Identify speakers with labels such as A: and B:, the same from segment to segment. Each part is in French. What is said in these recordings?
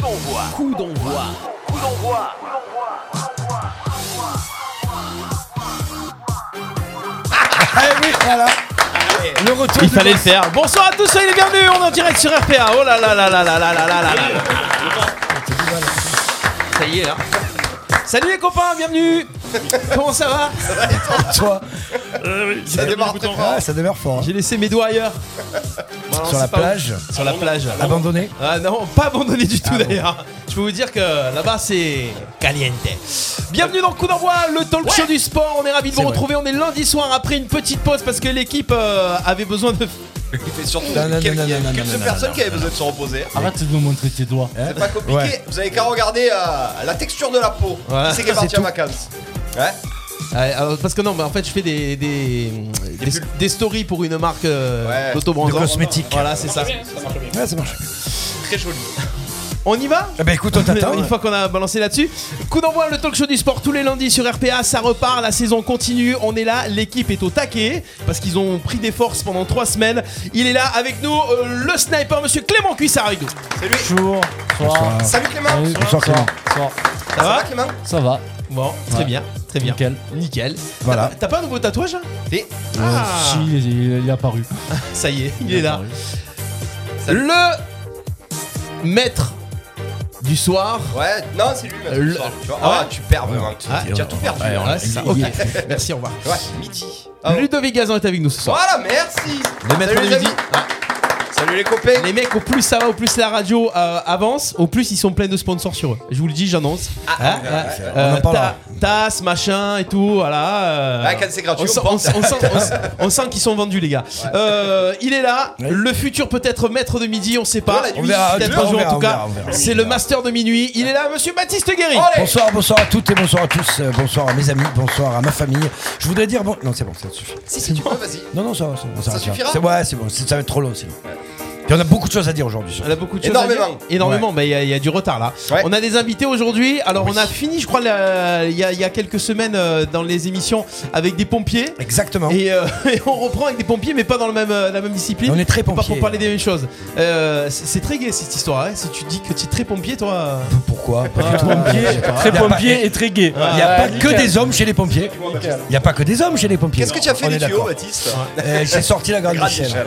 A: d'envoi.
B: Coup d'envoi.
A: Coup d'envoi.
C: Eh oui, voilà. Le retour
B: Il
C: du
B: fallait le
C: boss.
B: faire. Bonsoir à tous, soyez les bienvenus. On est en direct sur RPA. Oh là là là là là là là là là là. Ça y est là. Salut les copains, bienvenue. Comment ça va
C: Toi,
D: Ça démarre très fort.
C: ah, ça demeure fort. hein.
B: J'ai laissé mes doigts ailleurs. Bon,
C: Sur
B: c'est
C: la
B: pas ouf.
C: plage,
B: Sur la plage.
C: abandonné.
B: Ah non, pas abandonné du tout d'ailleurs. Je peux vous dire que là-bas c'est caliente. Bienvenue dans Coup d'envoi, le talk show du sport. On est ravis de vous
C: C'est vrai.
B: retrouver. On est lundi soir après une petite pause parce que l'équipe euh, avait besoin de.
D: Il fait surtout
C: Non, non,
D: quel-
C: non,
D: il y a
C: non,
D: qu'une
C: non,
D: seule
C: non,
D: personne
C: non,
D: qui avait besoin de se reposer. Ah,
E: Arrête de nous montrer tes doigts.
D: C'est pas compliqué.
C: Ouais. Ah,
D: Vous avez qu'à regarder euh, la texture de la peau.
B: Ouais.
D: C'est qui est
B: C'est
D: parti
B: tout.
D: en vacances. Ouais.
B: Ouais, alors, Ah, euh, parce que non, mais en fait je fais des des, des,
D: pulls.
B: des stories pour une marque euh,
D: Ouais.
B: d'autobronzant.
C: De cosmétiques.
B: Voilà, c'est ça.
C: Ouais, ça marche.
D: Très joli.
B: On y va
C: Ah
E: Eh ben,
C: bah écoute, on t'attend.
B: Une fois qu'on a balancé là-dessus, coup d'envoi le talk show du sport tous les lundis sur RPA, ça repart, la saison continue, on est là, l'équipe est au taquet parce qu'ils ont pris des forces pendant trois semaines. Il est là avec nous, euh, le sniper, monsieur Clément Cuissard avec nous.
D: Salut.
E: Bonjour. Bonsoir.
D: Salut Clément.
E: Salut.
C: Bonsoir, Clément.
E: Bonsoir.
D: Ça va Clément
E: Ça va.
B: Bon, très
E: Ouais.
B: bien, très bien.
E: Nickel.
B: Nickel.
C: Voilà.
B: T'as pas un nouveau tatouage hein
D: Si.
B: Ah.
E: Euh, Si, il, est- il est- il est apparu.
B: Ça y est, il est là.
E: apparu.
B: Le maître du soir.
D: Ouais. Non, c'est lui maintenant.
B: Le-
D: ce soir, Tu vois.
B: Ah
D: Ah,
B: ouais.
D: tu perds vraiment. Tu
B: Ah,
D: tu as tout perdu.
B: Ouais,
D: hein.
B: ouais, c'est ça. Ok. Merci, au revoir.
D: Ouais. Midi. Ah bon.
B: Ludovic Gazan est avec nous ce soir.
D: Voilà, merci.
B: Le maître
D: Salut
B: du
D: les amis.
B: midi.
D: Salut les copains.
B: Les mecs, au plus ça va, au plus la radio euh, avance, au plus ils sont pleins de sponsors sur eux. Je vous le dis, j'annonce.
D: Ah,
B: Hein, hein,
C: on en
B: euh,
C: parlera.
B: ta- Tasse, machin et tout, voilà. euh,
D: Ouais, quand c'est gratuit,
B: on
D: on
B: sent,
D: porte.
B: on sent- on sent- on sent qu'ils sont vendus, les gars. Euh, il est là,
C: Ouais.
B: le futur peut-être maître de midi, on sait pas.
D: Ouais, la
C: On verra,
B: Peut-être
C: on
B: un jour
C: verra,
B: en
C: on
B: tout cas.
C: verra, on verra.
B: C'est le master de minuit. Il est là, monsieur Baptiste Guéry.
D: Allez.
C: Bonsoir, bonsoir à toutes et bonsoir à tous. Euh, Bonsoir à mes amis, bonsoir à ma famille. Je voudrais dire bon. Non, c'est bon, ça suffit.
D: Si, si tu veux, vas-y.
C: Non, non, ça va, ça, va,
D: Ça
C: va, va.
D: suffira
C: C'est- Ouais, c'est bon, c'est- ça va être trop long sinon. Et on a beaucoup de choses à dire aujourd'hui.
B: On a beaucoup de choses
D: Énormément.
B: à dire. Énormément. Bah, il y, a- il y a du retard là.
D: Ouais.
B: On a des invités aujourd'hui. Alors, on a fini, je crois, la- il y, a- il y a quelques semaines euh, dans les émissions avec des pompiers.
E: Hein
C: Exactement.
B: Et, euh, et on reprend avec des pompiers, mais pas dans le même, euh, la même discipline.
C: On est très
B: Pas pour
C: pompiers.
B: parler des mêmes choses. Euh, c'est c'est très gay cette histoire. hein. Si tu dis que tu es très pompier, toi. euh,
C: Pourquoi
E: pompier, très
C: Il y a pas-
E: pompier et très gay.
C: Il n'y a
E: Ouais,
C: pas que
E: nickel.
C: des hommes chez les pompiers. Il n'y a pas que des hommes chez les pompiers.
D: Qu'est-ce que tu as fait
C: On
D: les
C: est
D: tuyaux,
C: d'accord.
D: Baptiste
C: Euh, J'ai sorti la grande
D: Grande
C: échelle.
D: échelle.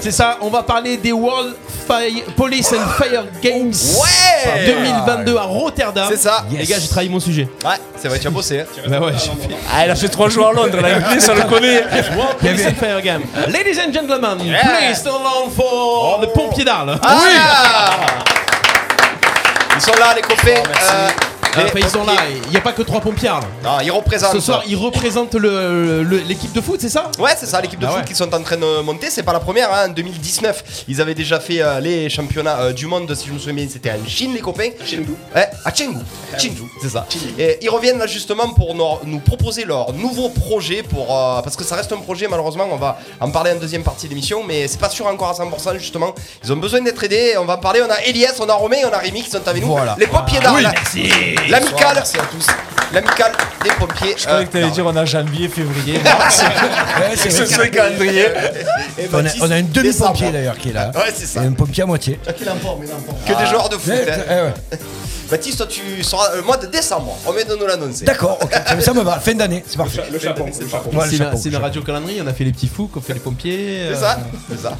B: C'est ça, on va parler des World Fire- Police and Fire Games
D: Ouais
B: 2022 à Rotterdam.
D: C'est ça.
B: Les gars, j'ai trahi mon sujet.
D: Ouais, c'est vrai, tu as bossé. hein.
B: Bah ouais, j'ai fait.
E: Ah, elle a fait trois jours à Londres, elle a ça le connaît.
B: Police and Fire Games. Ladies and gentlemen,
D: Yeah.
B: please stand for
E: Oh,
B: le pompier d'Arles.
D: Ah Ils sont là, les copains. euh,
B: Ah,
D: les
B: enfin, ils sont là,
D: pompiers.
B: il n'y a pas que trois pompiers Arles.
D: Non, ils représentent.
B: Ce soir, ils représentent le- le- l'équipe de foot, c'est ça
D: Ouais, c'est ça, l'équipe de
B: Ah
D: foot
B: ouais.
D: qui sont en train de monter. C'est pas la première, hein, en 2019. Ils avaient déjà fait euh, les championnats euh, du monde, si je me souviens bien. C'était en Chine, les copains. Chengdu. Ouais, à Chengdu. Chengdu, c'est ça. Et ils reviennent là justement pour nous, nous proposer leur nouveau projet. pour euh, Parce que ça reste un projet, malheureusement. On va en parler en deuxième partie de l'émission. Mais c'est pas sûr encore à 100%, justement. Ils ont besoin d'être aidés. On va en parler. On a Elias, on a Romain, on a Rémi qui sont avec nous.
C: Voilà.
D: Les pompiers d'art. L'amicale. Merci à tous. L'amicale des pompiers. euh,
E: Je croyais que t'allais
D: d'Arles.
E: dire on a janvier, février.
C: Ouais, c'est vrai.
D: le calendrier.
C: On a, on a une demi-pompier d'ailleurs qui est là.
D: Ouais, c'est ça.
C: Et un pompier à moitié.
D: Que des joueurs de foot.
C: Ouais,
D: hein.
C: ouais, ouais.
D: Baptiste, toi, tu seras le mois de décembre. On vient de nous l'annoncer.
C: D'accord, ok. ça me va. Fin d'année, c'est parfait.
F: Le chapeau, le chapeau.
C: Ouais, le
B: C'est la,
C: chapeau,
B: c'est
C: le
B: la
C: chapeau.
B: radio calendrier, on a fait les petits fous, qu'on fait les pompiers. euh,
D: C'est ça, c'est ça.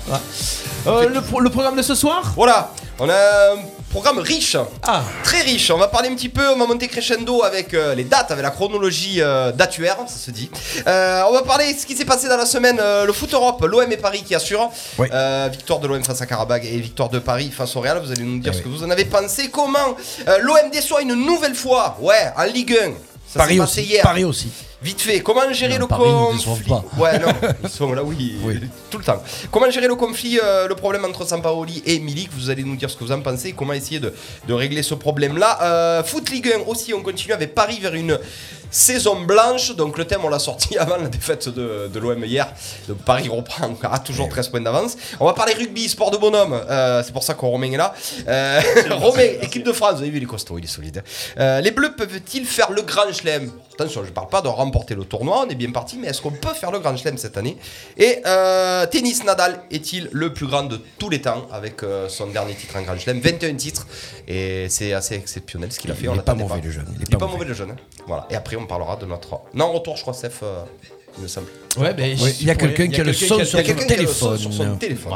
B: euh, le, pro- le programme de ce soir
D: Voilà, on a un programme riche.
B: Ah,
D: Très riche, on va parler un petit peu, on va monter crescendo avec euh, les dates, avec la chronologie euh, datuaire, ça se dit. Euh, on va parler de ce qui s'est passé dans la semaine, euh, le foot Europe, l'OM et Paris qui assurent.
C: Oui.
D: Euh, victoire de l'OM face à Karabakh et victoire de Paris face au Real, vous allez nous
C: Eh
D: dire ce que vous en avez pensé, comment euh, L'OM déçoit une nouvelle fois, ouais, en Ligue 1. Ça s'est
C: Paris
D: passé
C: aussi.
D: hier.
C: Paris aussi.
D: Vite fait, comment gérer
E: Non,
D: le
E: Paris nous
D: conflit
E: déçoivent
D: Ouais, non, ils sont là, oui,
C: Oui.
D: tout le temps. Comment gérer le conflit, euh, le problème entre Sampaoli et Milik Vous allez nous dire ce que vous en pensez, comment essayer de, de régler ce problème-là. Euh, Foot Ligue 1 aussi, on continue avec Paris vers une Saison blanche, donc le thème on l'a sorti avant la défaite de, de l'OM hier. Donc Paris reprend, a toujours 13 points d'avance. On va parler rugby, sport de bonhomme, Euh, c'est pour ça qu'on Romain est là. Euh, Romain, équipe de France, vous avez vu, il est costaud, il est solide. Euh, les Bleus peuvent-ils faire le grand chelem Attention, je parle pas de remporter le tournoi, on est bien parti, mais est-ce qu'on peut faire le grand chelem cette année Et euh, tennis, Nadal est-il le plus grand de tous les temps avec euh, son dernier titre en grand chelem 21 titres, et c'est assez exceptionnel ce qu'il a fait.
C: Il
D: on
C: est pas
D: l'attendait
C: mauvais, le jeune,
D: Il est pas mauvais le jeune. hein. Voilà. Et après, on parlera de notre. Non, retour, je crois, Steph, euh, il me semble.
B: Ouais, ben,
C: Oui, il y a quelqu'un qui a le son
D: Il y
C: sur
D: a
C: son
D: quelqu'un qui a le son
C: téléphone.
D: sur son téléphone.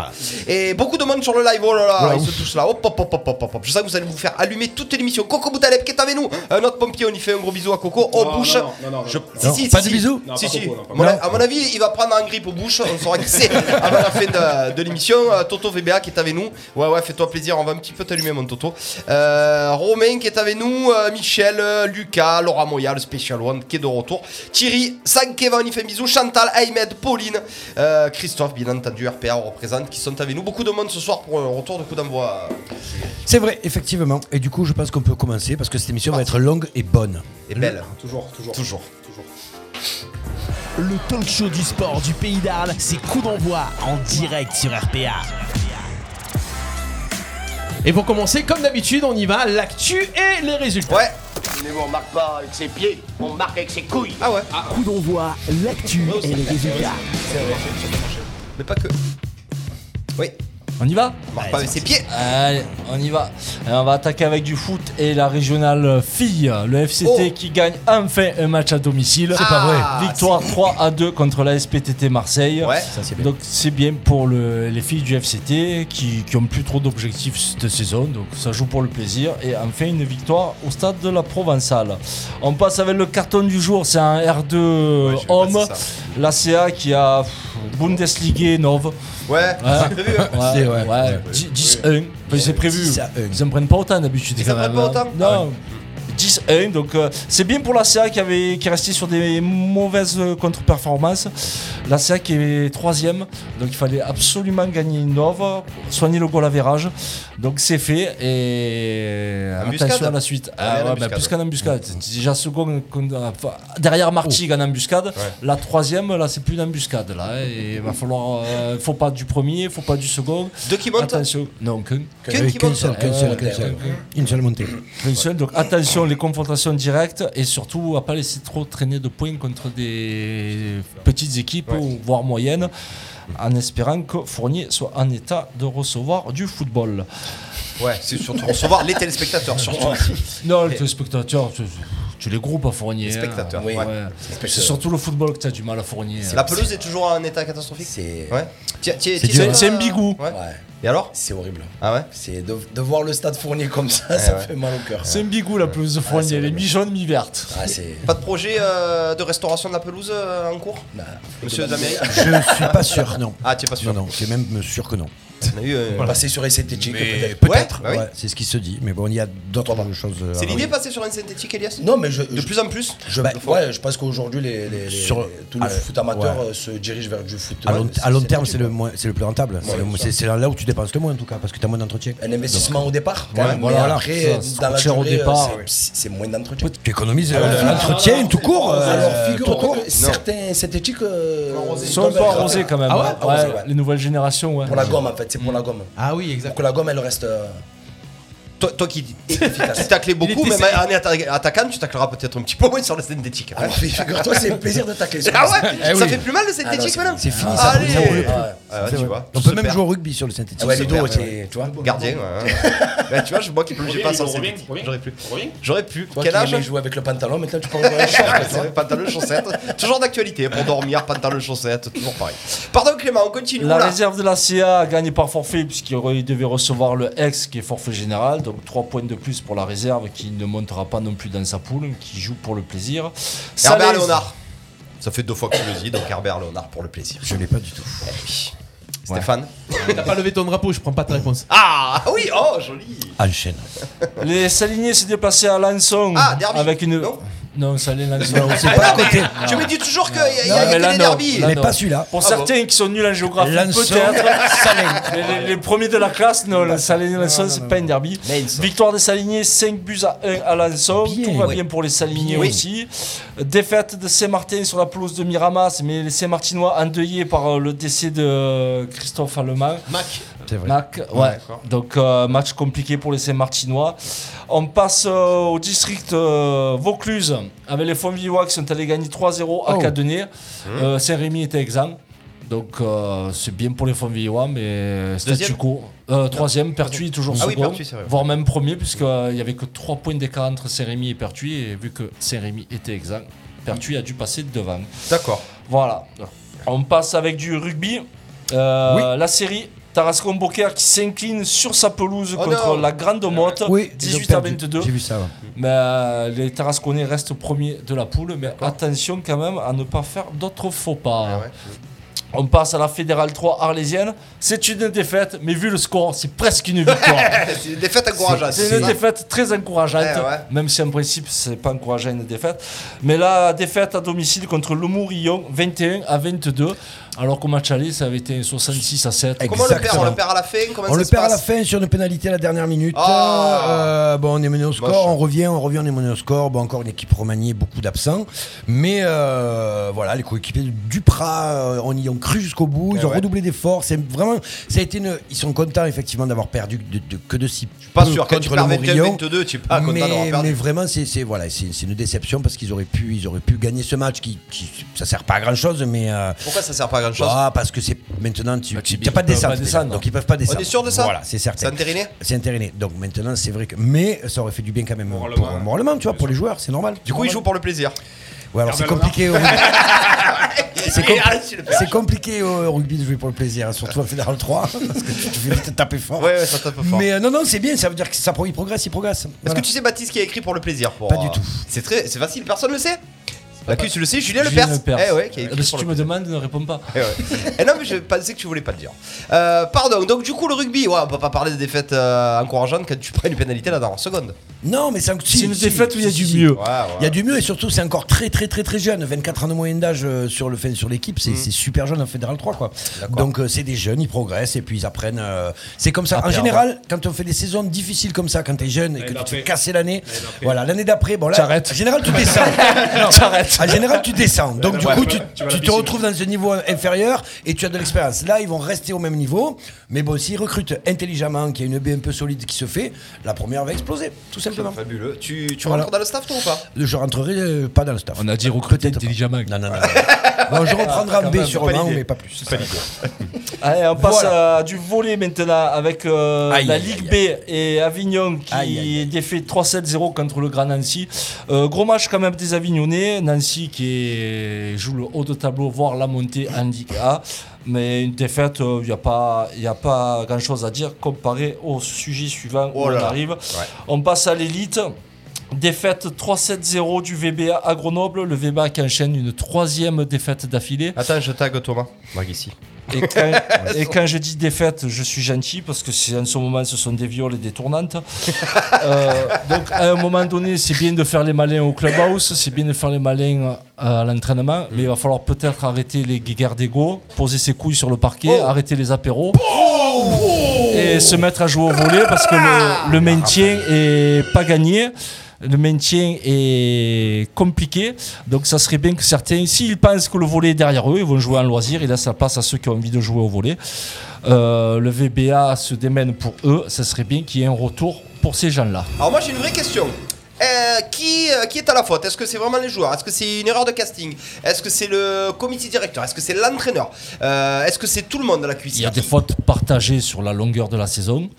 D: Et beaucoup de monde sur le live, oh là là,
C: Voilà,
D: ils
C: ouf.
D: se touchent là. Hop, hop, hop, hop, hop, hop. Je sais que vous allez vous faire allumer toute l'émission. Coco Boutaleb qui est avec nous. Euh, notre pompier, on y fait un gros bisou à Coco. Oh,
G: Non,
D: Bouche.
G: non, non, non, non,
D: Je-
G: non.
D: Si,
C: Non,
D: si,
C: pas
D: si,
C: de
D: si.
C: bisous
G: Non,
D: Si,
G: pas
D: si.
G: Coco, non, pas
D: À mon-
C: Coco.
D: À mon avis, il va prendre un grip au Bouche. On saura qui c'est avant la fin de, de l'émission. Euh, Toto VBA qui est avec nous. Ouais, ouais, fais-toi plaisir. On va un petit peu t'allumer, mon Toto. Euh, Romain qui est avec nous. euh, Michel, euh, Lucas, Laura Moya, le Special One qui est de retour. Thierry, Sankeva, on y fait un bisou. Chantal, Ahmed, Pauline, euh, Christophe, bien entendu, RPA, on représente, qui sont avec nous. Beaucoup de monde ce soir pour le retour de coup d'envoi. euh,
C: C'est vrai, effectivement. Et du coup, je pense qu'on peut commencer parce que cette émission va être longue et bonne.
D: Et belle.
G: Toujours, toujours.
D: Toujours.
G: toujours.
H: Le talk show du sport du pays d'Arles, c'est coup d'envoi en direct sur RPA.
B: Et pour commencer, comme d'habitude, on y va, l'actu et les résultats.
D: Ouais.
I: Mais on marque pas avec ses pieds, on marque avec ses couilles.
D: Ah ouais.
H: Coup d'envoi, l'actu et les résultats.
D: Mais pas que. Oui.
A: On y va
D: On marque pas avec ses pieds.
A: Bah, Allez, on y va. Allez, on va attaquer avec du foot et la régionale fille. Le FCT
D: Oh.
A: qui gagne enfin un match à domicile.
D: C'est pas Ah, vrai.
A: Victoire 3 à 2 contre la SPTT Marseille.
D: Ouais.
C: Ça, c'est bien.
A: Donc c'est bien pour le- les filles du FCT qui, qui ont plus trop d'objectifs cette saison, donc ça joue pour le plaisir et enfin une victoire au stade de la Provençale. On passe avec le carton du jour, c'est un R2
D: Ouais, j'ai
A: homme,
D: passé ça.
A: l'ACA qui a pff, Bundesliga Nov.
D: Ouais.
A: Ouais.
D: T'as vu, hein
A: Ouais,
C: C'est- ouais.
A: ouais,
C: Ouais.
A: 10 10-1, Enfin, c'est prévu.
C: 10 à 1.
A: Ils en prennent pas autant d'habitude.
D: Ils en
A: quand même,
D: prennent pas
A: hein.
D: autant Ah
A: Non. 10-1, donc euh, c'est bien pour la CA qui, avait, qui est restée sur des mauvaises euh, contre-performances. La CA qui est troisième, donc il fallait absolument gagner une Nov, soigner le goal à vérage. Donc c'est fait et
D: Embuscade.
A: attention à la suite.
D: est en
A: Ah ouais, bah,
D: embuscade.
A: plus qu'en embuscade, c'est déjà second qu'on- enfin, derrière Martigues en embuscade. La troisième, là c'est plus une embuscade là. hein, Et il va falloir, euh, faut pas du premier, faut pas du second.
D: Deux qui montent.
A: Attention, non, qu'un
D: Qu'une qui
C: Qu'une
D: monte.
C: seule, qu'une seule, qu'une seule. Une seule montée.
A: qu'un seul. Donc attention, les confrontations directes et surtout à pas laisser trop traîner de points contre des petites équipes, ou voire moyennes, en espérant que Fournier soit en état de recevoir du football.
D: Ouais, c'est surtout recevoir les téléspectateurs, surtout.
A: Non, les spectateurs, tu, tu les groupes à Fournier.
D: Les spectateurs,
A: hein.
D: oui.
A: Ouais.
D: Ouais.
A: C'est surtout le football que tu as du mal à Fournier. hein.
D: La pelouse est toujours en état catastrophique
J: C'est
D: Ouais. Tiens, tiens,
A: C'est
D: tiens,
A: dur.
D: euh,
A: C'est un bigou.
D: Ouais.
J: ouais,
D: Et alors
J: c'est horrible.
D: Ah ouais
J: C'est de, de voir le stade fourni comme ça, ça
D: Eh ouais.
J: fait mal au cœur.
A: C'est un bigou la pelouse de Fournier,
J: c'est
A: elle est
J: vrai.
A: mi-jaune, mi-verte.
J: Ah, c'est
D: Pas de projet euh, de restauration de la pelouse euh, en cours
J: bah,
D: Monsieur Daméric
C: Je suis pas sûr, non.
D: Ah, t'es pas sûr
C: Non, non, c'est même sûr que non.
D: On a eu, euh,
J: passer sur les synthétiques peut-être.
D: Peut-être
C: Ouais, Bah c'est ce qui se dit. Mais bon, il y a d'autres choses. euh, à
D: C'est l'idée
C: relever.
D: de passer sur un synthétique, Elias
J: Non, mais je,
D: De
J: je,
D: plus en plus
J: je,
C: Bah,
J: ouais, je pense qu'aujourd'hui, les, les, les-
C: Sur-
J: tout le
C: ah,
J: foot amateur
C: ouais.
J: euh, se dirige vers du foot.
C: À long,
J: ouais,
C: à long terme,
J: synthétique,
C: c'est le,
J: quoi.
C: moins- c'est le plus rentable. C'est le-
J: c'est
C: c'est c'est là où tu dépenses le moins, en tout cas, parce que tu as moins d'entretien.
J: Un investissement au départ, quand
A: Ouais,
J: même,
A: voilà,
J: mais
A: voilà. Ça,
J: après,
A: ça
J: dans la
A: coûte cher au
J: durée, euh,
A: départ,
J: c'est-
A: oui.
J: c'est c'est moins d'entretien.
C: Tu économises euh, l'entretien tout court. euh,
J: Alors,
C: tout court.
J: figure-toi que certains synthétiques euh,
A: Ils
J: tombent
A: sont un peu
J: grave.
A: arrosés quand même.
J: Ah ouais,
A: hein.
J: Arrosés, ouais.
A: Les nouvelles générations, ouais.
J: Pour la gomme, en fait, c'est pour la gomme.
B: Ah oui,
J: Pour
B: exactement.
J: que la gomme, elle reste. euh,
D: Toi, toi qui, qui taclais beaucoup,
B: Il était
D: même en atta- attaquant, tu tacleras peut-être un petit peu moins sur le synthétique.
J: Ah, Figure-toi, c'est un plaisir de tacler. sur
D: Ah
J: le
D: ouais
J: synthétique.
D: Ça fait plus mal le
J: Ah non,
D: synthétique
J: c'est-
D: maintenant
J: C'est fini, ça
D: Allez
J: brûle, ça brûle plus.
D: Ah ouais, tu vois,
C: On
D: tout
C: peut
D: se
C: même
D: perd.
C: jouer au rugby sur le synthétique.
J: Ah ouais, les
D: Super,
J: dos,
D: ouais.
J: c'est- tu vois.
D: Gardien, ouais. ouais. bah, tu vois, je vois qu'il j'ai
G: Reviens,
D: pas sans
G: Hugo, reviens,
D: synthétique.
G: reviens.
D: J'aurais pu.
G: Reviens.
D: J'aurais pu.
J: Toi
D: Quel
J: qui
D: âge
J: aimais jouer avec le pantalon, maintenant tu peux jouer avec
D: Ouais,
J: le
D: c'est vrai, pantalon chaussette. Toujours d'actualité pour dormir, pantalon chaussette, toujours pareil. Pardon Clément, on continue.
A: La
D: là.
A: réserve de la CA a gagné par forfait puisqu'il re- il devait recevoir le ex qui est forfait général, donc 3 points de plus pour la réserve qui ne montera pas non plus dans sa poule, qui joue pour le plaisir.
D: Herbert
A: Salaise-
D: Léonard. Ça fait deux fois que tu le dis, donc Herbert Léonard pour le plaisir.
C: Je l'ai pas du tout.
D: Stéphane
B: T'as pas levé ton drapeau, je prends pas ta réponse.
D: Ah oui, oh joli
C: Enchaîne.
A: Les Saliniers se déplaçaient à Lançon
D: Ah, derby
A: avec une.
D: Non
A: Non, ça l'est là.
C: C'est pas à côté.
D: Je me dis toujours qu'il y
A: Non,
D: a,
A: mais
D: il y a
A: là,
D: que des
A: non.
D: derbies.
A: Là, Ah
C: Mais
A: non.
C: pas celui-là.
A: Pour certains qui sont nuls en géographie,
C: Lançon.
A: peut-être. Mais les, les premiers de la classe, Bah, non, la Saline Lançon, c'est pas un derby. Victoire des Saliniers, 5 buts à 1 à Lançon.
C: Bien.
A: Tout va
C: Oui.
A: bien pour les Saliniers
D: Oui.
A: aussi. Défaite de Saint-Martin sur la pelouse de Miramas, mais les Saint-Martinois endeuillés par euh, le décès de euh, Christophe Allemand.
K: Mac.
C: C'est vrai.
A: Mac, ouais. Donc euh, match compliqué pour les Saint-Martinois. On passe euh, au district euh, Vaucluse avec les Fonvivois qui sont allés gagner 3-0 à
C: Oh.
A: Cadenet. Euh, Saint-Rémy était exempt. Donc euh, c'est bien pour les Fonvillois, mais statu
D: Deuxième
A: quo. Euh, troisième, Pertuis est toujours
D: Ah oui,
A: second,
D: Pertuis, c'est vrai.
A: voire même premier, puisqu'il n'y avait que 3 points d'écart entre Saint-Rémy et Pertuis, et vu que Saint-Rémy était exempt, Pertuis a dû passer devant.
D: D'accord.
A: Voilà.
D: Ah.
A: On passe avec du rugby. Euh, La série Tarascon Boker qui s'incline sur sa pelouse
D: Oh
A: contre
D: non.
A: la Grande Motte.
C: Oui, ils ont
A: 18 à
C: perdu.
A: 22.
C: J'ai vu ça. ouais.
A: Mais euh, les Tarasconnais restent premiers de la poule. Mais attention quand même à ne pas faire d'autres faux pas.
D: Ah ouais.
A: On passe à la Fédérale 3 arlésienne. C'est une défaite, mais vu le score, c'est presque une victoire.
D: C'est une défaite encourageante.
A: C'est une
D: Ouais.
A: défaite très encourageante,
D: Eh Ouais, ouais.
A: même si en principe c'est pas encourageant une défaite. Mais la défaite à domicile contre le Mourillon, 21 à 22, alors qu'au match aller ça avait été 66 à 7.
D: Comment on le perd On
C: Exactement.
D: le perd à la fin Comment
C: On
D: ça
C: le
D: se
C: perd à la
D: passe
C: fin sur une pénalité à la dernière minute.
D: Ah.
C: Euh, bon, on est mené au score,
D: Moche.
C: on revient, on revient, on est mené au score. Bon, encore une équipe remaniée, beaucoup d'absents. Mais euh, voilà, les coéquipiers de Duprat, euh, on y ont cru jusqu'au bout. Ils
D: Eh
C: ont
D: ouais.
C: redoublé d'efforts. C'est vraiment, ça a été une- Ils sont contents effectivement d'avoir perdu de, de- que de si
D: Pas
C: peu
D: sûr, quand tu
C: contre le
D: perds 21,
C: Morillon.
D: 22, tu es pas content
C: mais,
D: d'avoir
C: mais
D: perdu.
C: vraiment, c'est c'est- voilà, c'est c'est une déception parce qu'ils auraient pu, ils auraient pu gagner ce match qui, qui ça sert pas à grand chose, mais euh,
D: Pourquoi ça sert pas à grand chose
C: ah, parce que c'est maintenant, tu
A: Bah, tu-
C: n'as pas de
A: ils peuvent
C: descente.
A: pas
C: déjà,
A: descendre.
C: donc ils peuvent pas descendre.
D: est sûr de ça
C: Voilà, c'est
D: C'est hein.
C: certain.
D: entériné
C: C'est entériné. Donc maintenant, c'est vrai que. Mais ça aurait fait du bien quand même moralement, pour, moralement tu vois, pour les joueurs, c'est normal.
D: Du coup, il joue pour le plaisir.
C: Ouais, alors c'est compliqué. au rugby. C'est compli- c'est compliqué au rugby de jouer pour le plaisir, hein, surtout en Fédéral 3, parce que tu te fais vite taper fort.
D: Ouais, ouais, ça tape fort.
C: Oh. Mais euh, non, non, c'est bien, ça veut dire que ça pro- il progresse, il progresse.
D: Est-ce
C: Voilà.
D: que tu sais Baptiste qui a écrit pour le plaisir pour, euh,
C: Pas du tout.
D: C'est très, c'est facile, personne le sait. La tu le sais, Julien Le
A: Julien
D: Perse. Eh ouais, qui a écrit
A: Mais ben, si
D: pour
A: tu
D: le
A: me demandes, ne réponds pas.
D: Eh ouais. Eh non, mais je pensais que tu voulais pas le dire. Euh, pardon, donc du coup, le rugby, ouais, on peut pas parler de défaite euh, encourageante quand tu prends une pénalité la dernière seconde.
C: Non, mais c'est un- si,
A: c'est une
C: si,
A: défaite où il y a
C: si,
A: du
C: si.
A: mieux.
D: Ouais, ouais.
C: Il y a du mieux et surtout c'est encore très très très très jeune, 24 ans de moyenne d'âge euh, sur le fin- sur l'équipe,
D: Mm.
C: c'est c'est super jeune en fédéral 3 quoi. Donc euh, c'est des jeunes, ils progressent et puis ils apprennent. euh, c'est comme ça. en général, quand on fait des saisons difficiles comme ça, quand t'es jeune et que tu te fais casser l'année, voilà l'année d'après, bon là,
A: T'arrêtes.
C: en général tu descends. Non.
A: T'arrêtes.
C: En général tu descends. Donc du
L: ouais,
C: coup
L: tu vas- tu vas à
C: tu,
L: la
C: tu te
L: piscine.
C: retrouves dans un niveau inférieur et tu as de l'expérience. Là ils vont rester au même niveau, mais bon s'ils recrutent intelligemment, qu'il y a une baie un peu solide qui se fait, la première va exploser tout simplement.
D: Fabuleux. Tu, tu
C: Voilà.
D: rentres dans le staff, toi ou pas
C: Je rentrerai euh, pas dans le staff.
A: On a dit recruter Ah,
C: Peut-être pas.
A: intelligemment.
C: Non, non, non. non. Bon, je reprendrai un B sûrement, mais pas plus.
A: Allez, on passe
C: Voilà.
A: à du volet maintenant avec euh,
C: Aïe,
A: la
C: aïe,
A: Ligue
C: aïe.
A: B et Avignon qui
C: Aïe, aïe,
A: défait 3-7-0 contre le Grand Nancy. Euh, gros match quand même des Avignonnais. Nancy qui est- joue le haut de tableau, voire la montée en Ligue A. Mais une défaite, il n'y a pas, y a pas grand chose à dire comparé au sujet suivant où
D: Oh là
A: on
D: là.
A: arrive. On passe à l'élite. Défaite 3-7-0 du VBA à Grenoble. Le VBA qui enchaîne une troisième défaite d'affilée.
D: Attends, je tag Thomas. Marc ici.
A: Et quand, et quand je dis défaite, je suis gentil parce que c'est- en ce moment, ce sont des viols et des tournantes. Euh, donc, à un moment donné, c'est bien de faire les malins au clubhouse, c'est bien de faire les malins euh, à l'entraînement, mais il va falloir peut-être arrêter les guéguerres d'ego, poser ses couilles sur le parquet, arrêter les apéros et se mettre à jouer au volet parce que le, le maintien est pas gagné. Le maintien est compliqué, donc ça serait bien que certains, s'ils pensent que le volet est derrière eux, ils vont jouer en loisir et là ça passe à ceux qui ont envie de jouer au volet. Euh, le VBA se démène pour eux, ça serait bien qu'il y ait un retour pour ces gens-là.
D: Alors moi j'ai une vraie question. Euh, qui, euh, qui est à la faute Est-ce que c'est vraiment les joueurs Est-ce que c'est une erreur de casting Est-ce que c'est le comité directeur Est-ce que c'est l'entraîneur Euh, Est-ce que c'est tout le monde à la cuisse
A: Il y a des fautes partagées sur la longueur de la saison.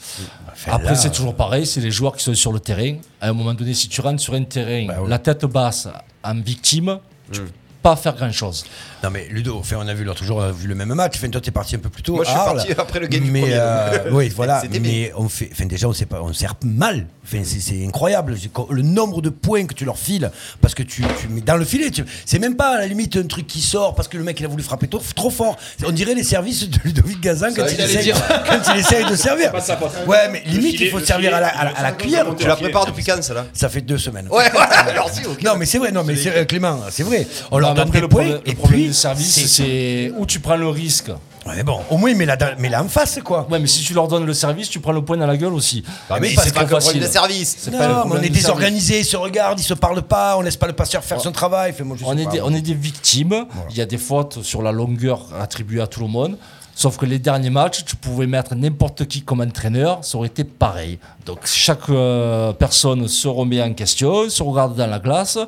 A: Après, c'est toujours pareil, c'est les joueurs qui sont sur le terrain. À un moment donné, si tu rentres sur un terrain, la tête basse en victime, tu pas faire grand-chose.
C: Non mais Ludo, enfin, on a vu l'autre jour, on a vu le même match. Enfin, toi t'es parti un peu plus tôt.
D: Moi, je suis
C: à Arles.
D: parti après le gain du
C: mais,
D: premier,
C: euh,
D: donc.
C: oui, voilà.
D: C'était bien.
C: Mais on fait, enfin, déjà on sait pas, on sert mal. Enfin, c'est- c'est incroyable C'est co- le nombre de points que tu leur files parce que tu, tu mets dans le filet. tu- C'est même pas à la limite un truc qui sort parce que le mec il a voulu frapper trop, trop fort. On dirait les services de Ludovic Gazan quand,
J: vrai
C: il
J: que j'allais
C: essaye- quand il essaye de servir.
M: pas de sa faute.
C: Ouais, mais limite
M: filet,
C: il faut
M: le
C: servir
M: filet,
C: à la, à la- à la
M: le
C: cuillère.
M: filet.
D: Tu la prépares depuis quand, celle-là
C: Ça fait deux semaines.
D: Ouais, ouais, alors si, ok.
C: Non mais c'est vrai, non mais c'est vrai, Clément, c'est vrai. On leur
A: Non, mais
C: donne
A: après,
C: des
A: le
C: points
A: problème, le
C: et
A: problème
C: puis
A: du service, c'est où tu prends le risque.
C: Ouais, bon, au moins, mais la, mais la en face, quoi.
A: Ouais, mais si tu leur donnes le service, tu prends le point dans la gueule aussi.
D: Ah, mais
A: Et
D: c'est pas que
A: trop
D: le problème
A: facile.
D: de service.
A: pas le
C: Non, mais on
A: problème
C: est
A: du
C: désorganisé, ils se regardent, ils se parlent pas, on laisse pas le passeur faire son travail. Fait, moi, je
A: On
C: sais
A: est,
C: pas.
A: des, on est des victimes. Il y a des fautes sur la longueur attribuées à tout le monde. Sauf que les derniers matchs, tu pouvais mettre n'importe qui comme entraîneur, ça aurait été pareil. Donc chaque euh, personne se remet en question, se regarde dans la glace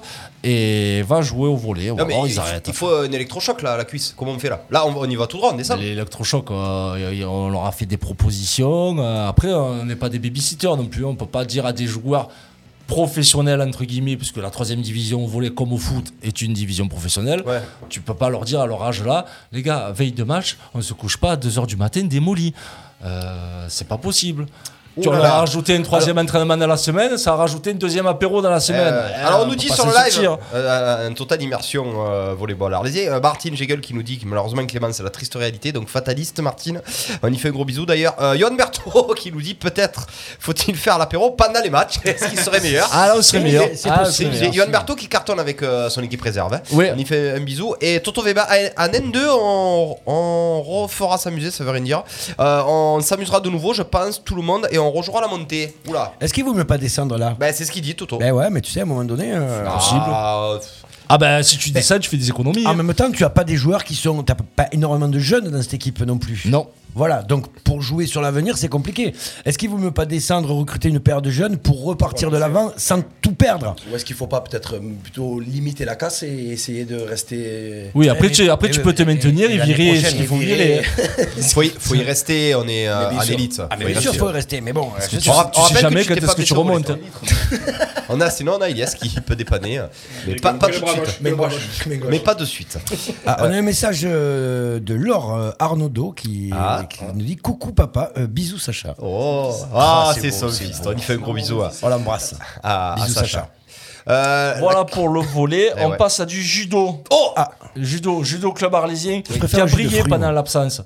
A: et va jouer au volet. Ou
D: Non, mais
A: alors
D: il,
A: ils arrêtent. hein.
D: il faut un électrochoc là, à la cuisse. Comment on fait là Là, on, on y va tout droit, on descend.
A: L'électrochoc, euh, y- y- on leur a fait des propositions. Euh, après, on n'est pas des babysitters non plus. On peut pas dire à des joueurs professionnels, entre guillemets, puisque la troisième division au volet comme au foot est une division professionnelle.
D: Ouais.
A: Tu peux pas leur dire à leur âge là, les gars, veille de match, on se couche pas à 2h du matin démoli. Euh, c'est pas possible. Tu
D: Ouh
A: en
D: là
A: as
D: là.
A: rajouté un troisième entraînement dans la semaine, ça a rajouté une deuxième apéro dans la
D: Euh,
A: semaine. Eh,
D: alors on nous
A: peut
D: dit
A: pas
D: sur le
A: s'en
D: live
A: sortir.
D: euh, un total immersion euh, volleyball arlésien. Euh, Martine Jegel qui nous dit que malheureusement Clément c'est la triste réalité donc fataliste Martine. On y fait un gros bisou d'ailleurs. Euh, Johan Berthaud qui nous dit peut-être faut-il faire l'apéro pendant les matchs Est-ce qu'il serait meilleur
A: Ah là, on serait meilleur.
C: c'est
A: Ah, on
C: possible.
A: serait
D: J'ai
A: meilleur.
D: Johan Berthaud qui cartonne avec euh, son équipe réserve. hein.
A: Ouais.
D: On y fait un bisou. Et Toto Veba à- à N2, on, on refera s'amuser, ça veut rien dire. Euh, on s'amusera de nouveau, je pense, tout le monde, et on rejouera la montée. Oula.
C: Est-ce qu'il vaut mieux pas descendre là
D: Ben, c'est ce qu'il dit, Toto.
C: Ben ouais, mais tu sais, à un moment donné. euh,
D: Ah, euh,
A: Ah ben si tu dis ça, tu fais des économies.
D: Ah,
C: En
A: hein.
C: même temps, tu as pas des joueurs qui sont. T'as pas énormément de jeunes dans cette équipe non plus.
A: Non.
C: Voilà, donc pour jouer sur l'avenir, c'est compliqué. Est-ce qu'il vaut mieux pas descendre, recruter une paire de jeunes pour repartir de l'avant sans tout perdre
J: Ou est-ce qu'il faut pas peut-être euh, plutôt limiter la casse et essayer de rester. euh,
A: Oui, après
C: Eh
A: tu,
C: oui.
A: après, tu
C: Eh
A: peux
C: oui,
A: te
C: mais-
A: maintenir
C: et
A: et
C: l'année
A: virer ce
C: prochaine,
A: qu'il faut
C: et
A: virer.
C: virer.
J: euh,
D: faut, y, faut y rester, on est euh,
J: Mais bien
D: en
J: sûr.
D: élite.
J: Ah,
D: Faut
J: mais
D: y
J: bien
D: rester.
C: sûr, faut rester, mais bon. euh,
A: Tu,
D: On rapp- on
A: sais
D: rappelle
A: jamais
D: que
A: quand
D: tu t'es
A: est-ce
D: pas
A: que
D: blessé
A: tu
D: au
A: remontes.
D: On a, sinon, on a Elias qui peut dépanner. euh, Mais pas, pas tout de suite.
J: Mais moi, je- mais moi,
D: Mais pas de suite.
C: Ah, on a un message euh, de Laure euh, Arnaudot qui,
D: Ah.
C: qui nous dit Coucou papa, euh, bisous Sacha.
D: Oh, ah,
C: c'est
D: c'est
C: beau,
D: son
C: c'est
D: fils.
C: beau.
D: On y fait un gros bisou à,
C: On l'embrasse.
D: à- à
C: Bisous,
D: Sacha.
C: Sacha.
D: Euh,
A: Voilà pour le volet.
D: Eh
A: on
D: ouais.
A: passe à du judo.
D: Oh
C: Ah.
A: Le Judo, judo club arlésien qui
C: préfère
A: a
C: le jus de
A: brillé
C: fruits,
A: pendant
C: moi.
A: l'absence.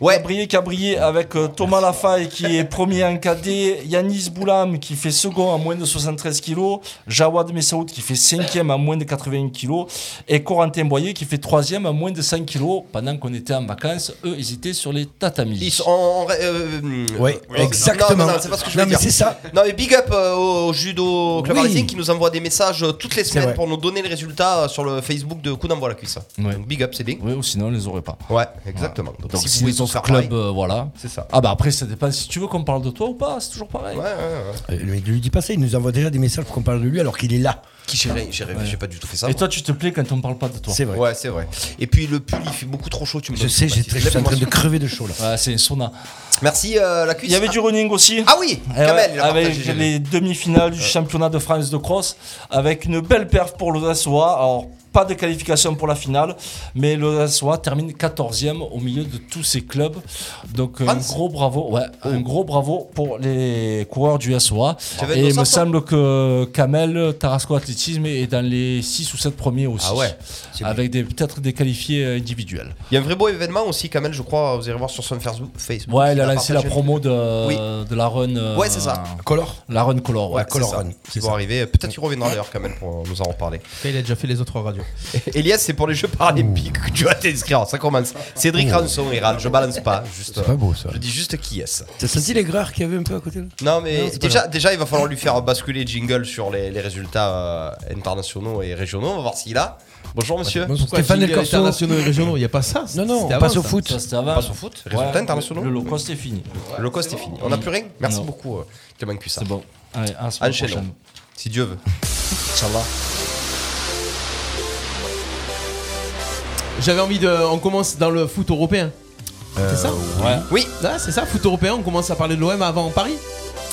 D: Ouais.
A: Qui a brillé, qui a brillé avec euh, Thomas Lafaye qui est premier en cadet, Yanis Boulam qui fait second à moins de 73 kg, Jawad Messaoud qui fait cinquième à moins de 81 kg et Corentin Boyer qui fait troisième à moins de 100 kg pendant qu'on était en vacances. Eux, ils étaient sur les tatamis.
D: Ils sont en- en- euh, euh,
C: Ouais,
D: non, non,
C: exactement.
D: Non, non, c'est pas ce que je
C: Non,
D: voulais
C: mais
D: dire.
C: c'est ça.
D: Non, mais big up euh, au judo club
C: Oui.
D: Arlésien qui nous envoie des messages euh, toutes les semaines
C: vrai.
D: pour nous donner les résultats euh, sur le Facebook de Coup d'envoi à la cuisse.
A: Ouais.
D: Donc big up, c'est bien.
A: Oui, ou sinon, on les aurait pas.
D: Ouais, exactement. Donc,
A: Donc,
D: si,
A: si
D: vous pouvez
A: les
D: tous
A: autres
D: faire
A: clubs,
D: pareil,
A: euh, voilà.
D: c'est ça.
A: Ah bah après, ça dépend si tu veux qu'on parle de toi ou pas, c'est toujours pareil.
D: Ouais, ouais, ouais.
C: Euh, mais ne lui dis pas ça, il nous envoie déjà des messages pour qu'on parle de lui alors qu'il est là.
D: Qui j'ai ré- j'ai ré- j'ai pas du tout fait ça.
A: Et
D: moi.
A: toi, tu te plais quand on parle pas de toi.
C: C'est vrai.
D: Ouais, c'est vrai. Et puis le pull, il fait beaucoup trop chaud, tu me
C: Je
D: donnes
C: sais,
D: chaud,
C: j'ai
D: Baptiste.
C: très- je suis en train de
D: Lève-moi
C: crever de chaud là.
A: Ouais, c'est une sauna.
D: ça. Merci euh, la cuisse.
A: Il y avait du running aussi.
D: Ah oui,
A: Eh ouais,
D: Kamel, il a
A: avec
D: partagé, j'ai vu.
A: les demi-finales du championnat de France de cross, avec une belle perf pour le SOA. Alors, pas de qualification pour la finale, mais le SOA termine 14e au milieu de tous ces clubs. Donc, un
D: France Ah
A: gros bravo, ouais, un gros bravo pour les coureurs du SOA.
D: avais
A: Et
D: nos
A: il me
D: sortes, toi
A: semble que Kamel, Tarasco Athlétisme est dans les 6 ou 7 premiers aussi.
D: Ah ouais,
A: Avec des- peut-être des qualifiés euh, individuels.
D: Il y a un vrai beau événement aussi, Kamel, je crois. Vous irez voir sur son Facebook. Facebook,
A: Ouais, il a lancé la
D: partagé.
A: promo de,
D: Oui.
A: de la run. euh,
D: Ouais, c'est ça.
C: Color
A: La run color, ouais.
D: Ouais, c'est ça. Qui vont arriver. Peut-être il reviendra d'ailleurs, Kamel, pour nous en reparler.
B: Il a déjà fait les autres radios.
D: Elias, c'est pour les Jeux paralympiques que tu vas t'inscrire. Ça commence. Cédric Ranson, Iran. Je balance pas. Juste,
C: C'est pas beau, ça.
D: Je dis juste qui est-ce.
C: T'as senti l'aigreur qu'il y avait un peu à côté là
D: Non, mais déjà, déjà, il va falloir lui faire basculer Jingle sur les, les résultats euh, internationaux et régionaux. On va voir s'il a. Bonjour, monsieur.
C: Bonjour. Stéphane Del Corso.
B: Internationaux et régionaux, il n'y a pas ça.
C: Non, non,
B: C'était
C: on
B: avant,
C: passe au
B: ça.
C: foot.
A: Ça, c'était avant.
D: On passe au foot. Résultats internationaux.
A: Le, le low cost est fini.
D: Le cost est fini. On n'a plus rien Merci
A: Non.
D: beaucoup, euh, Clément Cuissard.
A: C'est bon. Allez, à la semaine
D: Enchaînons.
A: prochaine.
D: Si Dieu veut.
A: Inch'Allah.
B: J'avais envie de. On commence dans le foot européen.
C: Euh,
B: C'est ça
A: Ouais.
D: Oui.
B: Ah, c'est ça, foot européen, on commence à parler de l'OM avant Paris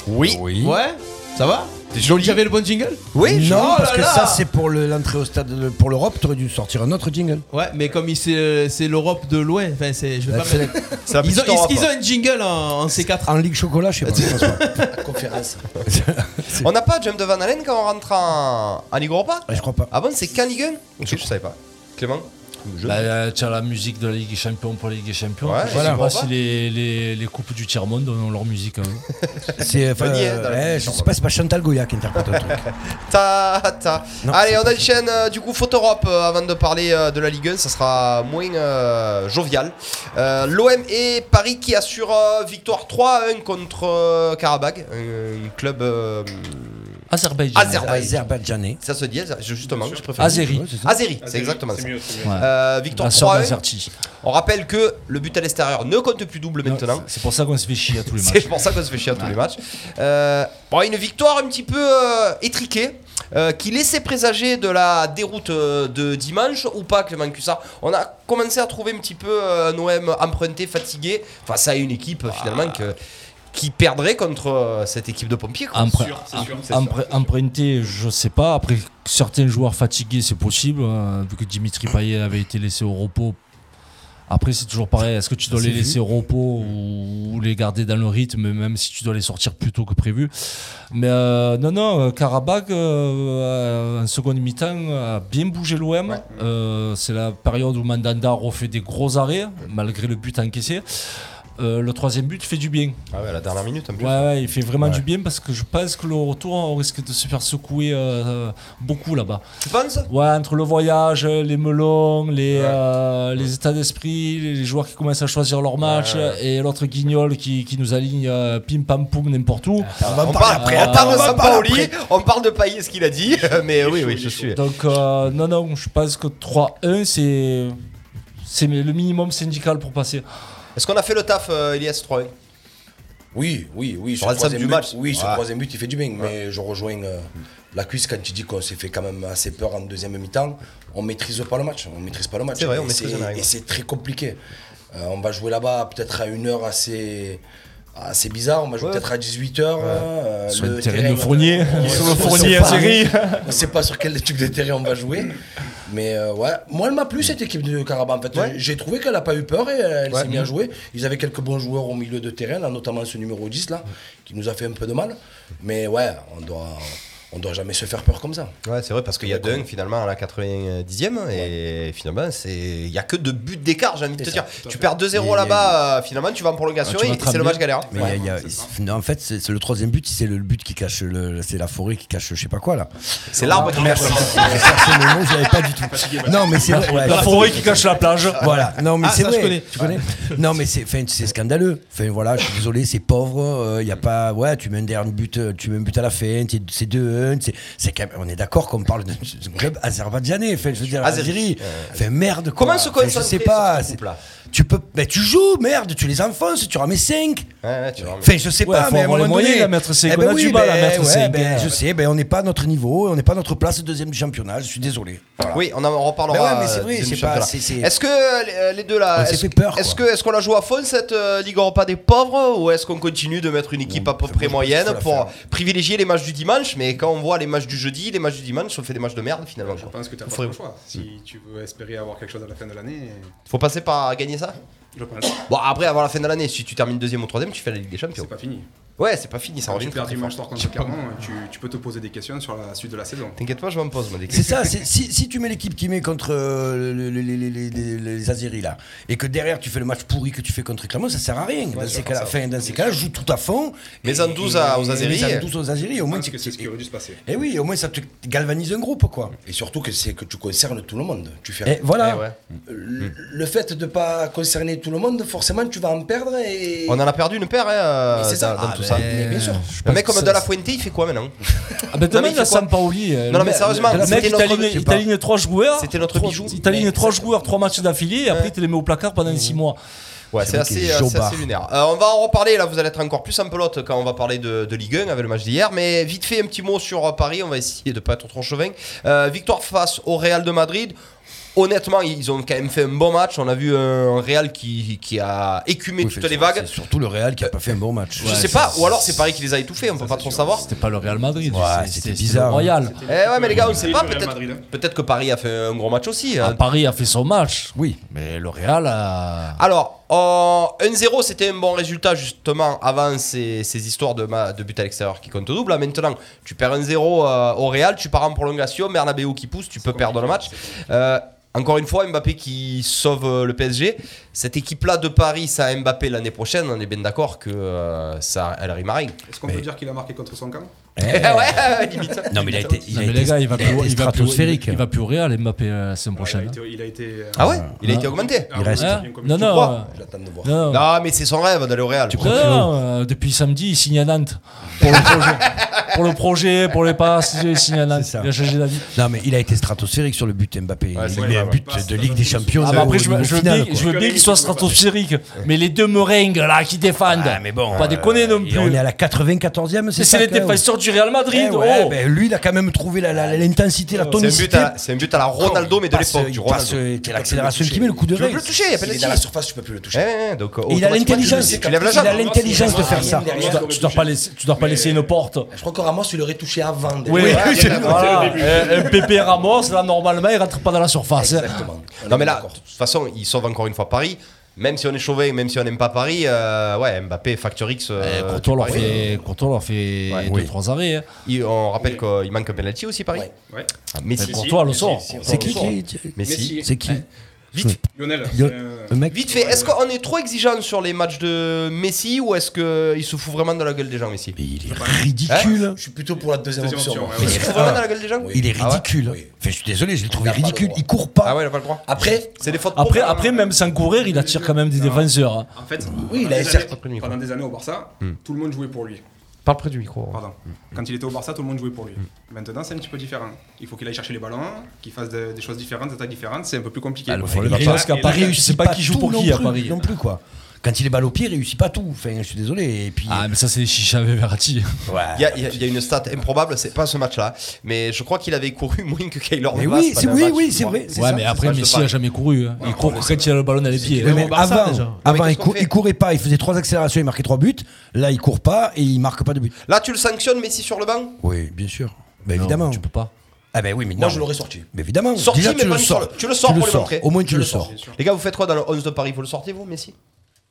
D: Oui.
B: Ouais Ça va
D: C'est joli.
B: J'avais le bon jingle
D: Oui, je-
C: Non,
B: Oh
C: parce
B: là
C: que
B: là
C: ça, c'est pour le- l'entrée au stade de- pour l'Europe. T'aurais dû sortir un autre jingle.
B: Ouais, mais comme il- c'est euh, c'est l'Europe de l'Ouest, enfin, c'est. Je vais
C: Bah, La Ah,
B: pas mettre-
C: fête-
D: c'est la
B: Ils ont,
D: petite
B: ils-
D: Europe.
B: ils ont une jingle en, en C4.
C: Euh, En Ligue Chocolat, je sais pas. je pense pas.
J: conférence.
D: On n'a pas James de Van Halen quand on rentre en, en Ligue Europa
C: Ouais, je crois pas.
D: Ah bon, c'est qu'en Ligue 1 Ok, je savais pas. Clément
A: Bah, euh, tu as la musique de la Ligue des Champions pour la Ligue des Champions.
D: Ouais,
A: je
D: voilà.
A: sais pas si les, les, les coupes du tiers-monde ont leur musique. hein.
C: C'est. enfin, euh,
D: Vanier, dans la-
C: ouais, je sais pas, c'est pas Chantal Goya qui interprète le truc.
D: Ta, ta.
C: Non,
D: Allez,
C: c'est
D: on
C: pas
D: enchaîne euh, du coup Faute Europe euh, avant de parler euh, de la Ligue 1, ça sera moins euh, jovial. Euh, L'OM et Paris qui assurent euh, victoire 3-1 contre euh, Karabakh, un, un club euh,
A: Azerbaïdjan.
D: azerbaïdjanais.
C: Azerbaïdjanais.
D: Ça se dit, Azer- justement, je préfère.
A: Azeri.
C: Ouais, c'est ça.
D: Azeri, c'est exactement ça.
A: Ouais.
D: Euh, victoire
A: La sœur
D: 3-1.
A: d'Azerti.
D: On rappelle que le but à l'extérieur ne compte plus double maintenant.
A: Non, C'est c'est pour ça qu'on se fait chier à tous les matchs.
D: C'est pour ça qu'on se fait chier à tous les matchs. Euh, bon, une victoire un petit peu euh, étriquée. euh, qui laissait présager de la déroute euh, de dimanche ou pas Clément Cussard On a commencé à trouver un petit peu euh, un OM emprunté, fatigué face à une équipe euh, finalement que- qui perdrait contre euh, cette équipe de pompiers. quoi.
A: Empr-
D: hein,
A: em- empr- Emprunté, je sais pas. Après, certains joueurs fatigués, c'est possible. hein, vu que Dimitri Payet avait été laissé au repos. Après, c'est toujours pareil. Est-ce que tu dois les laisser au repos ou, ou les garder dans le rythme, même si tu dois les sortir plus tôt que prévu Mais euh, non, non, euh, Karabakh, euh, en seconde mi-temps, a bien bougé l'OM. Euh, c'est la période où Mandanda refait des gros arrêts, malgré le but encaissé. Euh, le troisième but fait du bien.
D: Ah ouais, à la dernière minute en plus.
A: Ouais, ouais, il fait vraiment du bien parce que je pense que le retour on risque de se faire secouer euh, beaucoup là-bas.
D: Tu penses
A: Ouais, entre le voyage, les melons, les, euh, les états d'esprit, les joueurs qui commencent à choisir leur match et l'autre guignol qui, qui nous aligne euh, pim pam poum n'importe où.
C: On va en
D: on
C: parler
D: parle,
C: après.
D: on parle de
C: On va en parler
D: Sampaoli,
C: après.
D: on parle de Payet, ce qu'il a dit, mais oui, oui, je suis.
A: Donc, euh, non, non, je pense que 3-1, c'est. C'est le minimum syndical pour passer.
D: Est-ce qu'on a fait le taf, euh, Elias 3
J: Oui, oui, oui.
D: Sur la table
J: troisième
D: du
J: but-
D: match.
J: Oui, ce
D: Ouais.
J: troisième but, il fait du bien. Mais je rejoins euh, la cuisse quand tu dis qu'on s'est fait quand même assez peur en deuxième mi-temps. On maîtrise pas le match. On maîtrise pas le match.
D: C'est vrai, on
J: Et
D: maîtrise jamais, ouais.
J: Et c'est très compliqué. Euh, on va jouer là-bas peut-être à une heure assez. assez bizarre, on va jouer peut-être à euh, 18h.
A: Sur le terrain de Fournier.
J: euh,
A: Ils sont au
J: fournier
A: à Série.
J: On sait pas sur quel type de terrain on va jouer. Mais euh, ouais, moi elle m'a plu cette équipe de Carabas. En fait,
D: Ouais.
J: j'ai trouvé qu'elle a pas eu peur et elle
D: Ouais. Mhm.
J: s'est bien jouée. Ils avaient quelques bons joueurs au milieu de terrain, là, notamment ce numéro 10 là, qui nous a fait un peu de mal. Mais ouais, on doit, on doit jamais se faire peur comme ça.
D: Ouais, c'est vrai, parce qu'il y a Dung finalement à la 90e, et finalement, c'est- il n'y a que deux buts d'écart, j'ai envie de te dire. Tu perds 2-0 là-bas, euh, finalement, tu vas en prolongation
A: Ah, tu
D: et
A: vas te
D: c'est le match
A: ramener.
D: galère.
C: Mais il y a- il y a- non, en fait, c'est c'est le troisième but, c'est le but qui cache, le- c'est la forêt qui cache, je sais pas quoi là.
D: C'est l'arbre qui
C: Merci. J'ai cherché le mot, j'y avais pas du tout. Non, mais c'est vrai. ouais,
A: La
C: c'est-
A: forêt qui cache la plage.
C: Voilà. Non, mais
B: Ah,
C: c'est
B: ça,
C: vrai.
B: je connais.
C: Tu connais Non, mais c'est, enfin, c'est scandaleux. Enfin, voilà, je suis désolé, c'est pauvre. Il y a pas, ouais, tu mets un dernier but, euh, tu mets un but à la fin. t'es- C'est 2-1. C'est, c'est quand même- on est d'accord qu'on parle d'un d'un club azerbaïdjanais. Enfin, je veux dire,
D: Azeri.
C: Azeri. Enfin, merde. Quoi.
D: Comment se
C: Enfin, Je
D: concentrer
C: sais
D: sur
C: pas.
D: ce
C: c'est-
D: couple-là
C: tu peux, mais tu joues, merde. Tu les enfonces. Tu remets 5
D: Ouais, ouais, tu vois, mais-
C: Enfin, je sais
A: Ouais,
C: pas,
A: faut
C: mais à un
A: avoir les
C: moment
A: moyens,
C: donné-
A: la mettre cinq.
C: Eh
A: On a du mal à mettre cinq,
C: ben,
A: hein.
C: je sais, ben, on n'est pas à notre niveau, on n'est pas à notre place deuxième du championnat, je suis désolé. Voilà.
D: Oui, on en reparlera.
C: Ben ouais, mais c'est
D: euh,
C: vrai,
D: deuxième
C: c'est pas-
D: championnat.
C: c'est- c'est-
D: Est-ce que euh, les deux là,
C: On s'est
D: est-ce
C: fait peur,
D: est-ce que
C: quoi.
D: est-ce qu'on la joue à fond cette euh, Ligue Europa des pauvres ou est-ce qu'on continue de mettre une équipe à peu près moyenne
C: faut la
D: pour
C: faire.
D: privilégier les matchs du dimanche Mais quand on voit les matchs du jeudi, les matchs du dimanche, on fait des matchs de merde finalement.
N: Je
D: quoi.
N: pense que tu as
D: Faut-
N: pas le choix. Si tu veux espérer avoir quelque chose à la fin de l'année,
D: Faut passer par gagner ça.
N: je pense.
D: Bon après, avant la fin de l'année, si tu termines deuxième ou troisième, tu fais la Ligue des Champions.
N: C'est pas fini.
D: Ouais, c'est pas fini, ça
N: Quand
D: revient.
N: tu
D: très,
N: perds
D: très
N: dimanche
D: fort.
N: soir contre Clermont, hein, tu, tu peux te poser des questions sur la suite de la saison.
D: T'inquiète pas, je m'en pose, moi, des
C: C'est
D: questions.
C: ça, c'est- si, si tu mets l'équipe qui met contre euh, le- le- les, les, les, les- les Azeris, là, et que derrière tu fais le match pourri que tu fais contre Clermont, ça sert à rien. dans ces cas-là, enfin, dans ces cas-là, joue tout à fond.
D: Mais
C: Et-
D: en 12
C: et-
D: à- aux
C: et-
D: Azeris.
C: Mais en 12 aux Azeris, au
N: Je
C: moins.
N: pense
C: tu-
N: que c'est ce qui aurait dû se passer.
C: Eh oui, au moins ça te galvanise un groupe, quoi.
J: Et surtout que c'est que tu concernes tout le monde. Tu fais
C: Et
D: Eh
C: voilà.
D: ouais.
J: le, le fait de pas concerner tout le monde, forcément tu vas en perdre et
D: On en a perdu une paire, hein, euh,
J: Mais c'est ça.
D: dans, dans
J: Ah,
D: tout ça.
J: mais bien sûr.
D: Le mec comme
A: ça-
D: De La Fuente, il fait quoi maintenant
A: Ah ben
D: Non, mais
A: demain
D: il
A: il a
D: fait quoi
A: Sampaoli. euh,
D: Non,
A: le
D: mais
A: mec-
D: sérieusement,
A: le mec
D: c'était notre- je sais
A: il
D: pas.
A: t'aligne trois joueurs.
D: C'était notre
A: trois-
D: bijou.
A: Il t'aligne
D: Mais- Mhm.
A: trois joueurs, trois matchs d'affilée et après tu les mets au placard pendant six mois.
D: Ouais, c'est
C: mec est
D: assez, euh, c'est
C: jobard.
D: assez lunaire. Euh, on va en reparler, là vous allez être encore plus en pelote quand on va parler de, de Ligue 1 avec le match d'hier. Mais vite fait, un petit mot sur euh, Paris, on va essayer de pas être trop chauvin. Euh, victoire face au Real de Madrid. Honnêtement, ils ont quand même fait un bon match. On a vu euh, un Real qui, qui a écumé toutes les vagues.
C: C'est surtout le Real qui a pas fait un bon match.
D: Je sais pas, ou alors c'est Paris qui les a étouffés, on peut pas trop savoir.
A: C'était pas le Real Madrid.
C: Ouais,
A: c'est-
C: c'était
A: c'est-
C: bizarre,
A: le Royal.
D: Eh ouais, mais les gars, on sait
N: Et
D: pas.
N: le Real
D: Peut-être
N: Madrid, hein.
D: peut-être que Paris a fait un gros match aussi.
A: Ah,
D: hein.
A: Paris a fait son match.
C: Oui.
A: Mais le Real a.
D: Alors, en 1-0, c'était un bon résultat justement avant ces, ces histoires de, ma- de but à l'extérieur qui compte au double. Là, maintenant, tu perds 1-0 euh, au Real, tu pars en prolongation, Bernabeu qui pousse, tu peux perdre le match. Euh, encore une fois, Mbappé qui sauve euh, le PSG. Cette équipe-là de Paris, ça Mbappé l'année prochaine, on est bien d'accord que euh, ça, elle rime à rien.
N: Est-ce qu'on peut dire qu'il a marqué contre son camp
D: ouais, ouais, limite.
C: Non, mais il a été. Il
A: Non,
C: a
A: mais
C: été
A: les gars, il va plus, il va plus, il,
C: stratosphérique.
A: va plus au Real Mbappé euh, la semaine
N: il a
A: prochaine.
N: été. Il a été euh,
D: Ah ouais Il a été augmenté
N: ah,
C: il reste.
A: Hein
N: bien comme
A: non,
N: tu
A: non,
D: crois.
A: euh,
J: J'attends de voir.
A: non, non,
D: Non, mais c'est son rêve d'aller au Real.
A: Non, euh, depuis samedi, il signe à Nantes pour le projet, pour le projet, pour les passes, il signe à Nantes.
C: ça.
A: Il a changé d'avis.
C: Non, mais il a été stratosphérique sur le but Mbappé.
D: Ouais,
C: il
D: c'est
C: a
D: vrai,
C: un
D: ouais.
C: but
N: Passe,
C: de Ligue des
N: passe,
C: Champions.
A: Ah bah après, je, veux- je veux bien,
C: final,
A: je veux
N: quoi.
A: bien qu'il soit stratosphérique, mais les deux meringues là qui défendent,
C: Ah, mais bon,
A: pas déconner non
C: Et on
A: plus.
C: est à la 94e, c'est
A: C'est
C: ça
A: les
C: quand même.
A: défenseurs du Real Madrid.
C: Eh ouais,
A: oh.
C: ben, lui, il a quand même trouvé la- la- l'intensité, la,
D: C'est un, but
C: tonicité.
D: à- c'est un but à la Ronaldo, mais de
C: Ah Passe,
D: l'époque.
C: il
D: du
C: passe,
D: Ronaldo.
C: euh, quelle accélération qui met le coup de
D: Tu veux
C: rein.
D: plus le toucher, il y a
J: Il est
D: penalty.
J: dans la surface, tu peux plus le
D: Eh,
J: toucher.
D: eh, donc,
C: Et il a
D: automatiquement,
C: l'intelligence.
D: tu le-
C: Il
D: Tu lèves la jambe.
C: a l'intelligence de faire ça.
A: Tu dois, tu dois pas laisser, tu dois pas laisser une porte.
J: Je crois que Ramos, il l'aurait touché avant. déjà.
A: Oui,
D: c'est
A: voilà. Euh, euh, Pépé Ramos, là, normalement, il rentre pas dans la surface. hein.
J: Exactement. On
D: Non
J: est
D: mais là, de
J: d'accord.
D: toute façon, ils sauvent encore une fois Paris. Même si on est chauvé, même si on n'aime pas Paris, euh, ouais, Mbappé, Factor X, euh,
A: Euh, Courtois leur
D: Paris.
A: fait, Courtois leur fait
D: Ouais,
A: deux,
D: oui.
A: trois arrêts. hein.
D: Il- on rappelle qu'il manque un penalty aussi Paris. Ah,
J: Ouais.
N: Ouais.
D: Mais
A: Mais
D: si,
A: Courtois le sort.
C: C'est qui qui- qui-
D: mais si.
N: Messi.
C: C'est qui
D: Vite,
N: Lionel.
C: Il y a-
N: euh,
C: Le mec
D: vite fait. Est-ce qu'on est trop exigeant sur les matchs de Messi ou est-ce qu'il se fout vraiment de la gueule des gens Messi
C: Mais il est ridicule.
J: Je suis plutôt pour la deuxième
N: Deuxième
J: option.
N: option,
J: moi.
N: ouais, ouais.
D: Il se fout vraiment de la gueule des gens
C: Il est
D: Hein Ah ouais
C: ridicule. Enfin, je suis désolé, je l'ai trouvé
J: Il a pas le
C: ridicule.
J: droit.
C: Il court pas.
D: Ah ouais, il a pas le droit.
J: Après,
D: C'est des fautes.
A: Après,
D: pour-
A: après, même sans courir, il attire quand même des
N: Non.
A: défenseurs. hein.
N: En fait,
J: Oui, il
N: pendant
J: a
N: des
J: certes
N: années-
D: pris le micro.
N: pendant des années au Barça, tout le monde jouait pour lui.
D: Parle près du micro. hein.
N: Pardon. Quand il était au Barça, tout le monde jouait pour lui. Maintenant, c'est un petit peu différent. Il faut qu'il aille chercher les ballons, qu'il fasse de- des choses différentes, des attaques différentes. C'est un peu plus compliqué.
A: le
N: Et
A: problème,
N: là-
A: je pense
N: et
A: qu'à
N: là-
A: Paris,
C: Il
A: je sais pas qui joue
C: tout
A: pour
C: non
A: qui à
C: plus,
A: Paris.
C: Non plus, quoi. Quand il est balle au pied, il réussit pas tout. Enfin, je suis désolé. Et puis,
A: Ah, mais ça, c'est des chichas avec Verratti.
D: Il y, a- il y a- il y a une stat improbable, c'est pas ce match-là, mais je crois qu'il avait couru moins que Kaylor
C: Mais
D: Navas
C: oui,
D: pendant
C: c'est-
D: un
C: oui,
D: match,
C: oui,
D: je
C: c'est
D: crois.
C: vrai, c'est
A: Ouais,
C: ça,
A: mais
C: c'est
A: après,
D: ça, je
A: Messi
D: parle.
A: a jamais couru. hein. Il court quand il a le ballon dans les pieds.
C: Ouais, mais
A: Bon, bah,
C: avant, avant,
D: Mais
C: il,
D: qu'est-ce
C: cou-
D: qu'on fait
C: il courait pas, il faisait trois accélérations, il marquait trois buts. Là, il court pas et il marque pas de but.
D: Là, tu le sanctionnes, Messi sur le banc
C: Oui, bien sûr. Bah,
A: non,
C: évidemment.
A: Tu peux pas.
C: Ah ben oui, mais
J: moi,
C: non.
J: je l'aurais sorti.
C: Mais évidemment.
D: Sorti,
C: Déjà,
D: mais
C: tu
D: pas
C: le
D: mis
C: sors.
D: sur le- tu le sors pour les montrer.
C: Au moins, tu
D: Je
C: le
D: le
C: sors.
D: Les gars, vous faites quoi dans le 11 de Paris Vous le sortez, vous, Messi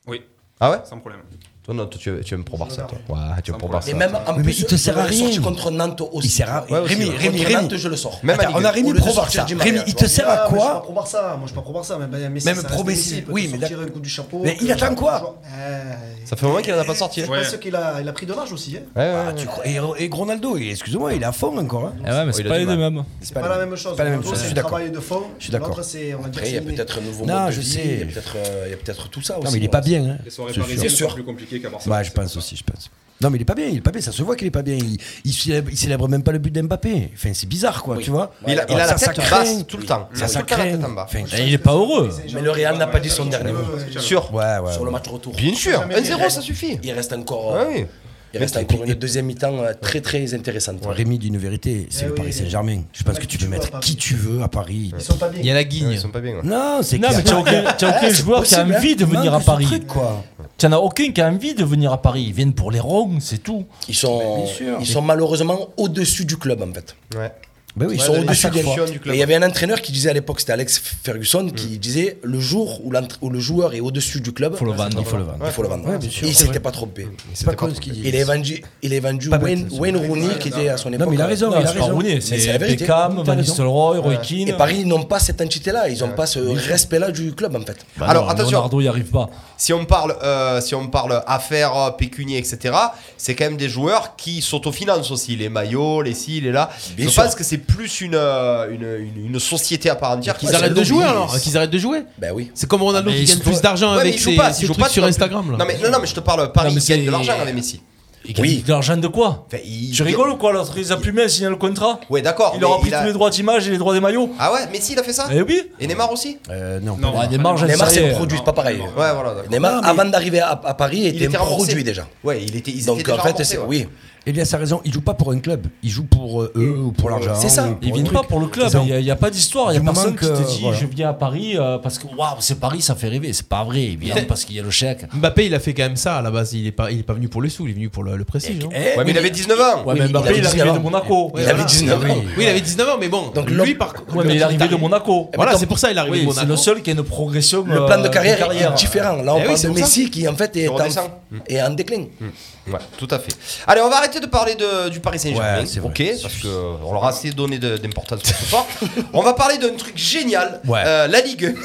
N: Oui,
D: Ah ouais
N: sans problème.
D: Toi, non, toi, tu, aimes- tu aimes pro Barça, toi. Ouais, tu aimes pro Barça.
J: Et même en
C: mais
J: plus,
C: il te
J: je
C: sert à
J: l'aurais
C: rien.
J: sorti contre Nantes aussi.
C: Il sert à-
J: tu vois.
C: Ouais, Rémi,
J: Contre
C: Rémi, Rémi.
J: Nantes, je le sors.
D: Même à
C: Attends,
D: Ligue
C: on a Rémi
J: Au lieu de
C: Pro
J: sortir
C: Barça.
J: du Maria,
C: Rémi, il
J: tu
C: te
J: vois.
C: sert à
O: Moi, je suis pas
C: quoi
O: pro Barça. Moi, je suis pas pro Barça. Mais ben, Messi,
C: Même
O: ça reste
C: pro Messi,
O: peut
C: oui,
O: te
C: mais
O: sortir
C: d'ac-
O: un coup du chapeau.
C: Mais
O: que-
C: il attend quoi
O: Eh,
D: Ça fait un moment qu'il en a pas sorti. hein.
O: C'est
N: Ouais.
O: pas ce qu'il a, il a pris de l'âge aussi. Hein.
D: Ouais, ouais,
C: Ah, tu crois- Et et Ronaldo, il- excuse-moi, il est à fond encore. hein.
A: Eh ouais, mais
D: il
A: c'est
D: a
A: pas
D: du
A: les deux
D: mal.
A: mêmes.
O: C'est pas, la même chose.
C: pas la même
O: L'autre,
C: chose, je
O: c'est
C: suis
O: un
C: d'accord.
O: travail de fond.
C: Je suis d'accord.
O: L'autre, c'est on va dire
J: Après, il y a
O: c'est inné.
J: peut-être un nouveau
C: Non,
J: mode de
C: je
J: vie,
C: sais.
J: Il y a peut-être euh, il y a peut-être tout ça aussi.
C: Non, mais il est
J: voilà.
C: pas bien. hein.
N: Les soirées
C: C'est
N: parisiennes,
C: sûr.
N: c'est plus compliqué qu'à Barcelone.
C: Ouais, je pense aussi, je pense. Non, mais il est pas bien, il est pas bien, ça se voit qu'il est pas bien. Il, il, célèbre, il célèbre même pas le but d'Mbappé. Enfin, c'est bizarre, quoi, tu vois.
D: Il a, il a la
C: Ça, ça
D: tête
C: craint.
D: basse tout le temps. Il
C: Ça,
D: a
C: ça
D: tout le temps la
C: craint.
D: tête en bas.
C: Enfin,
A: Et il est pas heureux.
J: Mais le Real n'a pas dit son dernier mot.
D: Sûr.
C: ouais, ouais.
J: Sur le
C: ouais.
J: match retour.
D: Bien sûr.
O: jamais
D: 1-0,
J: les
D: ça
J: règles.
D: suffit.
J: Il reste encore,
D: Ah
J: euh,
D: oui.
J: il reste encore une deuxième mi-temps euh, très très intéressante.
C: Rémi dit une vérité, c'est
O: Eh
C: le
O: oui.
C: Paris Saint-Germain. Je pense
O: Ouais,
C: que tu
O: tu
C: peux
O: vois,
C: mettre
O: Paris.
C: qui tu veux à Paris.
O: Ils sont pas bien.
A: Il y a la
D: Ouais,
A: guigne.
D: Ils sont pas bien. ouais.
C: Non, c'est
A: Non,
C: clair.
A: mais t'as aucun, t'as aucun
C: Ah, c'est
A: joueur qui a
C: possible, hein.
A: envie de
C: Il
A: venir à
C: manque ce
A: Paris.
C: truc, quoi.
A: T'en as aucun qui a envie de venir à Paris. Ils viennent pour les ronds, c'est tout.
J: Ils sont, ils sont malheureusement au-dessus du club en fait.
D: Ouais.
C: Ben oui,
J: Ils
D: Ouais,
J: sont
D: de
J: au-dessus des
D: l'évolution du club.
J: Et il y avait un entraîneur qui disait à l'époque, c'était Alex Ferguson, qui disait le jour où, l'entra- où le joueur est au-dessus du club,
A: Faut le vendre.
C: il Mm. faut le vendre.
J: il faut le vendre.
C: Ouais, bien sûr.
J: Et il s'était pas trompé.
C: C'est pas con ce qu'il dit.
J: Il est vendu, il est vendu
C: Pas bête,
J: Wayne,
C: ça.
J: Wayne Rooney qui était à son époque. euh,
C: Non, mais il a raison,
A: Non,
C: il a
A: c'est pas
C: raison.
A: Rooney,
J: c'est la
A: c'est
J: vérité.
A: Beckham, Van Nistelrooy, Roy
J: Et
A: Keane.
J: Paris
C: euh.
J: ils n'ont pas cette entité-là, ils n'ont pas ce respect-là du club en fait.
A: Bah non,
D: Alors, attention.
A: Leonardo y arrive pas.
D: Si on parle, euh, si on parle affaires euh, pécunier, etc., c'est quand même des joueurs qui s'autofinancent aussi. Les maillots, les ci, les là.
J: Bien
D: je
J: sûr.
D: pense que c'est plus une, euh, une, une- une société à part entière.
B: Qu'ils
D: qui-
J: Ouais,
B: arrêtent
J: c'est
B: de jouer
J: lobby,
B: alors
J: c'est-
B: Qu'ils arrêtent de jouer
J: Ben oui.
B: C'est comme Ronaldo
A: Mais
B: qui
A: ils
B: gagne
A: sont-
B: plus d'argent
D: Ouais, Ah, mais
B: avec
D: il joue
B: ses,
D: pas,
B: ses
D: il joue
B: trucs
D: pas
B: sur
D: depuis-
B: Instagram là.
D: Non mais, non, non, mais je te parle Paris,
A: Non, mais
D: il gagne de
A: c'est-
D: l'argent avec Messi.
A: Il gagne
J: Oui.
A: de l'argent de quoi
D: Enfin, il-
A: Tu rigoles ou quoi L'autre, ils a plus mis signé le contrat.
D: Ouais, d'accord.
A: Il
D: mais
A: aura pris
D: a-
A: tous les droits d'image et les droits des maillots.
D: Ah ouais, Messi il a fait ça
A: Eh oui
D: Et Neymar aussi
C: Euh, non.
N: Non,
A: Bah, Neymar, j'en
J: Ah Neymar,
A: sais
J: c'est un
A: rien.
J: produit, c'est pas pareil.
D: Ouais, voilà. d'accord.
J: Neymar, avant d'arriver à, à Paris, était, un
D: remboursé.
J: produit déjà.
D: Ouais, il était. Ils
J: Donc
D: étaient
J: en
D: déjà
J: fait,
D: remboursés,
J: c'est-
D: ouais.
J: oui.
C: Elias a raison, il joue pas pour un club, il joue pour euh, eux ou pour l'argent.
E: C'est ça,
C: ou pour
E: ils
C: un
E: viennent
C: truc.
E: pas pour le club,
C: C'est ça.
A: Il n'y a, pas d'histoire, il n'y a
C: Du moment
A: personne qui
C: que-
A: te dit
C: voilà.
A: je viens à Paris euh, parce que waouh, c'est Paris, ça fait rêver. C'est pas vrai, ils viennent parce qu'il y a le chèque.
B: Mbappé, il a fait quand même ça à la base. Il est pas, il est pas venu pour le sou, il est venu pour le, le prestige. hein. non
C: Eh,
D: Ouais, mais il avait 19 ans.
A: Ouais, mais Mbappé,
C: avait
A: il est arrivé
C: 19
A: de
C: ans.
A: Monaco.
B: Ouais,
C: Il avait
B: voilà.
C: 19 ans.
B: Oui, il avait 19 ans, mais bon. Donc lui, par contre.
A: Ouais, mais il est arrivé de Monaco.
B: Voilà, c'est pour ça il est arrivé de
A: Oui, c'est
B: Monaco.
A: le seul qui a une progression.
J: Le
A: euh,
J: plan de carrière,
A: carrière.
J: est différent. Là, on
B: Eh oui,
J: parle
B: c'est
J: de
B: pour ça.
J: Messi qui, en fait, est,
D: Il
J: en,
D: redescend.
J: est en déclin.
A: Mm.
D: Ouais, tout à fait. Allez, on va arrêter de parler de, du Paris Saint-Germain.
C: Ouais, c'est vrai.
D: ok, parce qu'on leur a assez donné de- d'importance pour ce soir. on va parler d'un truc génial
C: Ouais. Ah
D: euh, la Ligue.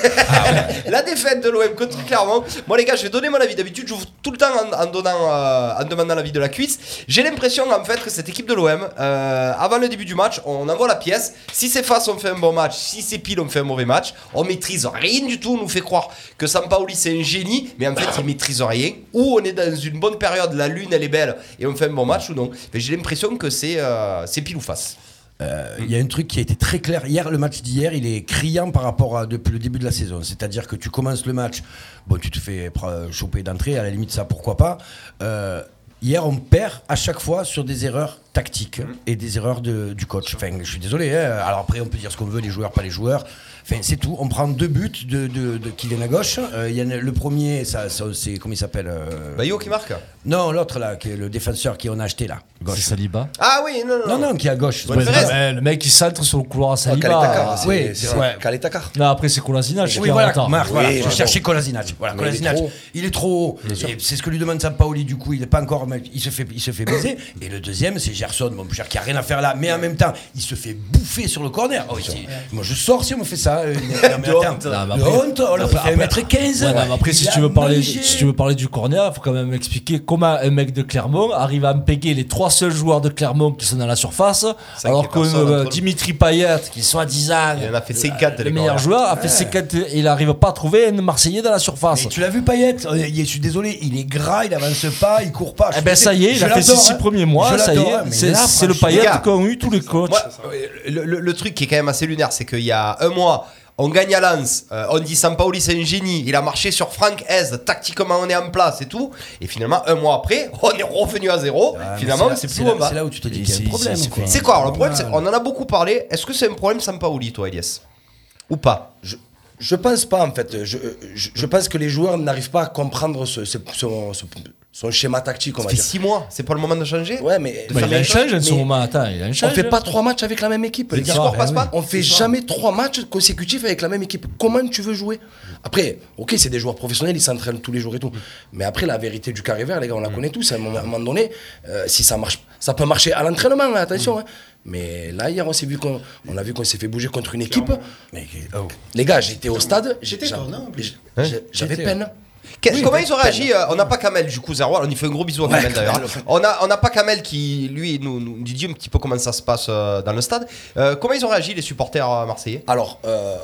D: la défaite de l'OM contre Clermont. Moi, les gars, je vais donner mon avis. D'habitude, j'ouvre tout le temps en, en donnant, euh, en demandant l'avis de la cuisse. J'ai l'impression, en fait, que cette équipe de l'OM, euh, avant le début du match, on envoie la pièce. Si c'est face, on fait un bon match. Si c'est pile, on fait un mauvais match. On maîtrise rien du tout. On nous fait croire que Sampaoli, c'est un génie, mais en fait, il maîtrise rien. Ou on est dans une bonne période, la lune, elle est belle, et on fait un bon match ou non. Mais j'ai l'impression que c'est euh, c'est pile ou face.
C: Il y a un truc qui a été très clair. Hier, le match d'hier, il est criant par rapport à depuis le début de la saison. C'est-à-dire que tu commences le match, bon, tu te fais pra- choper d'entrée, à la limite, ça, pourquoi pas. Euh, hier, on perd à chaque fois sur des erreurs tactiques et des erreurs de- du coach. Enfin, je suis désolé. hein. Alors après, on peut dire ce qu'on veut, les joueurs, pas les joueurs. Enfin, c'est tout. On prend deux buts de, de, de- qui viennent à gauche. Euh, il y en a le premier, ça, ça, c'est comment il s'appelle euh,
D: Bayo qui marque
C: Non, l'autre là, qui est le défenseur qui on a acheté là.
A: C'est
C: Gauche.
A: Saliba.
D: Ah oui, non, non.
C: Non, non, qui est à gauche.
D: Ouais, Perez.
A: Ouais, le mec qui centre sur le couloir à Saliba.
J: Kaletakar,
C: oui,
J: c'est- c'est
C: ouais.
J: Kaletakar.
A: Là, après, c'est Kolasinac qui
C: Oui,
A: est en
C: voilà,
A: retard.
C: Marc, voilà, je
J: voilà.
C: cherchais Kolasinac. Voilà,
J: Mais il est
C: Kolasinac,
J: trop haut.
C: il est trop haut. Et C'est ce que lui demande Sampaoli, du coup, il n'est pas encore. mais Il se fait, il se fait baiser. Et le deuxième, c'est Gerson, mon cher, qui a rien à faire là. Mais en même temps, il se fait bouffer sur le corner. Oh, il dit, Moi, je sors si on me fait ça. euh, mais- mais attends,
A: Non, mais
C: de
A: après-
C: honte, oh on l'a
A: après-
C: fait 1m15.
A: Ouais, non, mais après, si
C: Il
A: tu,
C: a
A: veux parler,
C: mangé.
A: si tu veux parler du corner, il faut quand même expliquer comment un mec de Clermont arrive à péguer les trois seuls joueurs de Clermont qui sont dans la surface,
D: Cinq
A: alors que
D: personnes
A: euh,
D: entre eux.
A: Dimitri Payet, qui soi-disant
D: Il en a fait 54,
A: le
D: les
A: meilleur
D: corners.
A: joueur, a fait ses quatre et il n'arrive pas à trouver un Marseillais dans la surface.
C: Mais tu l'as vu, Payette Euh, il est- Je suis désolé, il est gras, il avance pas, il court pas. Je
A: Eh
C: suis
A: ben
C: désolé,
A: ça y est, il
C: je
A: a fait ses
C: l'adore,
A: six
C: hein.
A: premiers
C: Je
A: mois, ça y
C: l'adore, hein, mais
A: est, c'est
C: là,
A: c'est le
C: franchement,
A: Payet
D: gars,
A: qu'ont eu tous les coachs.
D: Moi, euh, le, le- le truc qui est quand même assez lunaire, c'est qu'il y a un mois, on gagne à Lens, euh, on dit Sampaoli c'est un génie, il a marché sur Franck Hez, tactiquement on est en place et tout, et finalement un mois après, on est revenu à zéro,
C: Ah, mais
D: finalement
C: là-
D: c'est plus
C: là-
D: on va.
C: C'est là où tu te dis
A: Et
C: qu'il y a
A: c'est-
C: un problème.
A: c'est-
C: quoi.
D: C'est quoi alors, le problème c'est- On en a beaucoup parlé, est-ce que c'est un problème Sampaoli toi Elias Ou pas
J: Je, je pense pas, en fait. Je, je, je pense que les joueurs n'arrivent pas à comprendre ce, ce- son, ce- son schéma tactique,
D: Ça
J: on va
D: fait
J: dire.
D: 6 mois, c'est pas le moment de changer
J: Ouais, mais.
D: Bah,
A: il a un change en ce moment, attends, il a un
J: On
A: change.
J: fait pas trois matchs avec la même équipe.
D: Le
J: les gars.
D: discours passe pas
J: On fait jamais trois matchs consécutifs avec la même équipe. Comment tu veux jouer Après, ok, c'est des joueurs professionnels, ils s'entraînent tous les jours et tout. Mais après, la vérité du carré vert, les gars, on la connaît tous. À un moment à un moment donné, euh, si ça marche, ça peut marcher à l'entraînement, hein, attention. hein. Mais là, hier, on s'est vu qu'on, on a vu qu'on s'est fait bouger contre une équipe. Mais, oh. Les gars, j'étais au stade, j'étais,
O: J'étais corner, en plus.
J: j'ai- j'ai- j'avais peine.
D: Que-
J: Oui,
D: Comment
J: mais-
D: ils ont réagi euh, On n'a pas Kamel du coup Zaroual, on y fait un gros bisou à
J: Ouais,
D: Kamel d'ailleurs. hein.
J: Kamel,
D: On n'a on n'a pas Kamel qui lui nous, nous dit un petit peu comment ça se passe euh, dans le stade. Euh, comment ils ont réagi les supporters euh, marseillais
J: Alors, euh,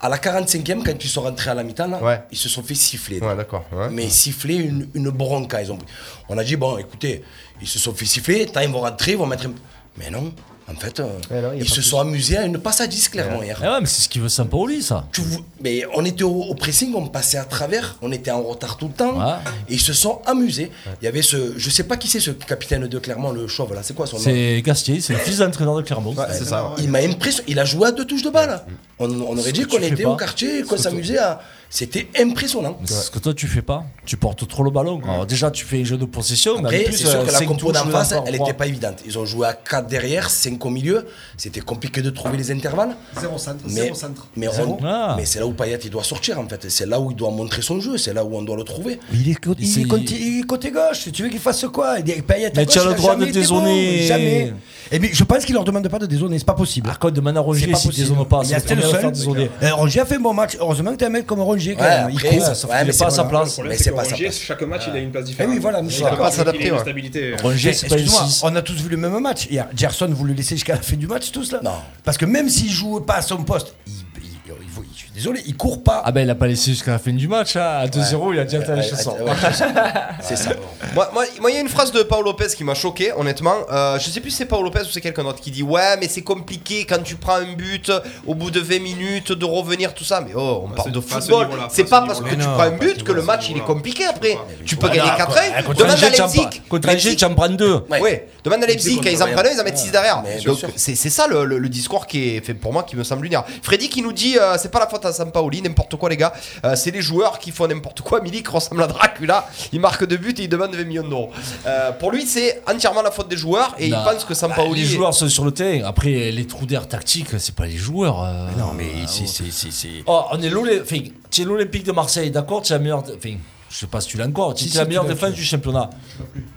J: à la 45e, quand ils sont rentrés à la mi-temps, là,
D: Ouais.
J: ils se sont fait siffler.
D: Ouais d'accord. ouais.
J: mais siffler une, une bronca. Ils ont... pris. On a dit, bon, écoutez, ils se sont fait siffler, tant ils vont rentrer, ils vont mettre. un- Mais non, en fait, euh,
D: Ouais, non, il y a
J: ils
D: pas
J: se
D: plus.
J: sont amusés à une passe à 10, clairement,
A: Eh
J: hier.
A: ouais, mais c'est ce qu'il veut Sampaoli, ça.
J: Tu vou- Mais on était au, au pressing, on passait à travers, on était en retard tout le temps,
A: Ouais.
J: et ils se sont amusés. Il y avait ce. Je sais pas qui c'est ce capitaine de Clermont, le chauve là, c'est quoi son nom
A: C'est Gastier, c'est le fils d'entraîneur de Clermont.
D: Ouais, c'est ça. hein. ouais.
J: Il m'a impressionné. Il a joué à deux touches de balle. hein. On, on aurait dit
A: que
J: qu'on
A: tu fais
J: était au
A: pas.
J: quartier, qu'on s'amusait à. C'était impressionnant.
A: Mais c'est ce que toi tu fais pas. Tu portes trop le ballon. Alors, déjà tu fais un jeu de possession, mais
J: Après,
A: en plus
J: c'est sûr
A: euh,
J: que la
A: cinq touches,
J: compo d'en face,
A: encore
J: elle
A: trois.
J: n'était pas évidente. Ils ont joué à 4 derrière, 5 au milieu. C'était compliqué de trouver les intervalles.
O: Zéro centre,
J: Mais,
O: zéro centre.
J: mais,
A: Zéro.
J: on-
A: Ah.
J: mais c'est là où Payet il doit sortir en fait. C'est là où il doit montrer son jeu. C'est là où on doit le trouver.
C: Il est, co- il
A: C'est-
C: est côté, il est côté gauche, tu veux qu'il fasse quoi Il est Payet à
A: Mais tu as
C: gauche,
A: le
C: il a
A: droit
C: jamais
A: de
C: été
A: dézonner.
C: bon, jamais. Et bien, je pense qu'il leur demande pas de dézonner, c'est pas possible.
A: Par contre, de manière
C: C'est
A: Rongier,
C: pas
A: si tu
C: possible.
A: dézones pas,
C: Il
A: c'est
C: a été le
A: premier à faire
C: seul.
A: dézoner.
C: Euh, Rongier a fait un bon match. Heureusement que t'as un mec comme Rongier. quand
J: Ouais,
C: même. Il
J: après,
C: court,
J: ça-
C: sauf
J: ouais,
C: qu'il
J: mais
C: est
J: c'est
C: pas à
J: bon,
C: sa
J: hein.
C: place.
N: problème,
J: Mais
N: c'est
J: c'est
N: que
J: pas ça.
N: Rongier, chaque match, il a une place différente.
C: Eh oui, voilà, mais
N: Il
C: ça
N: a
C: va
N: pas
D: pas
N: de
D: s'adapter, ouais.
N: stabilité. euh,
A: Rongier, c'est pas une
C: Excuse-moi,
A: 6.
C: on a tous vu le même match. Hier, Gerson, vous le laissez jusqu'à la fin du match, tous là
J: Non.
C: Parce que même s'il joue pas à son poste, il, il- il faut- je suis désolé, il court pas.
A: Ah ben il a pas laissé jusqu'à la fin du match, hein. à 2-0 il a déjà attaché
J: Ouais,
A: son.
J: ouais, ouais, c'est ça.
D: Moi, moi- moi, il y a une phrase de Paul Lopez qui m'a choqué, honnêtement. Euh, je sais plus si c'est Paul Lopez ou c'est quelqu'un d'autre qui dit Ouais, mais c'est compliqué quand tu prends un but au bout de 20 minutes de revenir, tout ça. Mais oh, on parle de
N: pas à ce
D: football.
N: niveau-là,
D: C'est
N: pas à
D: pas
N: ce
D: parce que
N: niveau-là.
D: tu
N: Mais
D: prends un but que le match il est compliqué après. Tu peux gagner
E: Ah,
D: 4
E: quoi,
D: 1
E: contre
D: Demande
E: Angers,
D: à
E: t'en
D: Leipzig.
E: prends- Contre Angers,
D: Leipzig-
E: tu en prends deux.
D: Ouais. Demande à Leipzig, quand ils en
J: Ouais.
D: prennent un, ils en mettent 6 derrière.
J: Mais bien
D: Donc
J: sûr.
D: c'est c'est ça le, le- le discours qui est fait pour moi qui me semble lunaire. Freddy qui nous dit euh, c'est pas la faute à Sampaoli, n'importe quoi les gars. Euh, c'est les joueurs qui font n'importe quoi. Milik ressemble à Dracula, il marque deux buts et il demande 20 millions d'euros. Euh, pour lui, c'est entièrement la faute des joueurs et
A: Non. Bah,
D: il pense que Sampaoli.
A: les joueurs sont sur le terrain. Après, les trous d'air tactiques, c'est pas les joueurs. euh.
C: Non, mais c'est- c'est- c'est. c'est-
A: Oh, on est l'Olé- enfin, tu es l'Olympique de Marseille, d'accord Tu es la meilleure. Enfin, je sais pas si tu l'as encore. Tu es
C: Si, si,
A: la
C: tu
A: meilleure
C: l'as, tu
A: défense
C: l'as.
A: du championnat.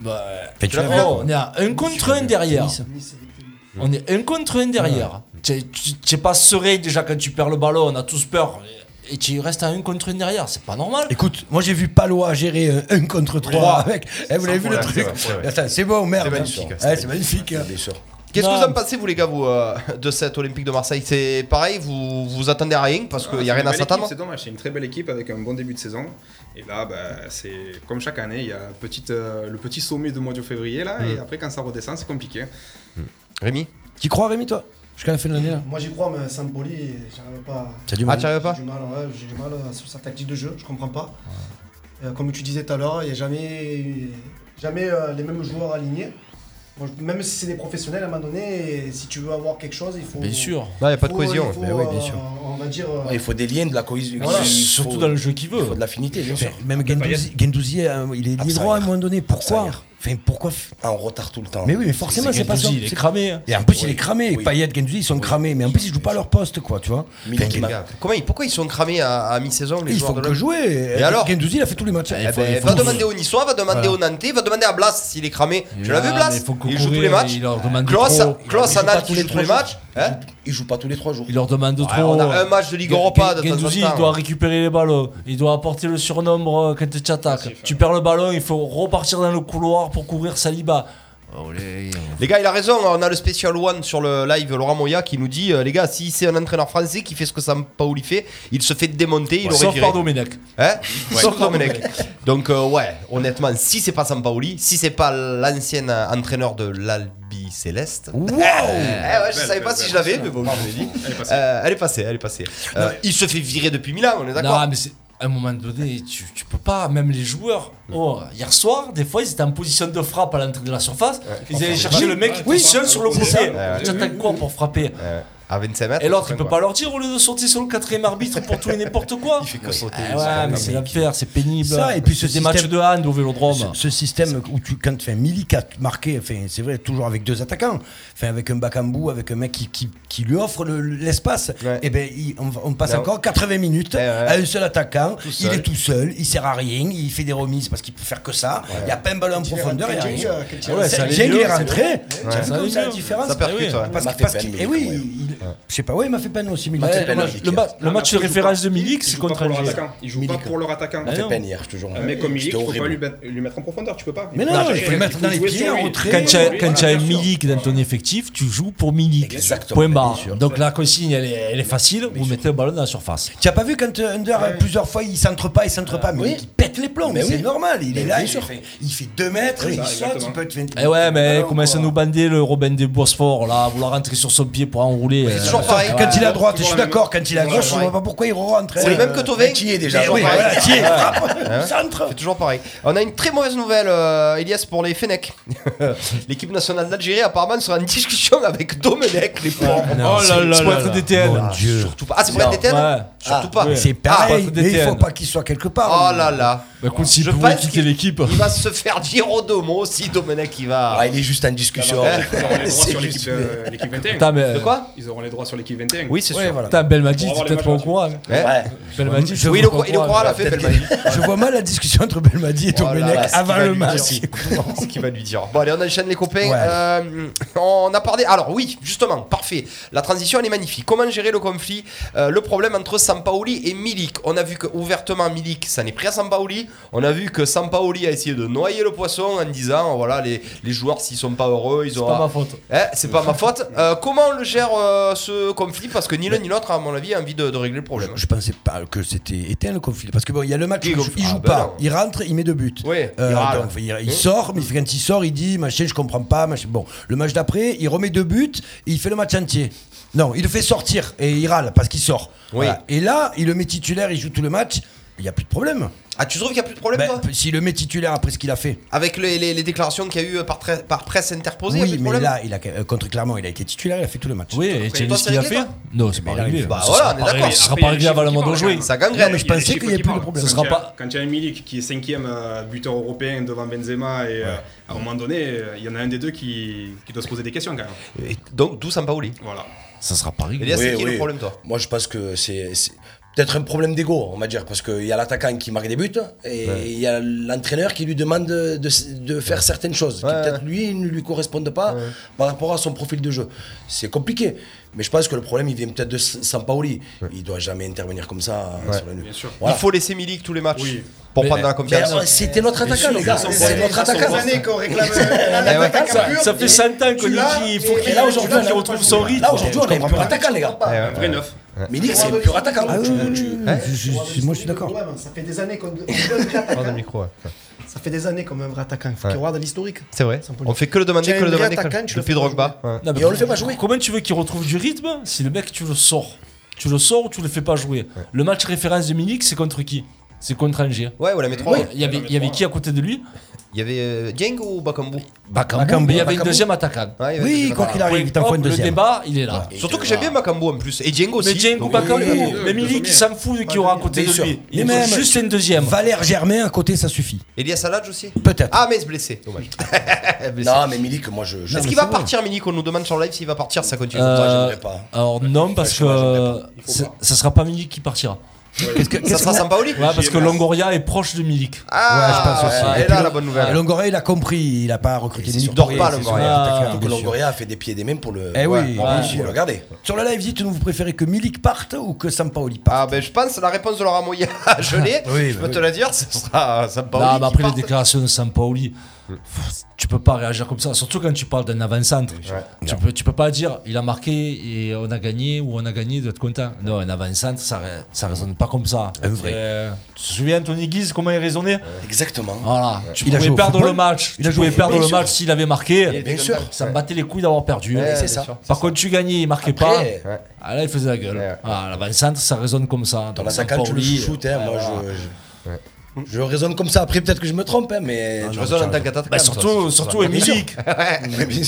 A: Bah,
C: Mais tu l'as
A: oh,
C: vu, là
A: on est à un contre un derrière. On est un contre un derrière. Tu n'es pas serein déjà quand tu perds le ballon, on a tous peur. Et tu restes à un contre un derrière, c'est pas normal.
C: Écoute, moi j'ai vu Palois gérer euh, un, un contre 3 avec. Eh, vous l'avez vu le
J: problème,
C: truc
J: c'est vrai, ouais.
C: Attends, C'est bon, merde.
D: C'est magnifique,
C: Ouais,
D: c'était-
C: c'est magnifique. hein.
J: Bien sûr.
D: Qu'est-ce
A: Non.
D: que vous en pensez, vous les gars, vous, euh, de cette Olympique de Marseille C'est pareil, vous vous attendez à rien parce qu'il y a rien à s'attendre.
N: Ah, C'est dommage, c'est une très belle équipe avec un bon début de saison. Et là, bah, c'est comme chaque année, il y a un petit, euh, le petit sommet de mois de février là, et après quand ça redescend, c'est compliqué. Ah,
D: Rémi
C: Tu crois, Rémi, toi Jusqu'à la fin de l'année, là
O: Moi j'y crois, mais Sampoli, j'arrive pas.
C: T'as du
D: Ah,
C: mal.
D: tu arrives
O: J'ai
D: pas
O: du mal, ouais, j'ai du mal euh, sur sa tactique de jeu, je comprends pas. Euh, comme tu disais tout à l'heure, il n'y a jamais, jamais euh, les mêmes joueurs alignés. Moi, je- même si c'est des professionnels, à un moment donné, si tu veux avoir quelque chose, il faut.
A: Bien sûr.
D: Non, il n'y a
O: il faut-
D: pas de cohésion.
O: il faut,
D: Mais oui,
O: euh,
D: bien sûr.
O: On va dire. euh,
J: Ouais, il faut des liens, de la cohésion.
O: Voilà.
J: il faut-
A: Surtout dans le jeu qu'il
J: Il
A: veut.
J: faut de l'affinité, bien sûr.
C: Même Gendouzi, Gendouzi, euh, il est lié droit à un moment donné. Pourquoi
J: Absaïr.
C: Enfin, pourquoi f-
J: Ah, on retarde tout le temps.
C: Mais oui, mais forcément, c'est pas ça.
A: il est cramé. hein.
C: Et en plus,
J: Oui.
C: il est cramé.
J: Oui.
C: Payet, Gendouzi, ils sont cramés. Mais en plus, ils jouent pas à leur poste, quoi, tu vois.
J: Milik
C: Enfin,
J: et
C: bah,
J: Mac.
D: Comment ils- pourquoi ils sont cramés à, à mi-saison les
C: Ils
D: joueurs
C: font
D: de
C: que
D: l'Olympique
C: jouer.
D: Et alors
C: Gendouzi, il a fait tous les matchs.
D: Eh ben, va demander au Niçois, va demander au Nantais, va demander à Blas s'il est cramé. Tu l'as vu
A: Ah,
D: Blas
A: mais faut que
D: Il joue tous
A: courir,
D: les matchs.
A: il leur demande
D: Klaus,
A: trop.
D: Klaus
J: Il joue
D: Anand,
J: pas
D: qui
J: tous les
D: joue tous
J: trois
D: les
J: jours.
D: matchs. Hein
J: Ils jouent pas tous les trois jours.
A: Il leur demande
D: Ouais,
A: trop.
D: on a un match de Ligue Europa de temps en
A: Guendouzi,
D: temps.
A: il doit récupérer les ballons. Il doit apporter le surnombre euh, quand tu attaques.
D: hein.
A: Tu perds le ballon, il faut repartir dans le couloir pour couvrir Saliba.
D: Les gars, il a raison. hein. On a le Special One sur le live Laurent Moya qui nous dit euh, les gars, si c'est un entraîneur français qui fait ce que Sampaoli fait, il se fait démonter, il aurait
A: Sauf
D: viré.
A: par Domenech.
D: Hein Sauf Domenech. Donc euh, ouais, honnêtement, si c'est pas Sampaoli, si c'est pas l'ancien euh, entraîneur de l'Albi Céleste. Waouh ouais, je savais pas si je l'avais, mais bon, je l'ai dit.
N: Elle est passée.
D: Euh, elle est passée, elle est passée. Euh, il se fait virer depuis Milan, on est d'accord
A: Non, mais c'est- à un moment donné, tu, tu peux pas, même les joueurs. Oh, hier soir, des fois, ils étaient en position de frappe à l'entrée de la surface. Ils allaient chercher le mec qui était seul sur le côté. Tu attaques quoi pour frapper
D: Euh, à 25 mètres.
A: Et l'autre, il
D: enfin,
A: peut
D: quoi.
A: pas leur dire au lieu de sauter sur le quatrième arbitre pour tout et n'importe quoi.
D: Il fait que sauter.
A: Ah
D: il se
A: ouais,
D: calme.
A: mais c'est l'affaire, c'est pénible. hein.
C: Ça, et puis ce
A: c'est des matchs
C: système-
A: de hand au vélodrome.
C: Ce, ce système où tu, quand tu Milik a marqué, enfin, c'est vrai, toujours avec deux attaquants, enfin, avec un Bakambu, avec un mec qui, qui, qui lui offre le- l'espace,
D: Ouais.
C: et ben, il- on, va- on passe
D: Non.
C: encore 80 minutes
D: Eh ouais.
C: à un seul attaquant.
D: seul.
C: Il est tout seul, il sert à rien, il fait des remises parce qu'il peut faire que ça. Il n'y a pas un ballon en profondeur. il y a
O: Jeng,
C: rien.
O: euh, quel tir-
A: Ouais, ça
C: C'est-
A: allait
C: Jeng,
A: mieux,
C: il est
A: ça
C: rentré.
D: Ouais.
C: T'as vu
A: Ça
C: comme
A: allait
C: ça la
A: mieux.
C: différence
D: Ça percute. hein.
A: hein.
D: ouais.
C: Parce
J: m'a
C: que-
J: fait
C: parce
J: peine,
C: qu'il-
J: mais
C: eh oui,
J: ouais.
C: il- je sais pas, ouais, il m'a fait peine aussi, Milik.
J: m'a fait
A: Ouais, Le
J: peine,
A: match-
J: Milik,
A: le
J: hier.
A: ma- le match de référence de Milik, c'est contre
N: Ils jouent pas pour leur
A: Angers.
N: attaquant. Ils jouent
J: Milik.
N: pas pour leur attaquant.
J: Ça fait
A: non.
J: peine hier, je te jure.
N: Mais comme Milik,
J: C'était
N: il faut pas
J: horrible.
N: lui, ben- lui mettre en profondeur, tu peux pas.
C: Mais non,
N: faut
C: il faut
N: chercher,
C: le mettre dans les
N: jouer
C: pieds,
N: sur lui.
C: en retrait.
A: Quand tu as,
N: Oui,
A: quand tu as
N: voilà,
A: un
N: bien sûr.
A: Milik dans ton effectif, tu joues pour Milik.
J: Exactement,
A: Point
J: bien
A: barre.
J: sûr.
A: Donc la consigne, elle est, elle est facile. Vous mettez le ballon dans la surface.
C: Tu as pas vu quand euh, Under euh, plusieurs fois il s'entre pas, il s'entre pas, mais
J: oui.
C: il pète les plombs, mais
J: Mais
C: c'est
J: oui.
C: normal, il
J: Mais
C: est là,
J: bien
C: il
J: sûr. bah,
C: fait, il fait 2 mètres, il
N: ça,
C: saute, il
N: exactement.
C: peut te faire-
A: Eh ouais, mais
C: Alors,
A: comment ça
C: quoi.
A: nous bandait le Robin des Bosphore là, vouloir rentrer sur son pied pour enrouler. euh,
D: toujours
A: euh,
D: pareil.
C: Quand il est à droite, je
N: Toujours
C: suis
N: la même-
C: d'accord, quand il est à
N: toujours la
C: gauche, je
D: même.
C: vois pas pourquoi il rentre.
D: C'est le même que Eh Tovey.
J: qui est déjà,
D: Toujours
C: Oui,
J: Ouais,
D: pareil.
C: voilà, tiens, frappe, centre.
D: Ah, C'est toujours pareil. On a une très mauvaise nouvelle, euh, Elias, pour les Fennecs. L'équipe nationale d'Algérie, apparemment, sera en discussion avec Domenech, les pauvres.
A: Oh là là là là. Mon Dieu.
D: Surtout pas. Ah, c'est pour la
A: Non,
D: DTN
A: ouais.
D: Surtout
A: Ah,
D: pas.
A: oui.
C: C'est
A: Ah,
C: pareil,
A: contre
C: mais il faut
A: DTN.
C: pas qu'il soit quelque part.
D: Oh là là.
A: Bah écoute, s'il
D: Je
A: pouvait
D: pense
A: quitter
D: qu'il-
A: l'équipe.
D: Il va se faire dire au deux mots si Domenech il va.
J: Ah, il est juste en discussion.
D: Ah,
J: Ah,
N: Ils auront les droits
J: C'est
N: sur
J: juste-
N: l'équipe euh, l'équipe 21.
A: Putain, mais. euh,
D: De quoi
N: Ils auront les droits sur l'équipe
C: Euh,
N: 21.
D: Oui, c'est sûr.
A: Putain, Belmadi,
N: Pour
A: t'es
N: avoir les
A: peut-être pas au
N: matchs
A: courant. hein.
D: Ouais.
J: Ouais.
A: Belmadi,
C: Je
A: t'es
D: Oui,
A: pas
D: il le
A: au
D: croit, il le
A: courant,
D: croira,
A: hein.
D: la fait Belmadi.
C: Je vois mal la discussion entre Belmadi et
D: Oh là là,
C: Domenech
D: ce qu'il
C: avant
D: va
C: le
D: lui
C: match.
D: dire. ce qu'il va lui dire. Bon, allez, on enchaîne les copains.
C: Ouais.
D: Euh, on a parlé. Alors, oui, justement, parfait. La transition, elle est magnifique. Comment gérer le conflit euh, Le problème entre Sampaoli et Milik. On a vu que ouvertement, Milik ça n'est pris à Sampaoli. On a vu que Sampaoli a essayé de noyer le poisson en disant voilà, les, les joueurs, s'ils sont pas heureux, ils
A: C'est pas
D: auront.
A: ma faute.
D: Eh, c'est pas ma faute. Euh, comment on le gère, euh, euh, ce conflit parce que ni l'un ni l'autre, à mon avis, a envie de, de régler le problème.
C: Je pensais pas que c'était éteint le conflit. Parce que bon, il y a le match
D: Il
C: où
D: gonfle.
C: il joue
D: Ah, ben
C: pas,
D: non.
C: il rentre, il met deux buts.
D: Oui,
C: Euh,
D: il râle.
C: donc, il, il
D: Mmh.
C: sort, mais quand il sort, il dit machin, je comprends pas. Machin. Bon, le match d'après, il remet deux buts, et il fait le match entier. Non, il le fait sortir et il râle parce qu'il sort.
D: Oui.
C: Et là, il le met titulaire, il joue tout le match, il n'y a plus de problème.
D: Ah, tu trouves qu'il n'y a plus de problème,
C: Ben,
D: toi
C: S'il le met titulaire après ce qu'il a fait.
D: Avec les, les- les déclarations qu'il y a eu euh, par, tra- par presse interposée, il y a
C: oui,
D: plus de
C: mais
D: problème
C: là, il a, euh, contre Clermont, il a été titulaire, il a fait tout le match.
P: Oui, et
D: Après,
P: tu sais
D: toi,
P: ce
D: c'est
P: qu'il a
D: réglé,
P: fait
D: toi
P: Non, c'est pas
C: Mais là,
P: réglé.
C: il- bah
P: Ce sera
D: voilà, on est
P: pas réglé.
D: d'accord.
P: Ce sera
N: Après, il y
P: pas
N: a
P: réglé
N: les
P: avant la
N: chiffres
P: bande
N: qui
P: de jouer.
N: parlent.
D: Ça
C: Non,
D: gangrène.
C: mais je pensais qu'il n'y avait plus de problème.
P: Ce sera pas-
N: Quand il y a un Milik qui est cinquième euh, buteur européen devant Benzema, et euh, à un moment donné, euh, il y en a un des deux qui, qui doit se poser des questions quand même.
D: Et Donc, d'où Sampaoli
N: Voilà.
P: Ça sera pas réglé.
D: Elias, c'est
J: Oui,
D: qui
J: oui.
D: le problème, toi
J: Moi, je pense que c'est c'est peut-être un problème d'ego, on va dire, parce qu'il y a l'attaquant qui marque des buts et il y a l'entraîneur qui lui demande de, de- de faire certaines choses qui,
D: Ouais,
J: peut-être, lui, ne lui correspondent pas par rapport à son profil de jeu. C'est compliqué. Mais je pense que le problème, il vient peut-être de S- Sampaoli. Il doit jamais intervenir comme ça euh, sur la nuit.
N: Bien sûr.
J: Voilà.
D: Il faut laisser Milik tous les matchs
N: Oui.
D: pour prendre la
J: Mais,
D: confiance.
J: euh, C'était notre attaquant, les gars.
N: son
J: C'est
N: problème.
J: notre attaquant.
O: années qu'on réclame euh,
D: Eh ouais,
O: l'attaque
D: ça-
O: pure,
A: Ça fait
O: et
A: 100 ans qu'on
O: tu l'as,
A: dit qu'il faut
O: et-
A: qu'il
O: et là,
A: aujourd'hui,
O: aujourd'hui,
A: qu'il retrouve son rythme.
J: Là, aujourd'hui, on est un pur attaquant, les gars.
D: Eh ouais.
N: Un vrai neuf.
J: Mais Nick, c'est un pur attaquant. Tu- tu-
C: Je- je- je- moi, je suis d'accord.
O: Ouais, Ça fait des années qu'on. qu'on-
D: micro, ouais.
O: Ça fait des années comme un vrai attaquant. Faut qu'il regarde l'historique.
D: C'est vrai.
O: Sampaoli.
D: On fait que le demander,
O: Tu as
D: que le
O: un vrai
D: demander. que-
O: attaquant, tu
D: Le
O: le
D: pied de
O: fais pas
D: Drogba. ouais.
P: Non, mais
J: Et on le fait pas jouer.
A: Comment tu veux qu'il retrouve du rythme si le mec tu le sors Tu le sors ou tu le fais pas jouer Le match référence de Milik, c'est contre qui C'est contre Angers.
D: Ouais, ou la métro.
A: Il y avait, il y avait qui à côté de lui
D: Il y avait euh, Dieng ou Bakambu
A: Bakambu. Il y avait une deuxième attaquant.
D: Ouais, il y avait
C: Oui,
D: des-
C: quoi qu'il arrive,
A: Hop,
C: il en faut une
A: le
C: deuxième.
A: débat, il est là.
D: Surtout que j'aime bien Bakambu en plus. Et Dieng aussi.
A: Mais Django
D: donc-
A: Bakambu,
C: oui,
A: mais Milik, il s'en fout de qui aura à côté
C: Bien
A: de
C: sûr.
A: lui.
C: Mais
A: Il
C: même-
A: même juste une deuxième.
C: Valère Germain à côté, ça suffit.
D: Elias Aladj aussi
C: Peut-être.
D: Ah, mais il est blessé. Dommage. Blessé.
J: Non, mais Milik, moi, je. je-
D: Est-ce
C: mais
D: qu'il va
C: c'est vrai.
D: partir, Milik On nous demande sur live s'il va partir, ça continue. comme ça,
J: j'aimerais
A: Euh,
J: pas.
C: Ah,
A: alors non parce que
J: j'aimerais
A: euh, ça ça sera pas Milik qui partira.
C: Qu'est-ce que-
D: j'aimerais- Ça
C: qu'est-ce
D: sera
C: que-
D: Sampaoli
A: Ouais, parce que Longoria est proche de Milik.
D: Ah,
C: Ouais, je pense aussi.
D: ouais, Et
C: puis
D: là,
C: le-
D: la bonne
C: Et
D: nouvelle.
C: Longoria, il a compris, il a pas recruté
J: Il
C: Milik.
D: dort
C: Oui,
D: pas,
C: c'est
D: Longoria.
C: sûr.
A: Ah,
C: Attaquant,
J: Surtout que
C: bien sûr.
J: Longoria a fait des pieds et des mains pour le.
C: Eh oui,
J: pour
C: bien
J: le-
C: sûr.
J: Regardez.
C: Sur la live, dites-nous, vous préférez que Milik parte ou que Sampaoli parte
D: Ah, ben je pense la réponse de Laura Moya, je l'ai.
C: Oui,
D: je
C: bah
D: peux
C: oui.
D: te la dire, ce sera Sampaoli.
A: Non, mais
D: qui
A: après les
D: parte.
A: déclarations de Sampaoli,
C: Hmm.
A: pff, tu peux pas réagir comme ça, surtout quand tu parles d'un avant-centre. Tu, peux, tu peux pas dire il a marqué et on a gagné ou on a gagné, doit être content. Non, un avant-centre, ça, ra- ça raisonne pas comme ça.
C: vrai.
A: Euh, tu te souviens, Tony Guise, comment il raisonnait
J: Exactement.
C: Ah,
A: Voilà, tu
C: Il a
A: pouvais
C: joué au
A: perdre
C: football.
A: le match.
C: Il a
A: tu
C: joué au
A: pouvais perdre le
C: football.
A: match s'il avait marqué.
D: Bien
J: sûr.
A: Ça me battait les couilles d'avoir perdu.
D: Ouais,
J: c'est
D: bien
J: ça.
D: sûr.
A: Par contre, tu gagnais, il marquait
J: Après,
A: pas. Ah, là, il faisait la gueule.
D: Ouais.
A: Ah, l'avant-centre, ça résonne comme ça.
J: Dans
A: Donc,
J: l'attaquant, tu le
A: Sampaoli,
J: chouchoutes. hein, Moi, je. je- Je raisonne comme ça, après peut-être que je me trompe, hein, mais
C: Ah,
D: Je
J: je
D: raisonne en tant qu'attaquant. toi,
A: Bah,
D: c'est-
A: surtout,
D: c'est-
A: surtout Émilic.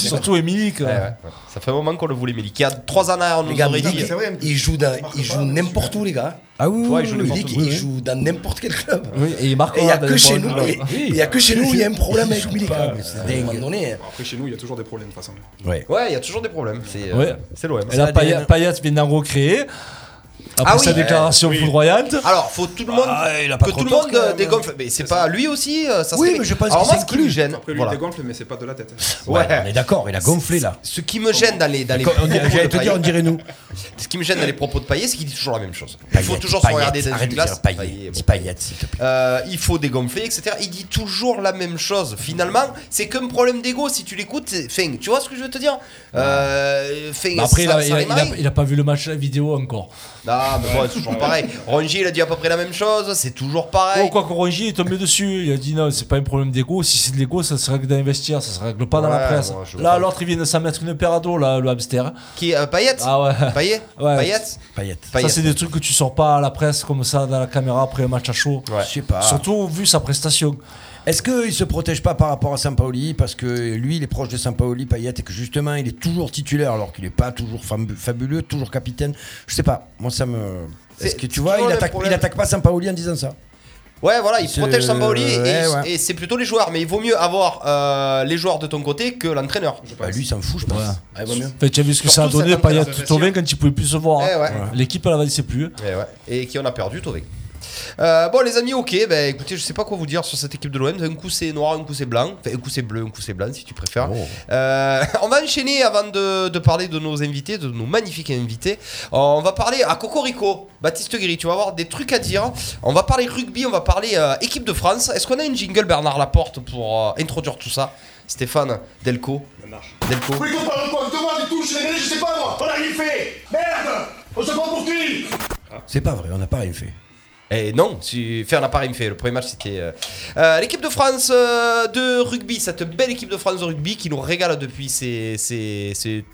A: Surtout Émilic.
D: Ça fait un moment qu'on le voulait, Milik. Il y a 3 ans, on
J: Les
D: nous
J: gars,
D: aurait dit.
J: Milik,
O: c'est vrai, mais
J: il joue, dans-
O: marque
J: il
O: pas,
J: joue
O: mais
J: n'importe où, les gars.
C: Ah oui, Ah,
J: il joue, Milik, il joue dans n'importe quel club.
A: Oui, et il marque.
J: Et il n'y a
A: voilà,
J: que
A: dans
J: chez
A: le
J: nous,
A: ballon. Ah,
J: et- et il y a que chez nous, où il y a un problème avec Milik. hein. À un moment donné,
N: Bon, Après, chez nous, il y a toujours des problèmes de toute façon.
D: Ouais, il y a toujours des problèmes. C'est euh,
A: Ouais.
D: c'est l'OM.
A: Et là, Payet Payet vient d'en recréer. Après
D: euh, Ah oui. Ah
A: sa déclaration foudroyante.
D: Alors, faut tout le monde
C: Ah,
D: que tout le monde euh, dégonfle. Mais c'est pas lui aussi, euh, ça
C: Oui,
D: serait-
C: mais je pense
D: Alors
C: que
D: moi,
C: c'est
D: ce qui me
C: inclus.
D: gêne,
N: Après, lui,
D: voilà.
N: il dégonfle, mais c'est pas de la tête. hein.
D: Ouais.
C: On est d'accord, il a gonflé là.
D: Ce qui me gêne dans les dans les
C: On dirait-
D: propos de
C: J'allais te dire, on dirait
D: Payet,
C: nous.
D: ce qui me gêne dans les propos de Payet, c'est qu'il dit toujours la même chose. Il faut
C: Payet,
D: toujours se
C: Payet,
D: regarder dans
C: arrête
D: une
C: de
D: glace.
C: dire Payet,
D: Payet,
C: dis
D: bon.
C: Payet, s'il te plaît.
D: Euh, il faut dégonfler, etc. Il dit toujours la même chose. Finalement, c'est qu'un problème d'ego. Si tu l'écoutes, c'est- enfin, tu vois ce que je veux te dire Euh, enfin,
A: Bah, après, il
D: ça-
A: a,
D: ça
A: il, a, il a-
D: démarre.
A: il a pas vu le match la vidéo encore.
D: Non, mais bon, c'est toujours pareil. Rongi, il a dit à peu près la même chose. C'est toujours pareil.
A: Oh, quoi qu'on Rongier est tombé dessus. Il a dit non, c'est pas un problème d'ego. Si c'est de l'ego, ça se règle dans les vestiaires, ça se règle pas dans la
D: Ouais,
A: presse.
D: moi, je vois
A: là,
D: pas.
A: l'autre, il vient de s'en mettre une paire à dos, là, le hamster.
D: Qui euh, Payet
A: Ah ouais.
D: Payet
A: Ouais.
D: Payet
C: Payet.
D: Payet.
A: Ça, c'est des trucs que tu sors pas à la presse comme ça, dans la caméra après un match à chaud.
C: Je sais pas.
A: Surtout vu sa prestation.
C: Est-ce qu'il se protège pas par rapport à Sampaoli parce que lui il est proche de Sampaoli, Payet et que justement il est toujours titulaire alors qu'il est pas toujours fam- fabuleux, toujours capitaine. Je sais pas. Moi ça me. Est-ce
D: C'est-
C: que
D: c'est
C: tu vois
D: toujours
C: il
D: le
C: attaque,
D: problème.
C: il attaque pas Sampaoli en disant ça. Bah,
D: Ouais, voilà, il
C: C'est-
D: protège Sampaoli et,
C: ouais, ouais.
D: et c'est plutôt les joueurs. Mais il vaut mieux avoir euh, les joueurs de ton côté que l'entraîneur.
C: Bah, lui il s'en fout je pense.
A: Ouais.
C: Ah, il vaut mieux.
A: En fait, tu as vu ce que ça a
D: Surtout
A: donné,
D: cet
A: Payet
D: entraîneur de
A: tout au vain quand il pouvait plus se voir.
D: Eh
A: hein.
D: ouais.
A: L'équipe, elle avalissait plus.
D: Et, Eh ouais. et qui en a perdu, Tové. Euh, bon les amis, ok, bah, écoutez, je sais pas quoi vous dire sur cette équipe de l'OM. Un coup c'est noir, un coup c'est blanc, Enfin, un coup c'est bleu, un coup c'est blanc si tu préfères. Euh, on va enchaîner avant de, de parler de nos invités, de nos magnifiques invités. Euh, On va parler à Cocorico, Baptiste Guéry, tu vas avoir des trucs à dire. On va parler rugby, on va parler euh, équipe de France. Est-ce qu'on a une jingle Bernard Laporte pour euh, introduire tout ça Stéphane Delco. Delco.
Q: Oui, qu'on parle de quoi De moi, des touches, des mêlées, je sais pas moi On a rien fait Merde On se prend pour qui
C: C'est pas vrai, on n'a pas rien fait.
D: Eh non, tu fais un appareil, me fait. Le premier match, c'était. euh, euh, l'équipe de France euh, de rugby, cette belle équipe de France de rugby qui nous régale depuis ces, ces, ces,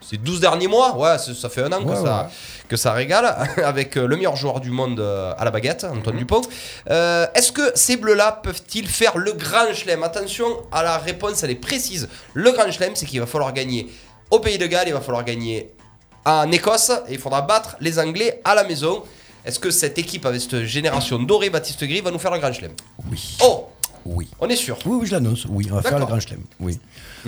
D: ces 12 derniers mois. Ouais, ça ça fait un an que,
C: Ouais,
D: ça,
C: ouais.
D: que ça régale, avec euh, le meilleur joueur du monde euh, à la baguette,
C: Mhm.
D: Antoine Dupont. Euh, Est-ce que ces bleus-là peuvent-ils faire le grand chelem Attention à la réponse, elle est précise. Le grand chelem, c'est qu'il va falloir gagner au Pays de Galles, il va falloir gagner en Écosse et il faudra battre les Anglais à la maison. Est-ce que cette équipe avec cette génération dorée, Baptiste Gris, va nous faire le grand chelem
C: Oui.
D: Oh
C: Oui.
D: On est sûr
C: Oui, oui, je l'annonce. Oui, on va faire le
D: D'accord. Mm.
C: grand chelem. Oui.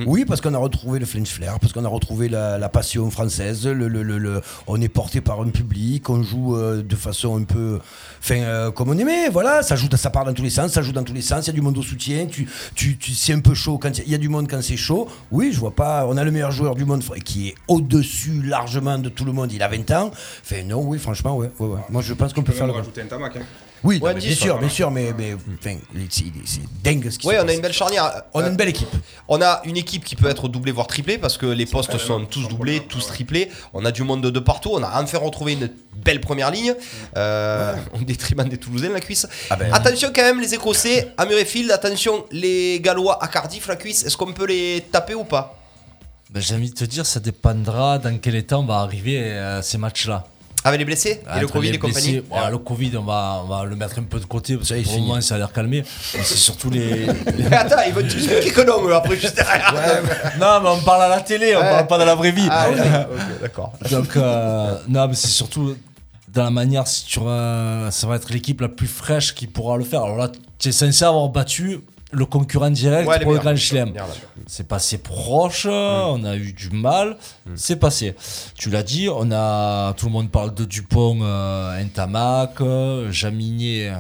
C: oui, parce qu'on a retrouvé le flinch flair, parce qu'on a retrouvé la, la passion française. Le, le- le- le- on est porté par un public, on joue euh, de façon un peu, enfin, euh, comme on aimait. Voilà, ça joue, ça part dans tous les sens, ça joue dans tous les sens. Il y a du monde au soutien. Tu, tu, tu- c'est un peu chaud quand il y a- il y a du monde quand c'est chaud. Oui, je vois pas. On a le meilleur joueur du monde fr- qui est au-dessus largement de tout le monde. Il a 20 ans. Enfin, non, oui, franchement, ouais, ouais, ouais. Moi, je pense qu'on peut
N: peux
C: faire
N: même
C: le. grand-
N: rajouter un tamac. hein.
C: Oui,
N: Ouais,
C: non, mais
N: dix,
C: bien sûr,
N: voilà.
C: bien sûr, mais, mais enfin, c'est c'est dingue ce qui
D: Oui,
C: se
D: on a
C: passe.
D: une belle charnière. Euh,
C: On a une belle équipe.
D: On a une équipe qui peut être doublée, voire triplée, parce que les postes sont tous doublés, tous triplés. On a du monde de, de partout. On a enfin retrouvé une belle première ligne. Euh, Au détriment des Toulousains, la cuisse.
C: ben.
D: attention quand même, les Écossais à Murrayfield. Attention, les Gallois à Cardiff, la cuisse. Est-ce qu'on peut les taper ou pas
A: Ben, J'ai envie de te dire, ça dépendra dans quel état on va arriver euh, ces matchs-là.
D: Avec les blessés
C: Ah,
D: Et le
A: Entre
D: Covid
A: les
D: et compagnie
A: blessés, voilà, Ah, Le Covid, on va, on va le mettre un peu de côté parce que pour le
D: fini.
A: moment, ça a l'air calmé. Mais C'est surtout les.
D: Mais Attends, ils vont te expliquer que non, eux, après, juste derrière.
A: non, mais on parle à la télé, on parle pas dans la vraie vie.
D: Ah oui, ok, d'accord.
A: Donc, euh, non, mais c'est surtout dans la manière, si tu auras- ça va être l'équipe la plus fraîche qui pourra le faire. Alors là, tu es censé avoir battu le concurrent direct
D: Ouais, les
A: pour le
D: meilleurs,
A: Grand
D: bien sûr,
A: Chelem.
D: bien sûr.
A: C'est passé
N: Mm.
A: proche, on a eu du mal, c'est passé. Tu l'as dit, on a, tout le monde parle de Dupont, euh, Ntamak, euh, Jaminier.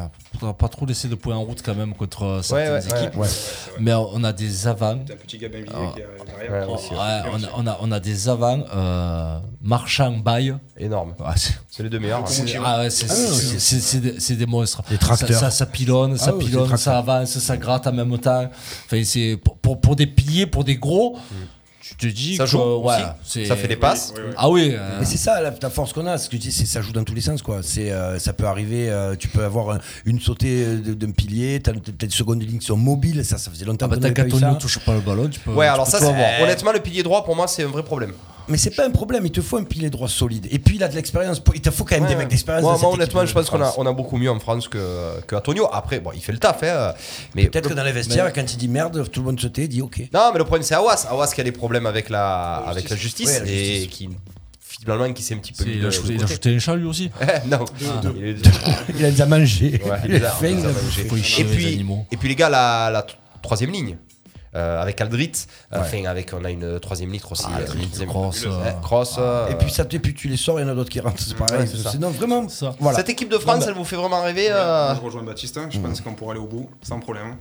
A: On n'a pas trop laissé de points en route quand même contre euh, certaines
N: ouais,
A: équipes.
N: ouais, ouais, ouais.
A: Mais on a des avants.
N: T'as un petit Gabin Villiers
A: Ah.
N: qui est derrière.
A: Ouais, on, a, on, a, on a des avants euh, marchand bail
D: énorme c'est les deux meilleurs
A: c'est
D: hein.
A: ah ouais, c'est-
D: Ah non,
A: c'est- c'est- c'est des- c'est des monstres
D: tracteurs.
A: ça, ça, ça pilonne
D: Ah
A: ça
D: oui,
A: pilonne
D: des tracteurs.
A: ça avance ça gratte en même temps enfin, c'est pour, pour, pour des piliers pour des gros tu te dis
D: Mm. Ça
A: que,
D: joue
A: ouais,
D: aussi.
A: c'est-
D: Ça fait des passes. Mm. Oui, oui, oui.
A: ah oui euh,
C: Mais c'est ça la, la force qu'on a, ce que je dis, c'est ça joue dans tous les sens quoi. C'est euh, ça peut arriver, euh, tu peux avoir un- une sautée euh, de- d'un pilier, t'as t'as des secondes lignes qui sont mobiles, ça ça faisait longtemps
A: Ah bah,
C: qu'on
A: t'as
C: n'avait pas eu
A: Gatton
C: ça.
A: ne touche pas le ballon tu peux
D: ouais
A: tu
D: alors
A: peux
D: ça
A: tout
D: c'est-
A: avoir. Ah,
D: honnêtement le pilier droit pour moi c'est un vrai problème
C: Mais c'est pas un problème, il te faut un pilier droit solide. Et puis il a de l'expérience, il te faut quand même des
D: Ouais.
C: mecs d'expérience.
D: Moi,
C: dans
D: moi,
C: cette
D: honnêtement,
C: équipe Ah,
D: je
C: de
D: pense qu'on a,
C: France.
D: on a beaucoup mieux en France que, que Antonio. Après, bon, il fait le taf. hein, mais
C: Peut-être que dans les vestiaires, quand il dit merde, tout le monde se tait, il dit ok.
D: Non, mais le problème, c'est Awas. Awas qui a des problèmes avec la, avec la justice
C: Ouais, la
D: et qui, finalement, qui s'est un petit peu.
A: C'est-
D: mis
A: il
D: de-
A: a
D: de
A: shooté- il a
D: côté.
A: shooté un chat lui aussi
D: Eh, non.
C: Ah,
A: Deux.
D: Il est-
C: Il a les a mangés.
D: Ouais,
C: Il a
D: bizarre,
C: faim,
D: bizarre,
C: il a
D: bizarre,
C: mangé.
D: bizarre. et, puis, et puis les gars, la, la t- troisième ligne. euh, avec Aldrit, euh, enfin avec on a une troisième ligne aussi, euh,
C: Ah, Aldrit,
D: deuxième-
C: Cross,
D: Ouais,
C: euh,
D: Cross, euh,
C: Et puis ça et puis tu les sors, il y en a d'autres qui rentrent, c'est pareil.
D: Ouais, c'est ça.
C: c'est non vraiment. Voilà.
D: Cette équipe de France,
C: Non, mais-
D: elle vous fait vraiment rêver.
N: Moi,
D: euh,
N: Je rejoins Baptiste, hein. je pense qu'on pourra aller au bout, sans problème.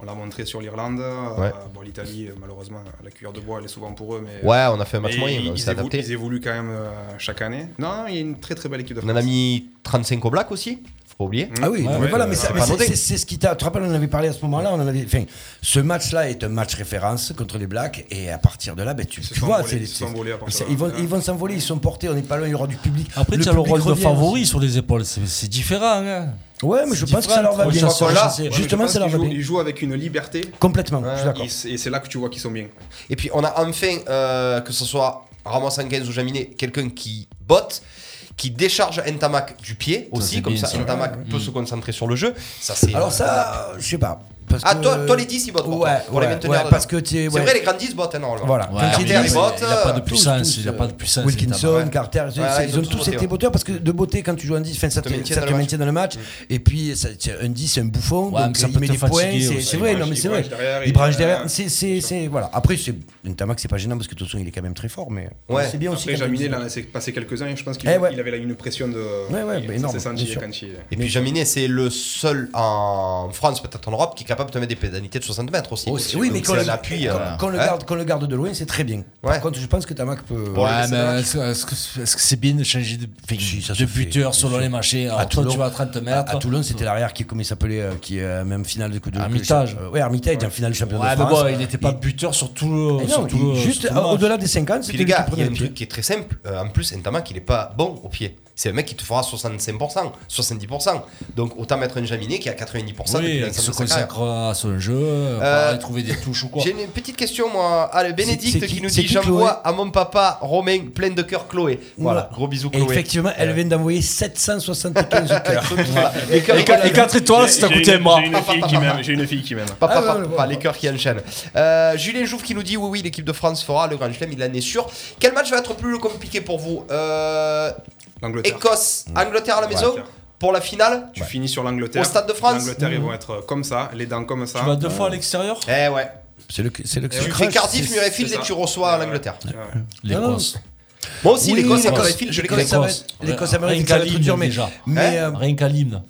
N: On l'a montré sur l'Irlande. euh,
D: Ouais.
N: bon, L'Italie, euh, malheureusement, la cuillère de bois, elle est souvent pour eux. Mais,
D: Ouais, on a fait un match
N: mais
D: moyen,
N: Ils,
D: on
N: ils
D: s'est
N: évolu-
D: adapté.
N: ils évoluent quand même euh, chaque année. Non, il y a une très très belle équipe de
D: On
N: France.
D: en a mis 35 au black aussi, faut pas oublier.
C: Ah oui, mais voilà, mais ça-
D: c'est
C: mais
D: pas
C: c'est
D: noté.
C: c'est- c'est ce qui t'a. Tu te rappelles, on en avait parlé à ce moment-là. On en avait. Enfin, ce match-là est un match référence contre les Blacks, et à partir de là, ben, tu, tu
N: sont
C: vois,
N: envolés,
C: c'est-
N: ils se sont
C: c'est-
N: envolés à partir
C: c'est-
N: de là.
C: ils vont, ils vont s'envoler, ils sont portés. On n'est pas loin, il y aura du public.
A: après tu as le
C: public
A: rôle de
C: revient hein.
A: favori sur les épaules c'est c'est différent hein.
C: Ouais, mais je
A: C'est
C: pense que ça leur va
A: différent.
C: bien.
A: Ils sont
C: Justement,
A: là.
C: c'est-
N: Ouais, mais je
C: Justement,
N: pense
C: ça leur
N: qu'ils
C: va
N: jouent-
C: bien.
N: Ils jouent avec une liberté.
C: Complètement, je suis d'accord.
N: Ils- Et c'est là que tu vois qu'ils sont bien.
D: Et puis on a enfin, euh, que ce soit Ramos 115 ou Jaminet, quelqu'un qui botte, qui décharge Ntamak du pied aussi,
C: c'est
D: comme
C: bien,
D: ça,
C: ça.
D: Ntamak peut se concentrer sur le jeu. Ça, c'est,
C: Alors ça, euh, je sais pas. Parce
D: Ah,
C: que-
D: toi, toi, les 10 ils bottent pour, toi,
C: Ouais,
D: pour les
C: ouais,
D: maintenir.
C: ouais,
D: dedans.
C: parce que tu es-
D: C'est
C: ouais.
D: vrai, les grandes 10 bottent énormément.
C: Voilà.
A: Ouais,
C: Quand
A: mais
C: il
A: il a-
C: dit-
A: il a pas de
C: tous,
A: puissance,
C: tous,
A: il a
C: euh,
A: pas de puissance,
C: Wilkinson,
A: Ntamak.
C: Carter, c'est-
A: Ouais,
C: c'est-
A: ils
C: ils
A: ont
C: ont tous
A: tous
C: été
A: été
C: botteurs parce que de beauté, quand tu joues un 10, enfin, ça te
D: maintient
C: ça
D: dans
C: te
D: le
C: maintient dans le match. Et puis, ça te- un 10, c'est un bouffon.
A: Ouais,
C: Donc,
A: mais ça
C: il
A: peut
C: met
A: te
C: des points.
A: fatiguer
C: C'est
A: aussi.
C: c'est
A: Il
C: vrai,
A: branche-
C: non, mais
A: il
C: c'est vrai.
N: branche derrière,
C: Il
N: il-
C: branche
N: euh,
C: derrière. C'est- C'est. c'est- Voilà. Après, c'est. Ntamak, c'est pas gênant parce que de toute façon, il est quand même très fort. Mais c'est bien aussi.
N: Après,
C: quand il-
N: Jaminet, il en a laissé passer quelques-uns et je pense qu'il
C: Eh ouais.
N: il avait là une pression de.
C: Ouais, ouais,
N: il-
C: bah,
N: ça
C: énorme,
N: s'est senti
C: bien sûr.
N: quand il-
D: Et puis Jaminet, c'est le seul en France, peut-être en Europe, qui est capable capable de te mettre des pénalités de 60 mètres aussi.
C: oui, mais
D: Donc,
C: quand le,
D: c'est un appui.
C: quand-
D: euh,
C: quand le
D: ouais.
C: garde, quand le garde de loin, c'est très bien. Par contre, je pense que Tamac peut.
A: ouais, mais est-ce est-ce que est-ce que c'est bien de changer de, enfin, de buteur selon les marchés Alors,
C: À
A: toi,
C: Toulon-
A: tu vas à 30 mètres.
C: À, à Toulon, c'était l'arrière qui, comme il s'appelait, euh, qui est même finale de Coupe de
A: Armitage.
C: Oui, Armitage était en finale du championnat
A: Ouais,
C: de
A: mais
C: France.
A: bon, il n'était pas buteur sur tout le.
C: Eh
A: sur
C: non,
A: tout
C: il-
A: le-
C: juste
A: sur tout le match.
C: au-delà des 50,
D: Puis
C: c'était lui
D: les
C: qui
D: gars, il y
C: prenait
D: a
C: le
D: un
C: pied.
D: truc qui est très simple. Euh, en plus, Ntamak, il est pas bon au pied. C'est un mec qui te fera 65%, 70%. Donc autant mettre un Jaminet qui a 90%
A: Oui,
D: depuis
A: il se
D: l'ensemble de sa carrière.
A: consacre à son jeu,
D: Euh,
A: à trouver des touches ou quoi.
D: J'ai une petite question, moi. Ah, le Bénédicte
C: c'est qui-
D: qui, nous
C: c'est
D: dit
C: qui,
D: J'envoie à mon papa Romain plein de cœur Chloé. Voilà, gros bisous
C: Et
D: Chloé.
C: effectivement, elle vient d'envoyer 775 cœurs.
D: Voilà. Les cœurs-
N: J'ai- j'ai une- J'ai une fille qui m'aime. J'ai une fille qui m'aime.
D: Pas, pas, pas, pas, les cœurs qui enchaînent. Euh, Julien Jouve qui nous dit Oui, oui, l'équipe de France fera le Grand Chelem, il en est sûr. Quel match va être plus compliqué pour vous Euh,
N: L'Angleterre.
D: Écosse, Angleterre à la maison Pour la finale
N: Tu finis sur l'Angleterre.
D: Au Stade de France
N: L'Angleterre, ils
D: Mhm.
N: vont être euh, comme ça, les dents comme ça.
D: Tu vas deux fois à
N: l'extérieur
D: Eh ouais.
C: C'est le, c'est le
D: Tu fais Cardiff, Murrayfield et tu reçois l'Angleterre.
A: L'Écosse.
D: Moi aussi,
C: Oui,
D: l'Écosse, Hein
C: l'Écosse.
D: Murrayfield, je les
C: L'Écosse,
D: connais.
C: ça va être- L'Écosse, ça va
A: Rien
C: être
A: qu'à
C: ça va être
A: l'hymne
C: dur, mais.
A: déjà.
C: mais, euh,
A: Rien qu'à l'hymne.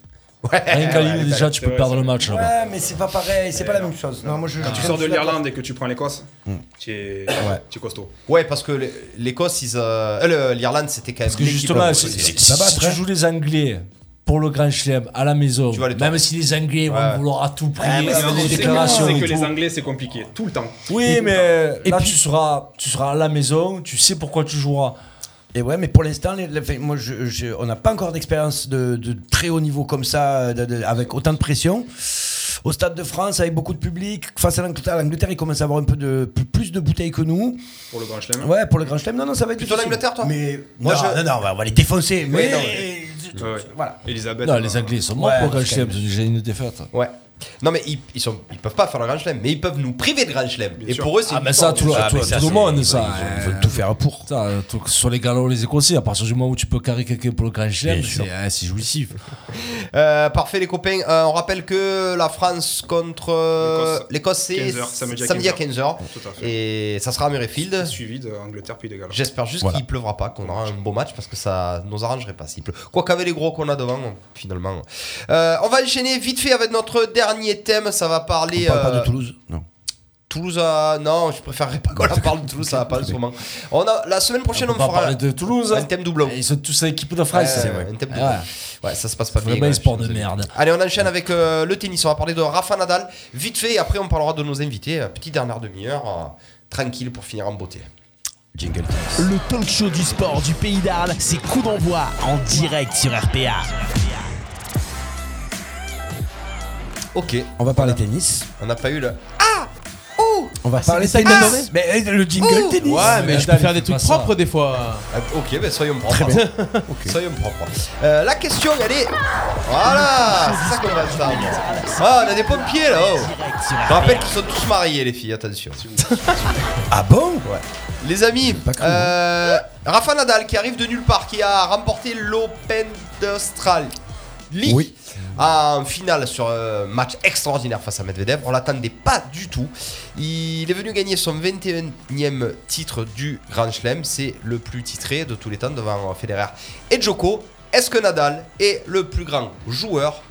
D: Eh,
A: Rien qu'à
N: ouais,
A: l'hymne,
N: ouais,
A: déjà,
N: ouais,
A: tu
N: c'est
A: peux
N: vrai,
A: perdre
N: c'est
A: le match. là-bas.
C: Ouais, mais c'est pas pareil, c'est pas la même chose. Non, moi je.
N: Quand tu
C: je-
N: sors de
C: je suis d'accord.
N: l'Irlande et que tu prends l'Écosse,
C: Mmh.
N: tu es tu es costaud.
D: Ouais, parce que l'É- l'Écosse, ils, euh, euh, le- l'Irlande, c'était quand même.
A: Parce que
D: l'équipe,
A: justement,
D: euh,
A: si, si-
D: c'est-
A: si tu joues les Anglais pour le Grand Chelem à la maison, même si les Anglais vont vouloir à tout prix
N: Ah, mais
A: faire
N: on
A: des
N: sait que-
A: déclarations
N: on sait
A: et
N: que les
A: tout.
N: Anglais, c'est compliqué, tout le temps.
A: Oui, mais
C: Et
A: là,
C: puis-
A: tu, seras, tu seras à la maison, tu sais pourquoi tu joueras.
C: Et ouais, mais pour l'instant, les- les- enfin, moi, je- je- on n'a pas encore d'expérience de, de très haut niveau comme ça, euh, de- de- avec autant de pression. Au Stade de France, avec beaucoup de public, face à l'Angleterre, l'Angleterre, ils commencent à avoir un peu de plus- plus de bouteilles que nous.
N: Pour le Grand Chelem.
C: Ouais, pour le Grand Chelem, non, non, ça va être
D: Plutôt
C: difficile.
D: l'Angleterre, toi
C: Mais
D: Moi,
C: non,
D: je-
C: non, non, on va- on va les défoncer. Mais
D: non,
N: Ouais, ouais.
C: voilà.
N: Elisabeth.
A: Non,
N: euh,
A: les Anglais ils sont morts
C: Ouais, Ah,
A: pour le Grand
C: c'est
A: Chelem,
C: quand
A: parce que j'ai une défaite.
D: Ouais. Non, mais ils, ils, sont, ils peuvent pas faire le Grand Chelem, mais ils peuvent nous priver de Grand Chelem. Et
N: sûr.
D: pour eux, c'est.
A: Ah,
D: une
A: mais ça,
D: victoire.
A: tout, le-
D: Ah,
A: tout-
D: mais ça,
A: tout le
D: c'est-
A: monde, ça.
C: ils veulent tout faire pour.
A: Ça, euh, tout- sur les Gallo, les Écossais, à partir du moment où tu peux carrer quelqu'un pour le Grand Chelem,
C: Bien sûr.
A: c'est euh, c'est jouissif.
D: Euh, parfait, les copains. Euh, on rappelle que la France contre euh,
N: L'Écosse.
D: l'Écosse, c'est
N: 15h, samedi à
D: à 15h.
N: Tout à
D: Et ça sera à Murrayfield.
N: Suivi de Angleterre puis de Galles.
D: J'espère juste
C: Voilà.
D: qu'il pleuvra pas, qu'on aura un beau match parce que ça nous arrangerait pas s'il pleut. Quoi qu'avec les gros qu'on a devant, finalement. Euh, on va enchaîner vite fait avec notre dernier thème. Ça va parler.
C: On parle pas
D: euh,
C: de Toulouse, non.
D: Toulouse à... Non, je préférerais pas qu'on en parle de Toulouse, ça va pas en ce moment. On a... La semaine prochaine, on,
A: On va
D: fera
A: parler de Toulouse.
D: un thème doublon.
A: Ils sont tous à l'équipe de France.
D: Euh, un thème doublon.
A: Ouais.
D: Ouais, ça se passe pas bien.
A: Vraiment un
D: ouais,
A: sport
D: je
A: de
D: suis désolé.
A: merde.
D: Allez, on enchaîne avec euh, le tennis. On va parler de Rafa Nadal. Vite fait, et après, on parlera de nos invités. Euh, Petite dernière demi-heure, euh, tranquille pour finir en beauté.
C: Jingle.
F: Le talk show du sport du pays d'Arles, c'est coup d'envoi en direct sur RPA.
D: Ok,
C: On va parler tennis.
D: on n'a pas eu le. euh,
C: On va
B: mais
C: parler
B: ça, il
C: tennis.
B: t'a demandé
C: Mais euh, le jingle tennis.
B: Ouais, mais je peux
A: Nadal,
B: faire
A: il
B: des
A: fait
B: trucs
A: pas ça.
B: propres des fois.
D: Ah, Ok, ben soyons propres. Soyons propres. Euh, la question, elle est. Voilà C'est ça qu'on va faire. Ah, on a des pompiers là oh.
F: Direct sur
D: Je
F: RPA.
D: rappelle qu'ils sont tous mariés, les filles, attention.
C: Ah bon Ouais.
D: Les amis,
C: Pas cru,
D: euh, Rafa Nadal qui arrive de nulle part, qui a remporté l'Open d'Australie.
C: Oui.
D: En finale sur un match extraordinaire face à Medvedev, on l'attendait pas du tout. Il est venu gagner son 21e titre du Grand Chelem, c'est le plus titré de tous les temps devant Federer et Djoko. Est-ce que Nadal est le plus grand joueur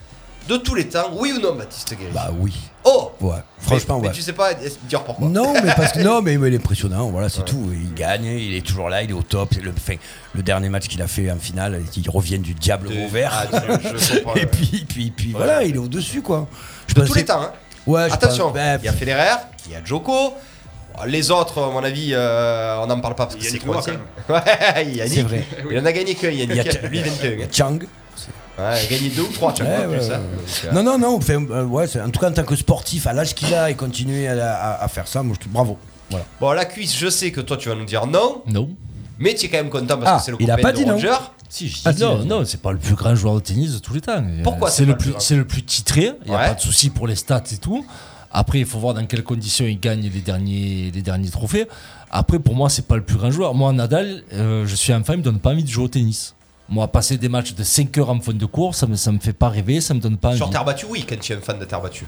D: de tous les temps Oui ou non, Baptiste Guéry
C: Bah oui.
D: Oh
C: Ouais. Franchement,
D: mais,
C: ouais.
D: mais tu sais pas est- dire pourquoi.
C: Non, mais parce que non, mais mais il est impressionnant. Voilà, c'est tout. Il gagne, il est toujours là, il est au top. C'est Le, enfin, le dernier match qu'il a fait en finale, il revient du diable
D: De-
C: au vert.
D: Ah, je- je comprends,
C: et
D: ouais.
C: puis, puis, puis, voilà, il est au dessus quoi. Je
D: Tous les
C: pensais-
D: temps, hein
C: Ouais, je
D: Attention,
C: pense- ben,
D: il y a Federer, il y a Djoko. Les autres, à mon avis, euh, on n'en parle pas parce que c'est
N: Yannick Noah,
D: coincé. Ouais, Yannick.
C: C'est vrai.
D: Il en a gagné qu'un, Yannick.
C: il y a,
D: Lui, 21.
C: il y
D: Ouais,
C: a Chang.
D: il a gagné deux ou trois, tu vois,
C: Ouais,
D: en plus,
C: ouais,
D: hein.
C: ouais.
D: Donc, euh,
C: Non, non, non. enfin, euh, ouais, c'est- en tout cas, en tant que sportif, à l'âge qu'il a et continuer à, à- à faire ça, moi, je, te- bravo. Voilà.
D: Bon, la cuisse, je sais que toi, tu vas nous dire non,
A: Non.
D: mais tu es quand même content parce que
C: Ah,
D: c'est le
C: il
D: copain
C: a pas
D: de
C: dit non.
D: Roger.
A: Si, je dis
C: Ah, si,
A: non,
C: vas-y.
A: non, c'est pas le plus grand joueur de tennis de tous les temps.
D: euh, Pourquoi
A: Euh,
D: c'est
A: C'est
D: pas
A: le
D: le
A: plus,
D: plus grand
A: c'est le plus titré. Il n'y a
D: Ouais.
A: pas de souci pour les stats et tout. Après, il faut voir dans quelles conditions il gagne les derniers, les derniers trophées. Après, pour moi, c'est pas le plus grand joueur. Moi, Nadal, euh, je suis un fan, il me donne pas envie de jouer au tennis. Moi, passer des matchs de 5 heures en fin de cours, ça me, ça me fait pas rêver, ça me donne pas envie.
D: Sur terre battue, oui, quand tu es un fan de terre battue.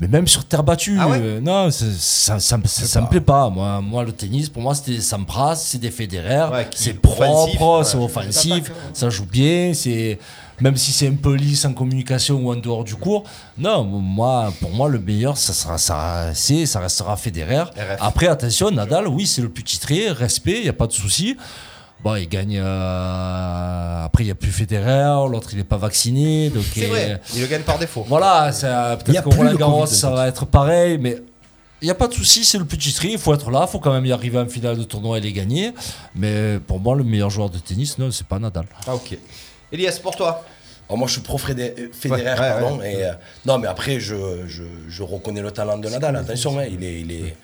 A: Mais même sur terre battue,
D: Ah ouais
A: euh, non, c'est- ça, ça, me- ça me plaît pas. Moi, moi, le tennis, pour moi, c'était ça me brasse, c'est des fédéraires, c'est
D: offensif,
A: propre,
D: ouais.
A: c'est offensif, ça joue bien, c'est même si c'est un peu lisse en communication ou en dehors du cours. Non, moi, pour moi, le meilleur, ça sera, ça, c'est, ça restera fédéraire. Après, attention, Nadal, oui, c'est le plus titré, respect, il n'y a pas de souci. Bon, il gagne. euh, Après, il n'y a plus Federer, l'autre, il n'est pas vacciné. donc,
D: C'est
A: euh,
D: vrai, il le gagne par défaut.
A: Voilà, ça-
D: Il y a
A: peut-être que
D: plus
A: Roland
D: le
A: Garros,
D: Covid,
A: ça va être pareil, mais il n'y a pas de souci, c'est le petit tri, il faut être là, il faut quand même y arriver en finale de tournoi et les gagner. Mais pour moi, le meilleur joueur de tennis, non, c'est pas Nadal.
D: Ah, ok. Elias, pour toi
J: Alors Oh, moi je suis pro Frédé- euh, Federer,
D: Ouais, ouais,
J: pardon.
D: ouais.
J: et, euh, non mais après je, je, je reconnais le talent de Nadal. Attention, hein, il est il est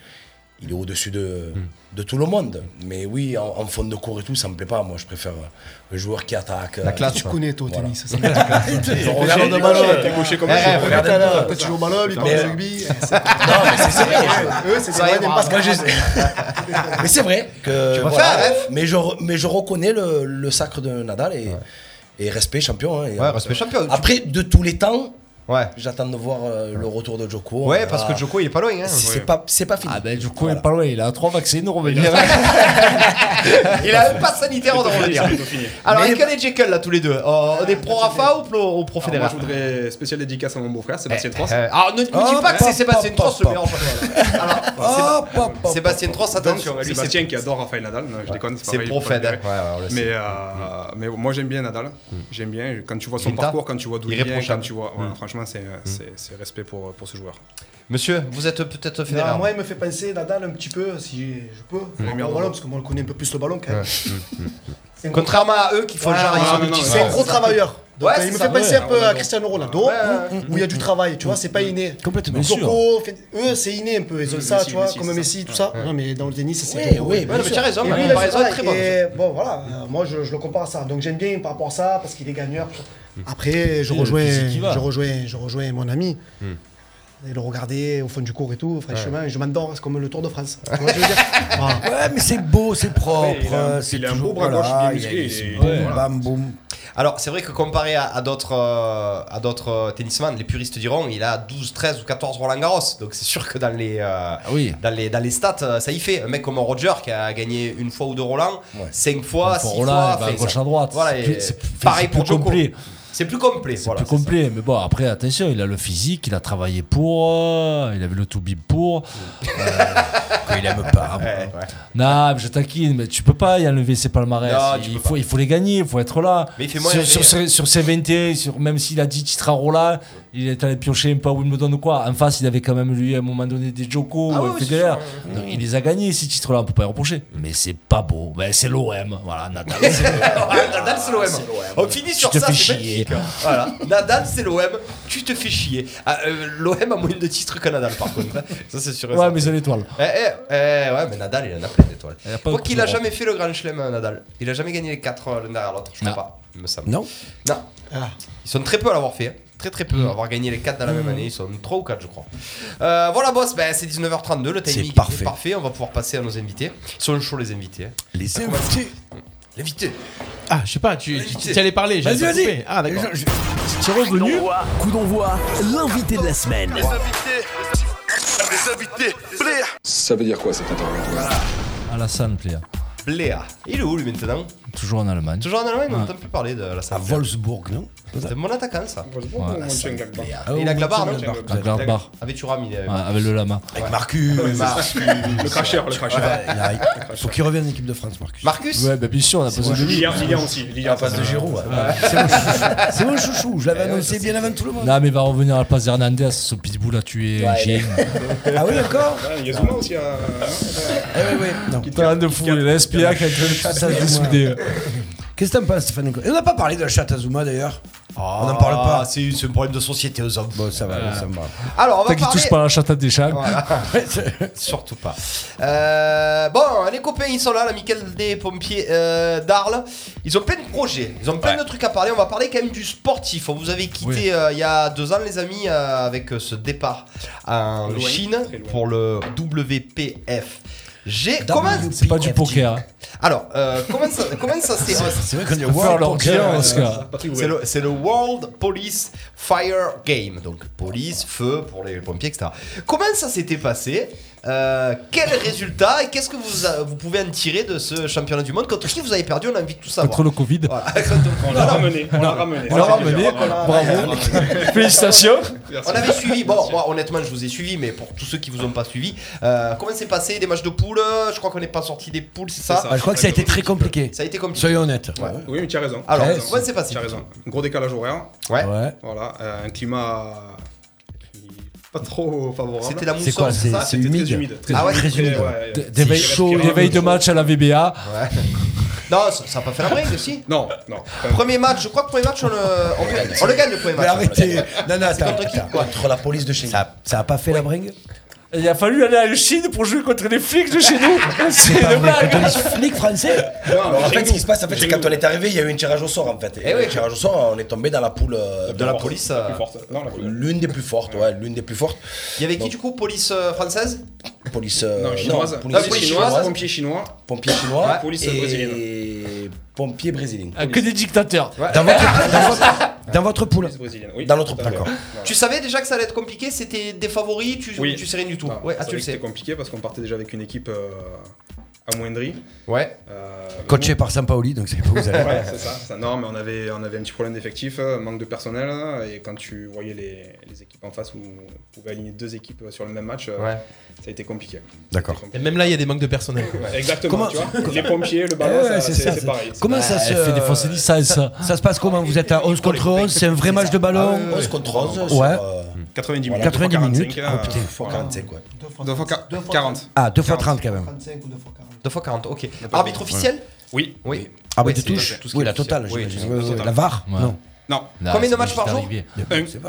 J: il est au-dessus de, de tout le monde. Mais oui, en, en fond de cours et tout, ça me plaît pas. Moi je préfère euh, un joueur qui attaque.
D: La
J: euh,
D: classe,
J: qui-
D: tu
O: connais, toi, au tennis, ça, c'est
J: Voilà.
O: la classe. T'es
J: Je regarde
O: gaucher,
J: le
O: t'es
J: ballon,
O: gaucher,
J: euh,
O: t'es gaucher comme
J: eh,
O: un chien.
J: regarde
O: Putain,
J: là.
O: toi, tu joues au ballon, lui, il
J: Non,
O: parle au
J: mais-
O: rugby.
J: Non mais c'est sérieux.
O: Eux, c'est
J: Ça
O: des
J: y est,
O: vrais
J: moi,
O: Pascal.
J: je sais. mais c'est vrai que
D: Tu vas
J: voilà,
D: faire un ref
J: mais je re- mais je reconnais le, le sacre de Nadal et et respect champion hein, et,
D: Ouais,
J: euh,
D: respect champion.
C: Ah.
J: après de tous les temps
D: Ouais.
J: j'attends de voir euh, le retour de Djoko
O: Oh
D: Ouais,
J: On
D: parce
J: verra.
D: que Djoko, il est pas loin, hein.
J: c'est
D: Ouais.
J: c'est pas c'est pas fini
A: Ah ben, du coup, il est pas loin, il a trois vaccins, on revient.
D: Il a même pas sanitaire, on va revenir. Alors,
N: Mais-
D: Ekel et Jekyll, là, tous les deux. Oh,
O: Ah,
D: on est pro Rafa ou pro, ou pro
N: Alors,
D: Federer
N: moi, je voudrais spécial dédicace à mon beau-frère, Sébastien Tross.
D: Euh, Alors, ne nous
O: Oh,
D: dis pas que c'est Sébastien Tross le meilleur joueur. Alors, Séba- Sébastien Tross, attention.
N: Donc,
D: lui, c'est-
N: Sébastien qui adore Rafael Nadal, non, je déconne,
D: C'est
N: pas vrai,
D: pro
N: il faut pas le
D: Fed,
N: dire.
D: ouais, ouais, on le
N: mais,
D: sait.
N: euh, mais moi j'aime bien Nadal, j'aime bien. Quand tu vois son
D: Quinta,
N: parcours, quand tu vois d'où il vient, quand
D: irréprochable.
N: tu vois, voilà,
D: Mm.
N: franchement c'est c'est- c'est respect pour, pour ce joueur.
D: Monsieur, vous êtes peut-être hein.
O: Non,
D: Federer.
O: moi, il me fait penser Nadal un petit peu, si je peux, par rapport au ballon, parce que moi, on le connaît un peu plus le ballon quand même. C'est un gros-
D: Contrairement à eux Ah, qui font le
O: Voilà,
D: genre,
N: Ah,
D: ils sont
O: Ah, non,
D: des
O: non,
D: petits
O: non, C'est un
D: cons.
O: gros travailleur. Donc,
D: Ouais,
O: euh,
D: c'est
O: il me
D: ça.
O: fait penser
D: Ouais,
O: un peu
D: ouais,
O: à
D: ouais.
O: Cristiano Ronaldo, où- où il y a du travail, tu vois, c'est pas inné.
J: Complètement.
O: Donc,
J: Bien sûr.
O: Rocco, fait- eux, c'est inné un peu, ils ont
J: Mm,
O: ça,
J: Messi,
O: tu vois,
J: Messi,
O: comme
J: c'est
O: Messi, tout ça. Non, mais dans le tennis, c'est
J: Oui, oui, bien
O: mais
J: sûr.
D: raison,
J: mais la
D: comparaison est très bonne.
O: Bon, voilà, euh, moi, je je le compare à ça. Donc, j'aime bien par rapport à ça, parce qu'il est gagneur. Après, je
A: Et le
O: rejoins,
A: physique, il va.
O: je rejoins, je rejoins mon ami. Et le regarder au fond du cours et tout, franchement, je m'endors, c'est comme le Tour de France. Tu vois ce que je veux dire Voilà.
J: Ouais, mais c'est beau, c'est propre.
N: il a un-
J: euh, c'est
N: il a un
J: toujours-
N: beau bras
J: voilà,
N: gauche, bien
J: il a-
N: musclé,
J: il est-
N: il est-
J: boum,
N: ouais.
J: bam, boum.
D: Alors, c'est vrai que comparé à, à d'autres euh, à d'autres euh, tennisman, les puristes diront il a 12, 13 ou 14 Roland Garros. Donc, c'est sûr que dans les, euh,
A: Ah oui.
D: dans, les, dans les stats, euh, ça y fait. Un mec comme Roger qui a gagné une fois ou deux Roland,
J: Ouais.
D: cinq fois,
A: Pour
D: six
A: Roland, eh
D: fois.
A: ben, il va à
D: enfin,
A: gauche
D: ça-
A: à droite.
D: Voilà,
A: C'est
D: et-
A: plus- c'est plus-
D: pareil
A: c'est
D: pour
A: plus
D: Djoko.
A: complet.
D: C'est plus complet. voilà,
A: plus complet, mais bon, après, attention, il a le physique, il a travaillé pour, euh, il avait le tout bib pour. euh,
J: Il aime pas.
D: Eh,
A: Non, mais je taquine, mais tu peux pas y enlever ses palmarès.
D: Non, tu
A: il,
D: peux
A: faut, il faut les gagner, il faut être là.
D: Mais il fait moins
A: sur,
D: rêver.
A: sur, ses- sur ses 21, sur, même s'il a 10 titres à Roland, il est allé piocher un peu à Wimbledon ou quoi. En face, il avait quand même lui à un moment donné des Joko
D: Ah
A: ou
D: ouais,
A: un
D: ouais,
A: Federer.
D: c'est
A: Donc, il les a gagnés, ces titres-là, on peut pas y reprocher. Mais c'est pas beau. Mais c'est l'OM. Voilà, Nadal. c'est l'OM.
D: Ouais, Nadal, c'est l'OM. On finit sur
A: te
D: ça,
A: fais
D: c'est
A: chier.
D: magnifique. Voilà. Nadal, c'est l'OM. Tu te fais chier. Ah, euh, L'OM a moins de titres que Nadal, par contre. Ça, c'est sûr. et
A: Ouais,
D: certain.
A: mais c'est l'étoile.
D: Eh, eh, eh, ouais, mais Nadal, il en a plein d'étoiles.
A: Il a pas
D: Je crois
A: beaucoup
D: qu'il a
A: d'Europe.
D: jamais fait le grand chelem, hein, Nadal. Il a jamais gagné les 4 l'un derrière l'autre, je crois
A: Non.
D: pas, il me semble.
J: Non.
D: Non.
O: Ah.
D: Ils sont très peu à l'avoir fait. hein. Très très peu
A: Mm.
D: à avoir gagné les 4 dans la même année. Ils sont 3 ou 4, je crois. Euh, voilà, boss, ben, c'est 19h32. Le timing est
J: parfait.
D: parfait. On va pouvoir passer à nos invités. Ils sont chauds, les invités. hein.
J: Les invités.
D: L'invité.
B: Ah, je sais pas, tu, tu, tu allais parler. j'avais
J: Vas-y,
B: pas
J: vas-y.
B: coupé. Ah, d'accord.
F: T'es revenu Coup d'envoi, l'invité de la semaine.
D: Ah,
A: Alassane Player.
D: Bléa. Il est où, lui, maintenant
A: Toujours en Allemagne.
D: Toujours en Allemagne, on n'entend plus parler de la
J: À
D: salle.
J: Wolfsburg, non Ah,
D: C'était mon attaquant, ça.
N: Mönchengladbach.
D: Et il a Glabar, non
A: À Gladbach.
D: Avec Thuram, il est.
A: Ouais, avec le lama.
J: Avec Marcus.
D: Marcus.
N: Le cracheur, le cracheur.
J: Ouais, il a- faut qu'il revienne en équipe de France, Marcus.
D: Marcus
A: Ouais, bah bien sûr, on a besoin de lui.
N: Lilian, Lilian aussi. Lilian,
J: Face de Giroud. ouais. C'est mon chouchou. C'est mon chouchou. Je l'avais annoncé bien avant tout le monde.
A: Non, mais il va revenir à la place d'Hernandez. Ce pitbull a tué
J: Ouais,
A: Jane.
J: Ah oui, d'accord
N: Ah, Il y a Zuma aussi. à-
J: Eh oui, oui. Non.
A: Putain de fou, les SPA qui a été
J: Ça, c'est
A: soudé.
J: Qu'est-ce que t'en penses, Stéphane Nicolas Et On n'a pas parlé de la chatte Azuma d'ailleurs. on n'en parle pas.
D: Ah, C'est c'est un problème de société aux hommes.
J: Bon, ça va, ça me va.
D: Alors, on
A: T'as
D: va
A: qui
D: parler.
A: touche pas à la chatte des chats.
D: Surtout pas. Euh, bon, les copains, ils sont là, l'amical des pompiers euh, d'Arles. Ils ont plein de projets, ils ont plein de trucs à parler. On va parler quand même du sportif. On vous avait quitté
A: Oui.
D: euh, il y a deux ans, les amis, euh, avec euh, ce départ en
N: Loin,
D: Chine
N: très loin.
D: pour le WPF. J'ai comment
A: C'est pas du poker. hein.
D: Alors, euh, comment ça, comment ça s'est C'est
A: vrai qu'on dit Faut World faire leur Poker, dire,
N: hein,
A: Oscar. Patrick
D: C'est le, c'est le World Police Fire Game, donc police, feu pour les pompiers, etc. Comment ça s'était passé Euh, Quel résultat et qu'est-ce que vous, a- vous pouvez en tirer de ce championnat du monde Contre qui vous avez perdu On a envie de tout savoir.
A: Contre le Covid.
D: Voilà. Contre-
A: On l'a ramené, on l'a ramené. On l'a ramené,
N: hein.
A: bravo. Félicitations.
D: On avait suivi, bon, moi honnêtement je vous ai suivi, mais pour tous ceux qui vous ont pas suivi, euh, comment s'est passé des matchs de poule Je crois qu'on n'est pas sorti des poules, c'est ça
C: Bah, je crois que ça a été très compliqué.
D: Ça a été compliqué.
C: Soyons honnêtes.
D: Ouais.
N: Oui, mais tu as raison.
D: Alors,
N: Tu as raison.
D: comment c'est passé
N: Tu as raison. Gros décalage horaire.
D: Ouais.
N: Voilà, euh, un climat qui- pas trop favorable.
D: C'était la
A: C'est quoi C'est c'est
N: C'était
A: humide.
N: Très humide.
A: Ah ouais,
N: Très humide.
A: D- Des veilles- des veilles de match à la VBA.
D: Non, ça n'a pas fait la break aussi.
N: Non, non.
D: Premier match, je crois que premier match on le, on le gagne. On le gagne le premier
C: Mais
D: match.
C: arrêtez. Non, non,
D: C'est
C: attends,
D: contre qui
C: attends. Contre la police de chez nous. Ça, ça a pas fait la bringue
E: Il a fallu aller à Chine pour jouer contre les flics de chez nous. C'est
C: pas
E: une
C: vrai,
E: blague.
C: contre les flics français
J: Non, alors, en fait, ce qui se passe, en fait,
C: Chez
J: c'est
C: nous.
J: quand on est arrivé, il y a eu un tirage au sort, en fait. Et
C: Eh oui.
J: le tirage au sort, on est tombé dans la poule euh,
D: De la police, euh,
J: L'une des plus fortes, ouais, l'une des plus fortes.
D: Il y avait qui du coup Police euh, française
J: Police. euh,
D: Non, chinoise.
J: police
D: Non, police chinoise.
N: Pompier chinois.
J: Pompier chinois.
D: Ouais. Police
J: et-
D: brésilienne.
J: Pompier brésilien.
A: Ah, que des dictateurs.
J: Dans votre- dans votre-
C: Dans votre poule.
J: Dans notre poule, d'accord.
D: Tu savais déjà que ça allait être compliqué C'était des favoris Tu, tu sais rien du tout
N: Non,
D: Ouais, ah, tu
N: c'est vrai
D: le
N: que
D: sais.
N: C'était compliqué parce qu'on partait déjà avec une équipe euh, amoindrie. Euh,
D: Ouais.
C: Coaché par Sampaoli, donc c'est pas vous allez.
N: Ouais, c'est ça, c'est ça. Non, mais on avait, on avait un petit problème d'effectif, euh, manque de personnel. euh, Et quand tu voyais les, les équipes en face où on pouvait aligner deux équipes euh, sur le même match, euh,
D: Ouais.
N: ça a été compliqué.
C: D'accord.
B: Et même là, il y a des manques de personnel.
N: Ouais, exactement, tu vois. Les pompiers, le ballon,
C: Eh ouais,
N: ça,
C: c'est
N: c'est
C: ça,
N: c'est
C: c'est-
N: pareil.
C: Comment
N: Ouais,
C: ça se.
N: elle fait des fausses
C: ça, ça, se passe comment Vous êtes à 11 contre 11, c'est un vrai match de ballon
J: 11 contre 11.
C: Ouais.
J: sur, euh,
D: Hmm.
N: 90
J: voilà,
C: minutes. 90
J: 2
C: minutes. Oh, putain.
J: fois 45, ouais.
N: euh, Deux fois quar- 40.
C: Ah, 2 fois 30 quand même.
O: 35 ou 2 fois 40.
D: 2 fois 40, ok. Arbitre officiel
N: Oui.
D: Oui.
C: Ah, oui,
D: Ouais,
C: de
D: c'est
C: touche
D: tout ce qui
C: Oui,
D: est
C: la
D: officiel.
C: totale,
D: Oui,
C: j'imagine.
D: c'est
C: Oui,
D: la
C: oui,
D: totale.
C: La VAR
D: Ouais.
C: Non.
N: Non.
A: Non,
D: Combien de
A: c'est
D: matchs
A: juste
D: par jour
A: arrivé.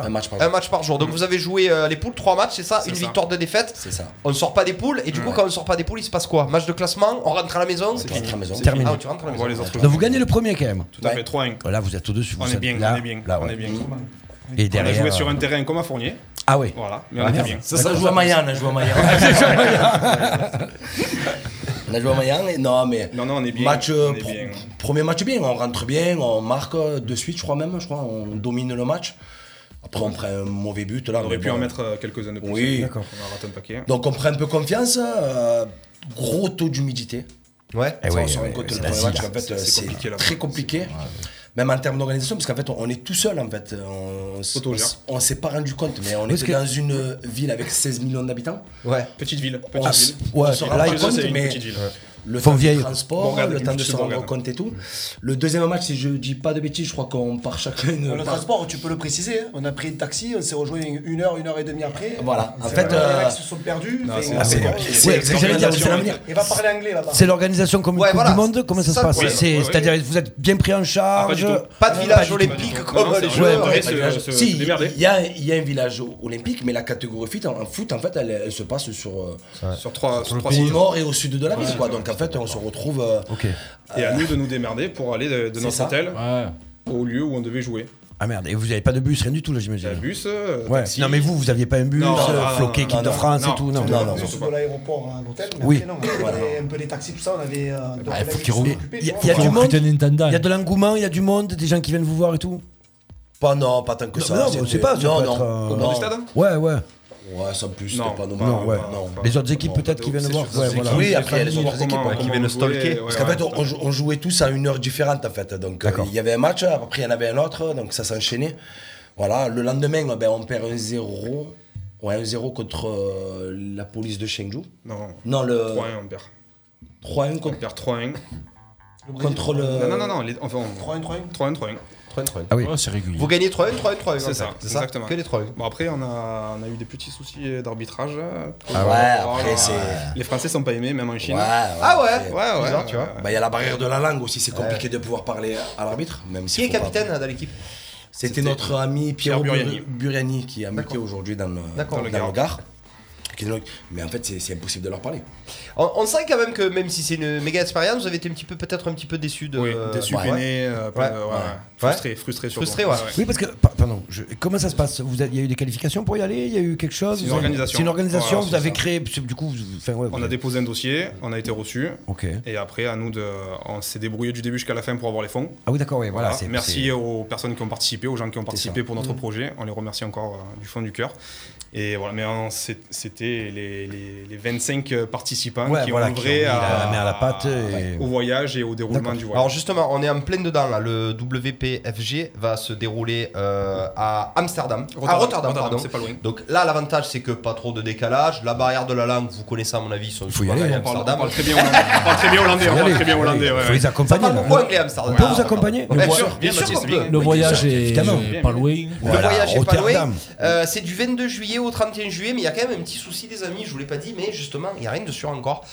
J: Un match par
D: Un match par jour. Donc vous avez joué euh, les poules, 3 matchs, c'est ça
J: C'est
D: Une
J: ça.
D: victoire, deux défaites.
J: C'est ça.
D: On ne sort pas des poules. Et du coup, quand on ne sort pas des poules, il se passe quoi Match de classement On rentre à la maison
J: C'est fini. rentre à la maison.
D: C'est
C: Terminé.
D: Ah, tu rentres à la
N: On voit les
D: maison.
N: autres.
C: Donc vous gagnez le premier quand même.
N: Tout à fait, 3-1.
C: Là, vous êtes au-dessus. vous
N: On est
C: êtes
N: bien,
C: là,
N: on est bien.
C: là,
N: on
C: ouais.
N: est bien.
C: Et
N: on a
C: derrière. euh,
N: joué sur un terrain comme à Fournier.
C: Ah oui.
N: Voilà, mais on
C: Ah,
N: était
C: merde.
N: bien.
J: Ça, ça joue à Mayan, on joue à Mayan. on a joué à Mayan, et non mais.
N: Non, non, on est bien.
J: Match, euh,
N: on est
J: pro-
N: bien.
J: Premier match bien, on rentre bien, on marque euh, de suite, je crois même, je crois, on domine le match. Après, on prend un mauvais but là.
N: On
J: mais
N: aurait pu
J: bon.
N: en mettre euh, quelques-uns de plus.
J: Oui.
N: D'accord. On a raté un paquet.
J: Donc on prend un peu confiance, euh, gros taux d'humidité.
D: Ouais.
J: Ça,
C: ouais, Eh
J: on se rend
C: ouais,
J: compte
C: c'est
J: le
C: la
J: premier
C: zida.
J: match qu'en fait,
N: C'est-
J: euh,
N: c'est
J: c'est
N: compliqué, là.
J: très compliqué. Même en termes d'organisation, parce qu'en fait, on est tout seul, en fait. On s- on
N: Autogère.
J: s- on s'est pas rendu compte, mais on
C: Parce
J: était
C: que-
J: dans une ville avec 16 millions d'habitants.
D: Ouais.
N: Petite ville. Petite
J: On s-
N: ville.
J: on
C: ouais,
J: se
C: là,
J: rend
C: il
J: pas
N: Bordeaux,
J: compte,
N: c'est une
J: mais
N: petite ville.
J: le
C: Faut
J: temps
C: vieille.
J: de transport,
N: Bourgade,
J: le temps de
N: juste
J: se rendre
N: Bourgade.
J: compte et tout. Le deuxième match, si je dis pas de bêtises, je crois qu'on part chacun.
N: Ah,
O: Le
J: par-
O: transport, tu peux le préciser. hein. On a pris le taxi, on s'est rejoint une heure, une heure et demie après.
J: Voilà. En
O: C'est
J: fait,
O: vrai, les
J: euh,
O: mecs se sont perdus.
N: Non,
O: Enfin,
N: c'est-
O: voilà.
N: c'est-
O: Ouais,
N: c'est-
O: ouais.
N: c'est-
C: c'est- j'allais dire, c'est l'avenir.
O: Il va parler anglais là-bas.
C: C'est l'organisation comme une
D: Ouais,
C: Coupe
D: voilà,
C: du Monde Comment ça
D: c'est
C: se
D: ça le
C: passe
D: problème.
C: C'est-
N: Ouais,
C: C'est-à-dire vous êtes bien pris en
N: Ah, pas
C: charge
N: du tout.
D: Pas de village
C: du tout,
D: olympique
N: pas du tout.
D: comme
N: Non,
D: les
N: c'est
D: jeux.
N: vrai,
J: Ouais,
N: ouais,
J: ouais,
N: se-
J: pas de village.
N: se
J: Si, il
N: démerder.
J: y a, il y a un village o- olympique, mais la catégorie foot, en, en foot, en fait, elle, elle se passe sur, euh,
N: Sur trois sur trois
J: au
N: sites.
J: nord et au sud de la ville. quoi. Donc, en fait, on se retrouve. euh,
C: Ok.
N: Et à nous de nous démerder pour aller de, de notre
J: ça.
N: hôtel
A: Ouais.
N: au lieu où on devait jouer.
C: Ah merde, et vous n'avez pas de bus, rien du tout là,
N: Un
C: j'imagine.
N: bus, euh,
C: Ouais.
N: taxi.
C: Non, mais vous, vous aviez pas un bus,
N: Non,
C: euh,
N: non,
C: floqué
N: non,
C: équipe
N: non,
C: de
N: non,
C: France
N: non,
C: et tout. Non,
J: non,
C: non,
J: non.
O: On se de l'aéroport à l'hôtel. mais
C: Oui.
O: après, non, on avait un peu les taxis, tout ça. On avait. euh, deux
A: Bah,
O: collègues
A: faut
O: qui
A: qu'ils
O: s'en
A: reviennent.
O: occupaient,
C: Il y a-
O: tu
C: il y a
O: vois.
C: du monde.
A: Recruter un intendant.
C: Il y a de l'engouement, il y a du monde, des gens qui viennent vous voir et tout.
J: Pas non, pas tant que ça.
C: non, mais
J: c'était-
C: on sait pas, ça
J: Non,
C: peut
J: non.
C: être, euh,
J: non.
N: Au bord du stade
C: Ouais, ouais.
J: Ouais, sans plus, c'était
N: Non,
J: pas nos
N: pas-
J: marques,
C: ouais.
J: non.
C: Les autres équipes
N: Bon,
C: peut-être qui viennent
N: c'est
C: voir.
N: sûr,
C: Ouais,
N: c'est
C: voilà.
N: sûr.
J: Oui, après,
N: Comment
J: il y a les autres
N: on
J: équipes,
N: jouait,
J: ouais,
D: qui viennent
N: ouais,
D: stalker.
N: ouais,
J: Parce qu'en
N: ouais.
J: fait, on, jou- on jouait tous à une heure différente, en fait. Donc, euh,
C: D'accord.
J: il y avait un match, après, il y en avait un autre, donc ça s'enchaînait. Voilà, le lendemain, euh, ben, on perd un 0. Ouais, un 0 contre euh, la police de Chengdu.
N: Non,
J: Non, le
N: 3-1, on perd.
J: 3-1
N: On
J: contre,
N: perd 3-1.
J: contre le.
N: Non, non, non, non, les- enfin, on-
O: 3-1,
N: 3-1,
O: 3-1.
N: 3-1.
C: Ah oui.
A: Ouais, c'est régulier.
D: Vous gagnez 3-1, 3-1, 3-1.
N: C'est ça,
D: c'est ça.
N: exactement.
D: Que les 3-1.
N: Bon, après, on a, on a eu des petits soucis d'arbitrage. euh,
J: Ah ouais, après, c'est-
N: Les Français sont pas aimés, même en Chine.
D: Ah ouais
N: Ouais, ouais.
D: Bizarre, tu vois.
J: Ben, Il y a la barrière de la langue aussi, c'est compliqué de pouvoir parler à l'arbitre. même
D: Qui
J: s'il
D: est
J: faut pas-
D: capitaine dans l'équipe
J: C'était notre ami Pierre
N: Buriani.
J: Buriani qui a muté aujourd'hui dans le,
D: D'accord.
J: dans le Gard. technologue. Mais en fait, c'est- c'est impossible de leur parler.
D: On, on sent quand même que même si c'est une méga expérience, vous avez été un petit peu peut-être un petit peu déçu de.
N: Oui,
D: euh,
N: déçu,
D: ouais.
N: peiné, euh, plein de- ouais, ouais. Frustré, frustré surtout.
D: Frustré, ouais.
C: Oui, parce que, pa- pardon, je- comment ça se passe Vous avez- Il y a eu des qualifications pour y aller Il y a eu quelque chose
N: C'est une
C: Vous avez-
N: organisation.
C: C'est une organisation,
N: Voilà,
C: vous
N: c'est
C: avez
N: ça.
C: créé. Du coup, vous- enfin, ouais,
N: On
C: vous-
N: a déposé un dossier, on a été reçu.
C: Ok.
N: Et après, à nous de, on s'est débrouillé du début jusqu'à la fin pour avoir les fonds.
C: Ah oui, d'accord, oui, voilà, c'est-
N: Merci
C: c'est-
N: aux personnes qui ont participé, aux gens qui ont participé
C: ça.
N: pour
D: Mmh.
N: notre
C: Mm.
N: projet. On les remercie encore euh, du fond du cœur. Et voilà, mais on- c'est- c'était les, les- les 25 participants
C: Ouais,
N: qui
C: voilà,
N: ont
C: qui
N: œuvré
C: ont mis la- la main à la pâte et-
N: au voyage et au déroulement du voyage.
D: Alors justement, on est en plein dedans là. Le WPFG va se dérouler euh, à Amsterdam, à
N: Rotterdam,
D: Rotterdam,
N: Rotterdam,
D: pardon.
N: c'est pas loin.
D: Donc là, l'avantage c'est que pas trop de décalage. La barrière de la langue, vous connaissez à mon avis, sont souvent allés à
C: hein.
N: on parle, on
D: Amsterdam.
N: parle très bien hollandais. hein. on parle très bien hollandais.
D: Faut y aller.
N: On parle très bien hollandais. ouais,
D: Faut les
N: ouais.
D: accompagner, là. Beaucoup anglais à Amsterdam.
C: On peut vous accompagner
D: Bien sûr, bien sûr qu'on peut.
A: Le voyage est
D: Évidemment.
A: est pas loin.
D: Le voyage est pas
A: Rotterdam.
D: loin. Euh, c'est du 22 juillet au 31 juillet, mais il y a quand même un petit souci, les amis. Je vous l'ai pas dit, mais justement, il n'y a rien de sûr encore.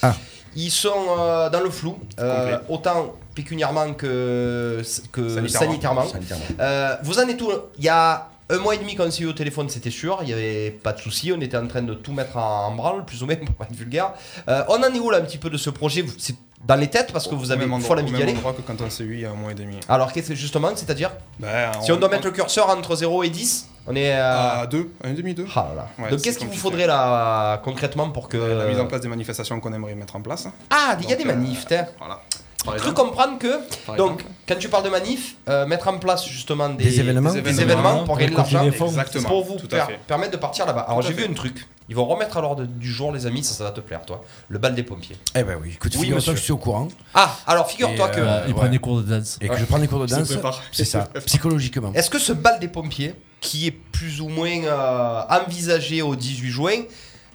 D: Ils sont euh, dans le flou, euh, autant pécuniairement que, que sanitairement.
J: Sanitairement.
D: Euh, vous en êtes où Il y a un mois et demi qu'on s'est eu au téléphone, c'était sûr. Il n'y avait pas de souci. On était en train de tout mettre en, en branle, plus ou moins, pour être vulgaire. Euh, on en est où là un petit peu de ce projet Vous- C'est dans les têtes parce que vous avez
N: Au même
D: une
N: endroit-
D: fois la
N: au
D: vie d'y
N: même
D: aller.
N: endroit que quand on s'est eu il y a un mois et demi.
D: Alors, qu'est-ce que justement, c'est-à-dire
N: Ben,
D: Si on doit mettre le curseur entre 0 et 10, on est euh,
N: à 2, 1,5-2.
D: Ah là là.
N: Ouais,
D: Donc
N: c'est
D: qu'est-ce qu'il vous
N: compliqué.
D: faudrait là concrètement pour
C: Euh.
D: que.
N: La mise en place des manifestations qu'on aimerait mettre en place.
D: Ah, il y a des
N: Donc, euh,
D: manifs, t'es.
N: Voilà.
D: J'ai
N: Par
D: cru
N: exemple.
D: comprendre que.
N: Par
D: Donc, quand tu parles de manif, euh, mettre en place justement des,
C: Des événements.
D: des
C: Des
D: événements
C: événements
D: pour
C: pour
D: gagner de
C: continuer
D: l'argent,
C: les fonds. Exactement,
D: pour vous
N: tout à
D: per-
N: fait.
D: permettre de partir là-bas. Alors
N: Tout à
D: j'ai vu
N: fait.
D: un truc. Ils vont remettre à l'ordre du jour, les amis, ça, ça va te plaire, toi. Le bal des pompiers.
C: Eh ben oui, écoute, figure-toi
D: monsieur.
C: que je suis au courant.
D: Ah, alors figure-toi
C: Et,
D: que.
C: euh,
A: Il prend
C: ouais.
A: des cours de danse.
C: Et que
D: Ouais.
C: je prends des cours de
D: Il se
C: danse.
D: prépare.
C: C'est ça, psychologiquement.
D: Est-ce que ce bal des pompiers, qui est plus ou moins euh, envisagé au 18 juin,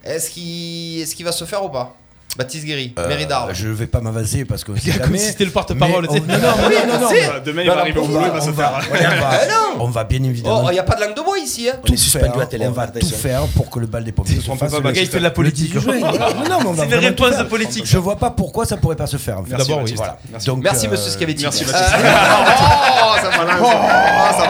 D: est-ce qu'il est qu'il va se faire ou pas Baptiste Guéry,
C: Euh,
D: mairie d'Arles.
C: je vais pas m'avancer parce que
D: gars, comme si c'était le porte-parole, tu sais.
C: Non, non,
D: Oui,
C: non, non, non.
D: tu sais. Demain, il va
C: Non,
D: arriver au
C: on
D: boulot, il va se
C: on va-
D: faire.
C: on va-
D: Eh non.
C: On va bien
D: Oh,
C: évidemment.
D: il n'y a pas de langue de bois ici, hein
C: tout faire, on va tout faire pour que le bal des pompiers se
N: On peut
C: fasse
N: pas
C: le-
N: bagarrer, il fait de la
C: le
N: politique.
C: 18 juin. Voilà. Non, non, mais on va
N: C'est une
C: vraiment
N: réponse
C: tout faire.
N: de politique.
C: Je vois pas pourquoi ça pourrait pas se faire. en fait.
N: Merci, D'abord, oui, Baptiste.
C: Voilà.
N: Merci.
C: Donc,
D: Merci,
C: euh,
D: monsieur Schiavetti.
C: merci,
D: Euh,
C: Baptiste.
D: oh, ça balance. Oh, ça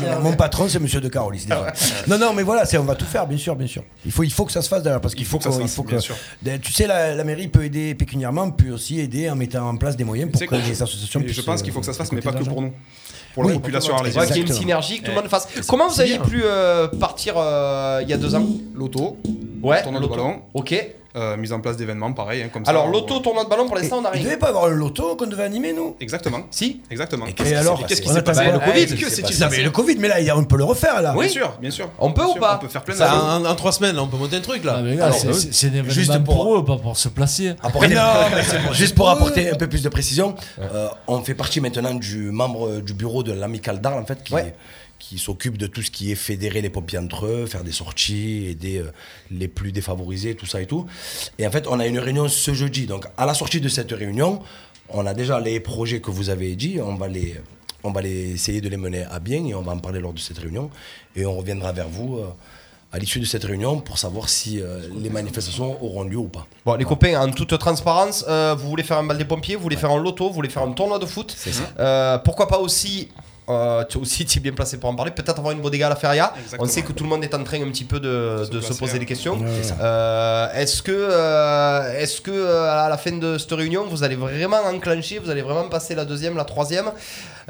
D: balance.
C: Mon patron, c'est Monsieur de Carolis. déjà.
N: Ah
C: Non, non, mais voilà, c'est on va tout faire, bien sûr, bien sûr. Il faut, il faut que ça se fasse d'ailleurs, parce qu'il faut,
N: faut que ça
C: qu'on-
N: se
C: il
N: fasse,
C: faut que.
N: bien sûr.
C: D'ailleurs, Tu sais, la, la mairie peut aider pécuniairement, peut aussi aider en mettant en place des moyens pour
N: Tu sais
C: que
N: que-
C: les associations.
N: et je
C: puissent,
N: pense qu'il
C: euh,
N: faut que ça se fasse, mais
C: récolter de
N: pas que
C: l'argent.
N: pour nous. Pour la
C: Oui,
N: population
C: exactement.
N: arlésienne.
D: Ouais, qu'il y ait une
C: Exactement.
D: synergie, que tout le
N: Eh,
D: monde fasse. Comment vous aviez
C: bien.
D: pu euh, partir euh, il y a deux ans
N: L'auto,
D: Ouais,
N: tournoi de
D: l'auto.
N: ballon,
D: Ok.
N: euh, mise en place d'événements, pareil. hein, comme ça,
D: Alors,
N: on-
D: l'auto, tournoi de ballon, pour l'instant, on
C: Il
D: arrive.
C: devait pas avoir le loto qu'on devait animer, nous
N: Exactement.
D: Si
N: Exactement. Et
C: Et alors,
N: qu'est-ce qui
C: on
N: s'est
C: attend
N: passé
C: encore le
N: Eh,
C: Covid.
N: Que s'est-il
C: Non, mais
N: passé
C: le Covid, mais là, il y a- on peut le refaire, là.
N: Bien
D: Oui.
N: sûr, bien sûr.
D: On peut
N: Bien
D: ou
N: sûr,
D: pas
N: On peut faire plein de
B: Ça, en, en trois semaines, là, on peut monter un truc là.
A: Ah, mais les gars,
B: Alors,
A: c'est-
B: euh,
A: c'est c'est un événement
C: juste
A: pour,
C: pour-
A: eux, pas pour se placer.
C: Mais non, mais c'est pour-
J: Juste pour apporter un peu plus de précision, euh, on fait partie maintenant du membre euh, du bureau de l'amicale d'Arles, en fait, qui,
D: Ouais.
J: qui s'occupe de tout ce qui est fédérer les pompiers entre eux, faire des sorties, aider euh, les plus défavorisés, tout ça et tout. Et en fait, on a une réunion ce jeudi. Donc, à la sortie de cette réunion, on a déjà les projets que vous avez dit, on va les, on va les essayer de les mener à bien et on va en parler lors de cette réunion. Et on reviendra vers vous. euh, à l'issue de cette réunion pour savoir si euh, les manifestations auront lieu ou pas.
D: Bon, les copains, en toute transparence, euh, vous voulez faire un bal des pompiers, vous voulez faire un loto, vous voulez faire un tournoi de foot.
J: ça.
D: Euh, pourquoi pas aussi. euh, tu aussi, tu es bien placé pour en parler. Peut-être avoir une bodega à la feria.
N: Exactement.
D: On sait que tout le monde est en train un petit peu de, de se
N: placer, hein.
D: poser
N: ouais.
D: des questions.
C: Ouais, ouais. C'est ça.
D: Euh, est-ce que, euh, est-ce que euh, à la fin de cette réunion, vous allez vraiment enclencher, vous allez vraiment passer la deuxième, la troisième,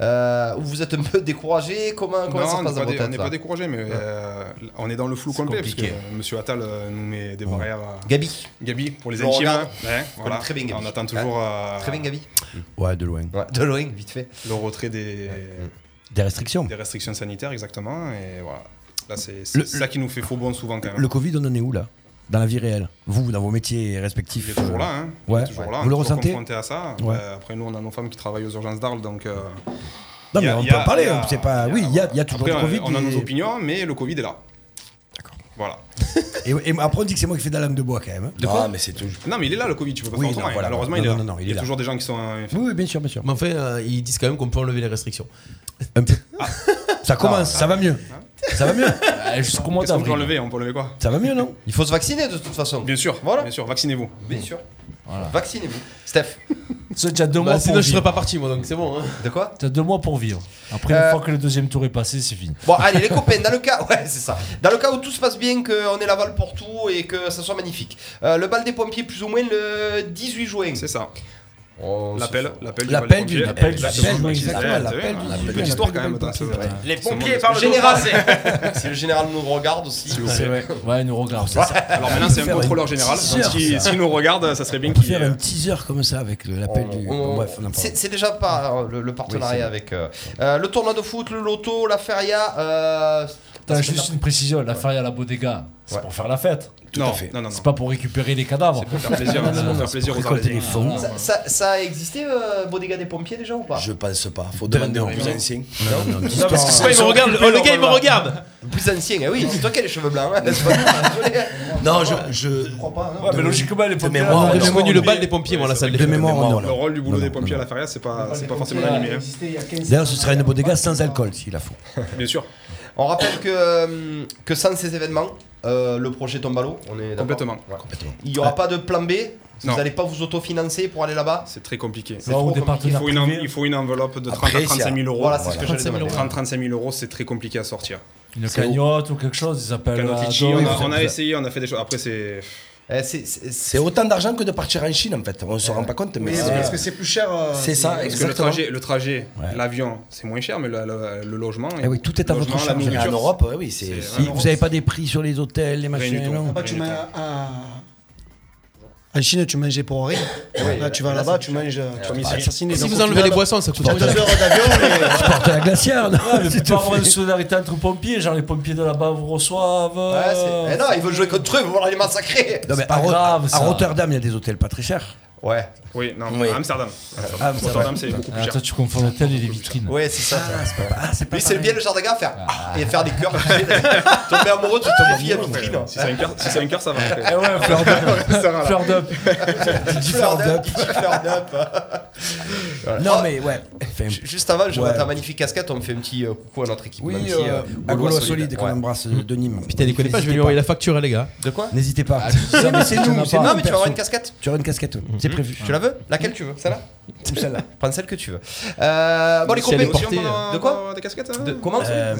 D: euh, ou vous êtes un peu découragé Comment, comment
N: Non,
D: ça
N: on
D: se
N: n'est
D: passe
N: pas,
D: dans vos
N: dé- on n'est
D: têtes
N: pas
D: là
N: découragé, mais euh, on est dans le flou complet
D: compliqué.
N: parce que Monsieur Attal euh, nous met des barrières. euh,
D: Gabi,
N: Gabi pour les
D: Le
N: intimes.
D: regard.
N: Ouais, voilà.
D: connais très bien Gabi.
N: On attend toujours euh,
D: très bien Gabi.
C: Ouais, de loin.
D: Ouais, de loin, vite fait.
N: le retrait des,
C: Des restrictions.
N: des restrictions sanitaires, exactement. Et voilà. Là, c'est c'est
C: Le-
N: ça qui nous fait faux bon souvent quand même.
C: Le Covid, on en est où, là Dans la vie réelle Vous, dans vos métiers
N: Il
C: respectifs
N: est toujours
C: euh,
N: là, hein. Il
C: Ouais.
N: est toujours
C: Vous
N: là. on est
C: le
N: toujours
C: ressentez
N: confronté à ça.
C: Ouais.
N: Euh, après, nous, on a nos femmes qui travaillent aux urgences d'Arles, donc. euh,
C: Non,
N: il y
C: mais
N: a-
C: on
N: il y
C: peut
N: a-
C: en parler.
N: il y a-
C: hein, C'est pas. Oui, il y a, il y a toujours
N: Après,
C: le Covid.
N: on a
C: et-
N: nos opinions, mais le Covid est là. Voilà.
C: Et, et après, on dit que c'est moi qui fais de la lame de bois quand même. hein.
J: non, Ah, mais c'est toujours.
N: Non, mais il est là, le Covid, tu peux pas
C: Oui,
N: faire autrement. hein.
C: non, voilà.
N: Malheureusement,
C: Non,
N: il est là.
C: non, non, il
N: il y
C: est
N: a
C: là.
N: toujours des gens qui sont. euh,
C: Oui, oui, bien sûr, bien sûr.
B: Mais enfin, euh, ils disent quand même qu'on peut enlever les restrictions.
C: Un peu. Ça commence, ça va mieux. Ça va mieux.
A: Euh, Jusqu'au mois
N: Qu'est-ce qu'on peut
A: d'avril.
N: enlever On peut enlever quoi
C: Ça va mieux, non
D: Il faut se vacciner de toute façon.
N: Bien sûr,
D: Voilà.
N: bien sûr, vaccinez-vous.
D: Bien sûr. Vaccinez-vous. Steph.
A: Ça, t'as deux
B: Bah,
A: mois pour
B: sinon, je
A: vivre.
B: serais pas parti, moi, donc c'est bon.
D: De quoi
A: T'as deux mois pour vivre. Après,
D: Euh,
A: une fois que le deuxième tour est passé, c'est fini.
D: Bon, allez, les copains, dans le cas, ouais, c'est ça. Dans le cas où tout se passe bien, qu'on ait l'aval pour tout et que ça soit magnifique. Euh, le bal des pompiers, plus ou moins le 18 juin. C'est
N: ça.
D: L'appel,
N: l'appel
D: du
N: L'appel bal des du- pompiers. l'appel du-
D: Exactement.
N: exactement,
D: Ouais,
N: l'appel
D: ouais,
N: du-
D: ouais,
N: l'appel
D: ouais.
N: du- histoire, quand même, dans ce-
D: Ouais.
N: Les
D: Ce
N: pompiers
D: monde-
N: parlent
D: Le
N: de
D: général,
N: dauphin.
D: c'est- si le général nous regarde aussi.
N: vous plaît. Ouais.
A: Ouais, il nous regarde.
D: Ouais.
N: Alors maintenant, c'est un contrôleur général.
D: Sûr,
N: Donc, s'il
D: ça.
N: s'il nous regarde, ça serait bien
C: On peut
N: qu'il.
C: faire un teaser comme ça avec le- l'appel
D: On-
C: du.
D: on-
C: bon, bref, on en parle.
D: Oh. C'est c'est déjà pas euh, le, le
C: Oui,
D: partenariat
C: c'est-
D: avec euh, euh, le tournoi de foot, le loto, la feria. Euh,
A: T'as juste une précision, la feria à la bodega, c'est pour faire la fête.
D: Tout Non, à fait. non, non,
A: C'est pas pour récupérer les cadavres.
D: pour
N: faire plaisir, c'est pour faire plaisir aux Arlésiens.
D: ça, ça- ça a existé, euh, Bodega des pompiers déjà ou pas
C: Je pense pas. Faut demander aux plus anciens. Non, non,
D: Non, parce que
C: non.
D: c'est-
B: me regarde, oh, le gars, il me regarde.
D: Le plus ancien, eh oui, c'est toi qui as les cheveux blancs. hein, n'est-ce pas
C: Non, je. Je crois
O: pas.
C: Ouais, mais
A: logiquement, les
C: pompiers. mémoire,
B: J'ai
C: non.
B: connu le bal des pompiers, moi, la salle des
C: De mémoire, non.
N: Le rôle du boulot des pompiers à la feria, c'est pas, c'est pas forcément l'animé. hein.
C: D'ailleurs, ce serait une bodega sans alcool s'il la faut.
N: Bien sûr.
D: On rappelle que, euh, que sans ces événements, euh, le projet tombe à l'eau. On est d'accord
N: Complètement.
D: Ouais. Il n'y aura pas de plan B Vous
N: Non.
D: n'allez pas vous autofinancer pour aller là-bas
N: C'est très compliqué.
D: C'est trop compliqué.
N: il, faut une, en- il faut une enveloppe de 30
D: Après,
N: à 35 000 euros.
D: Voilà, c'est ce que j'allais
N: 35 000
D: demander.
N: euros. 30 35 000 euros, c'est très compliqué à sortir.
A: Une
N: C'est-
A: cagnotte ou quelque chose, ils
C: Euh,
A: appellent.
N: Cagnotte
A: à
C: bah,
N: Litchi,
A: dos,
N: on
A: ils
N: a,
A: font-
N: on a essayé, on a fait des choses. Après, c'est.
D: Eh, C'est
C: autant d'argent que de partir en Chine en fait. On se rend pas compte, mais.
O: Mais
C: c'est-
O: parce que c'est plus cher. euh,
C: C'est ça,
N: Parce que le
C: exactement.
N: trajet, le trajet, l'avion, c'est moins cher, mais le, le- le logement.
C: Eh oui, tout est à
N: le
C: votre
N: logement, la
C: charge.
N: nourriture,
C: En Europe, ouais, oui, c'est.
N: c'est-
C: si
N: en
C: Vous n'avez pas des prix sur les hôtels, les
N: du
C: machins.
N: tout.
C: non
N: Pas
O: tu manges à- En Chine, tu mangeais pour rien. Là, tu vas là-bas, tu manges. euh, Tu
N: vas
O: te fais assassiner.
B: Si
O: Donc,
B: vous
O: au
B: enlevez
O: final,
B: les boissons, ça
O: tu
B: coûte
O: portes
B: rien.
O: deux heures d'avion, mais-
C: Tu portes la glacière, non
A: Ouais, mais
C: C'est tout
A: faut pas avoir
C: fait.
A: une solidarité entre pompiers, genre les pompiers de là-bas vous reçoivent. euh,
D: Ouais,
C: Oh.
D: c'est- eh non, ils veulent jouer contre eux, ils vont vouloir les massacrer.
C: Non, mais
A: pas
C: à, Ro-
A: ah, grave,
C: à
A: ça.
C: Rotterdam, il y a des hôtels pas très chers.
D: Ouais.
N: Oui, non,
C: Oui.
N: Amsterdam.
C: Ah,
N: Amsterdam,
C: Amsterdam.
N: Amsterdam, c'est beaucoup plus
A: Ah,
N: cher.
A: toi, tu confonds l'hôtel et les vitrines.
D: Ouais, c'est ça.
C: Ah,
D: Lui, c'est bien le genre de gars à faire. Et faire des cœurs. Tomber amoureux, tu tombes fille à vitrine.
N: Si c'est un cœur, si c'est un cœur, ça va.
A: Eh ouais, fleur d'up.
N: Ça va, là.
A: Fleur d'up.
D: Fleur d'up, qui dit fleur d'up. Voilà.
C: Non,
D: Oh,
C: mais ouais. Enfin,
D: ju- Juste avant, je vois
C: Ouais.
D: ta magnifique casquette, on me fait un petit euh, coucou à notre équipe.
C: Oui,
D: même si,
C: euh, à
D: Gaulois
C: Gaulois Solide, qu'on
D: ouais.
C: embrasse euh, de Nîmes.
B: Putain, déconnez pas, je vais lui envoyer la facture, hein, les gars.
D: De quoi
C: N'hésitez pas.
A: Ah, tu dis ça, mais c'est nous, c'est
D: Non,
A: nous,
D: mais tu vas avoir
C: perso.
D: une casquette.
C: Tu auras une casquette, ouais. c'est prévu.
D: Tu la veux Laquelle tu veux Celle-là
C: Ou celle-là.
D: Prends celle que tu veux. Euh, bon, les
B: Si elle est
D: copains,
B: portée,
D: de quoi
N: Des casquettes hein
D: De- Comment
C: Euh,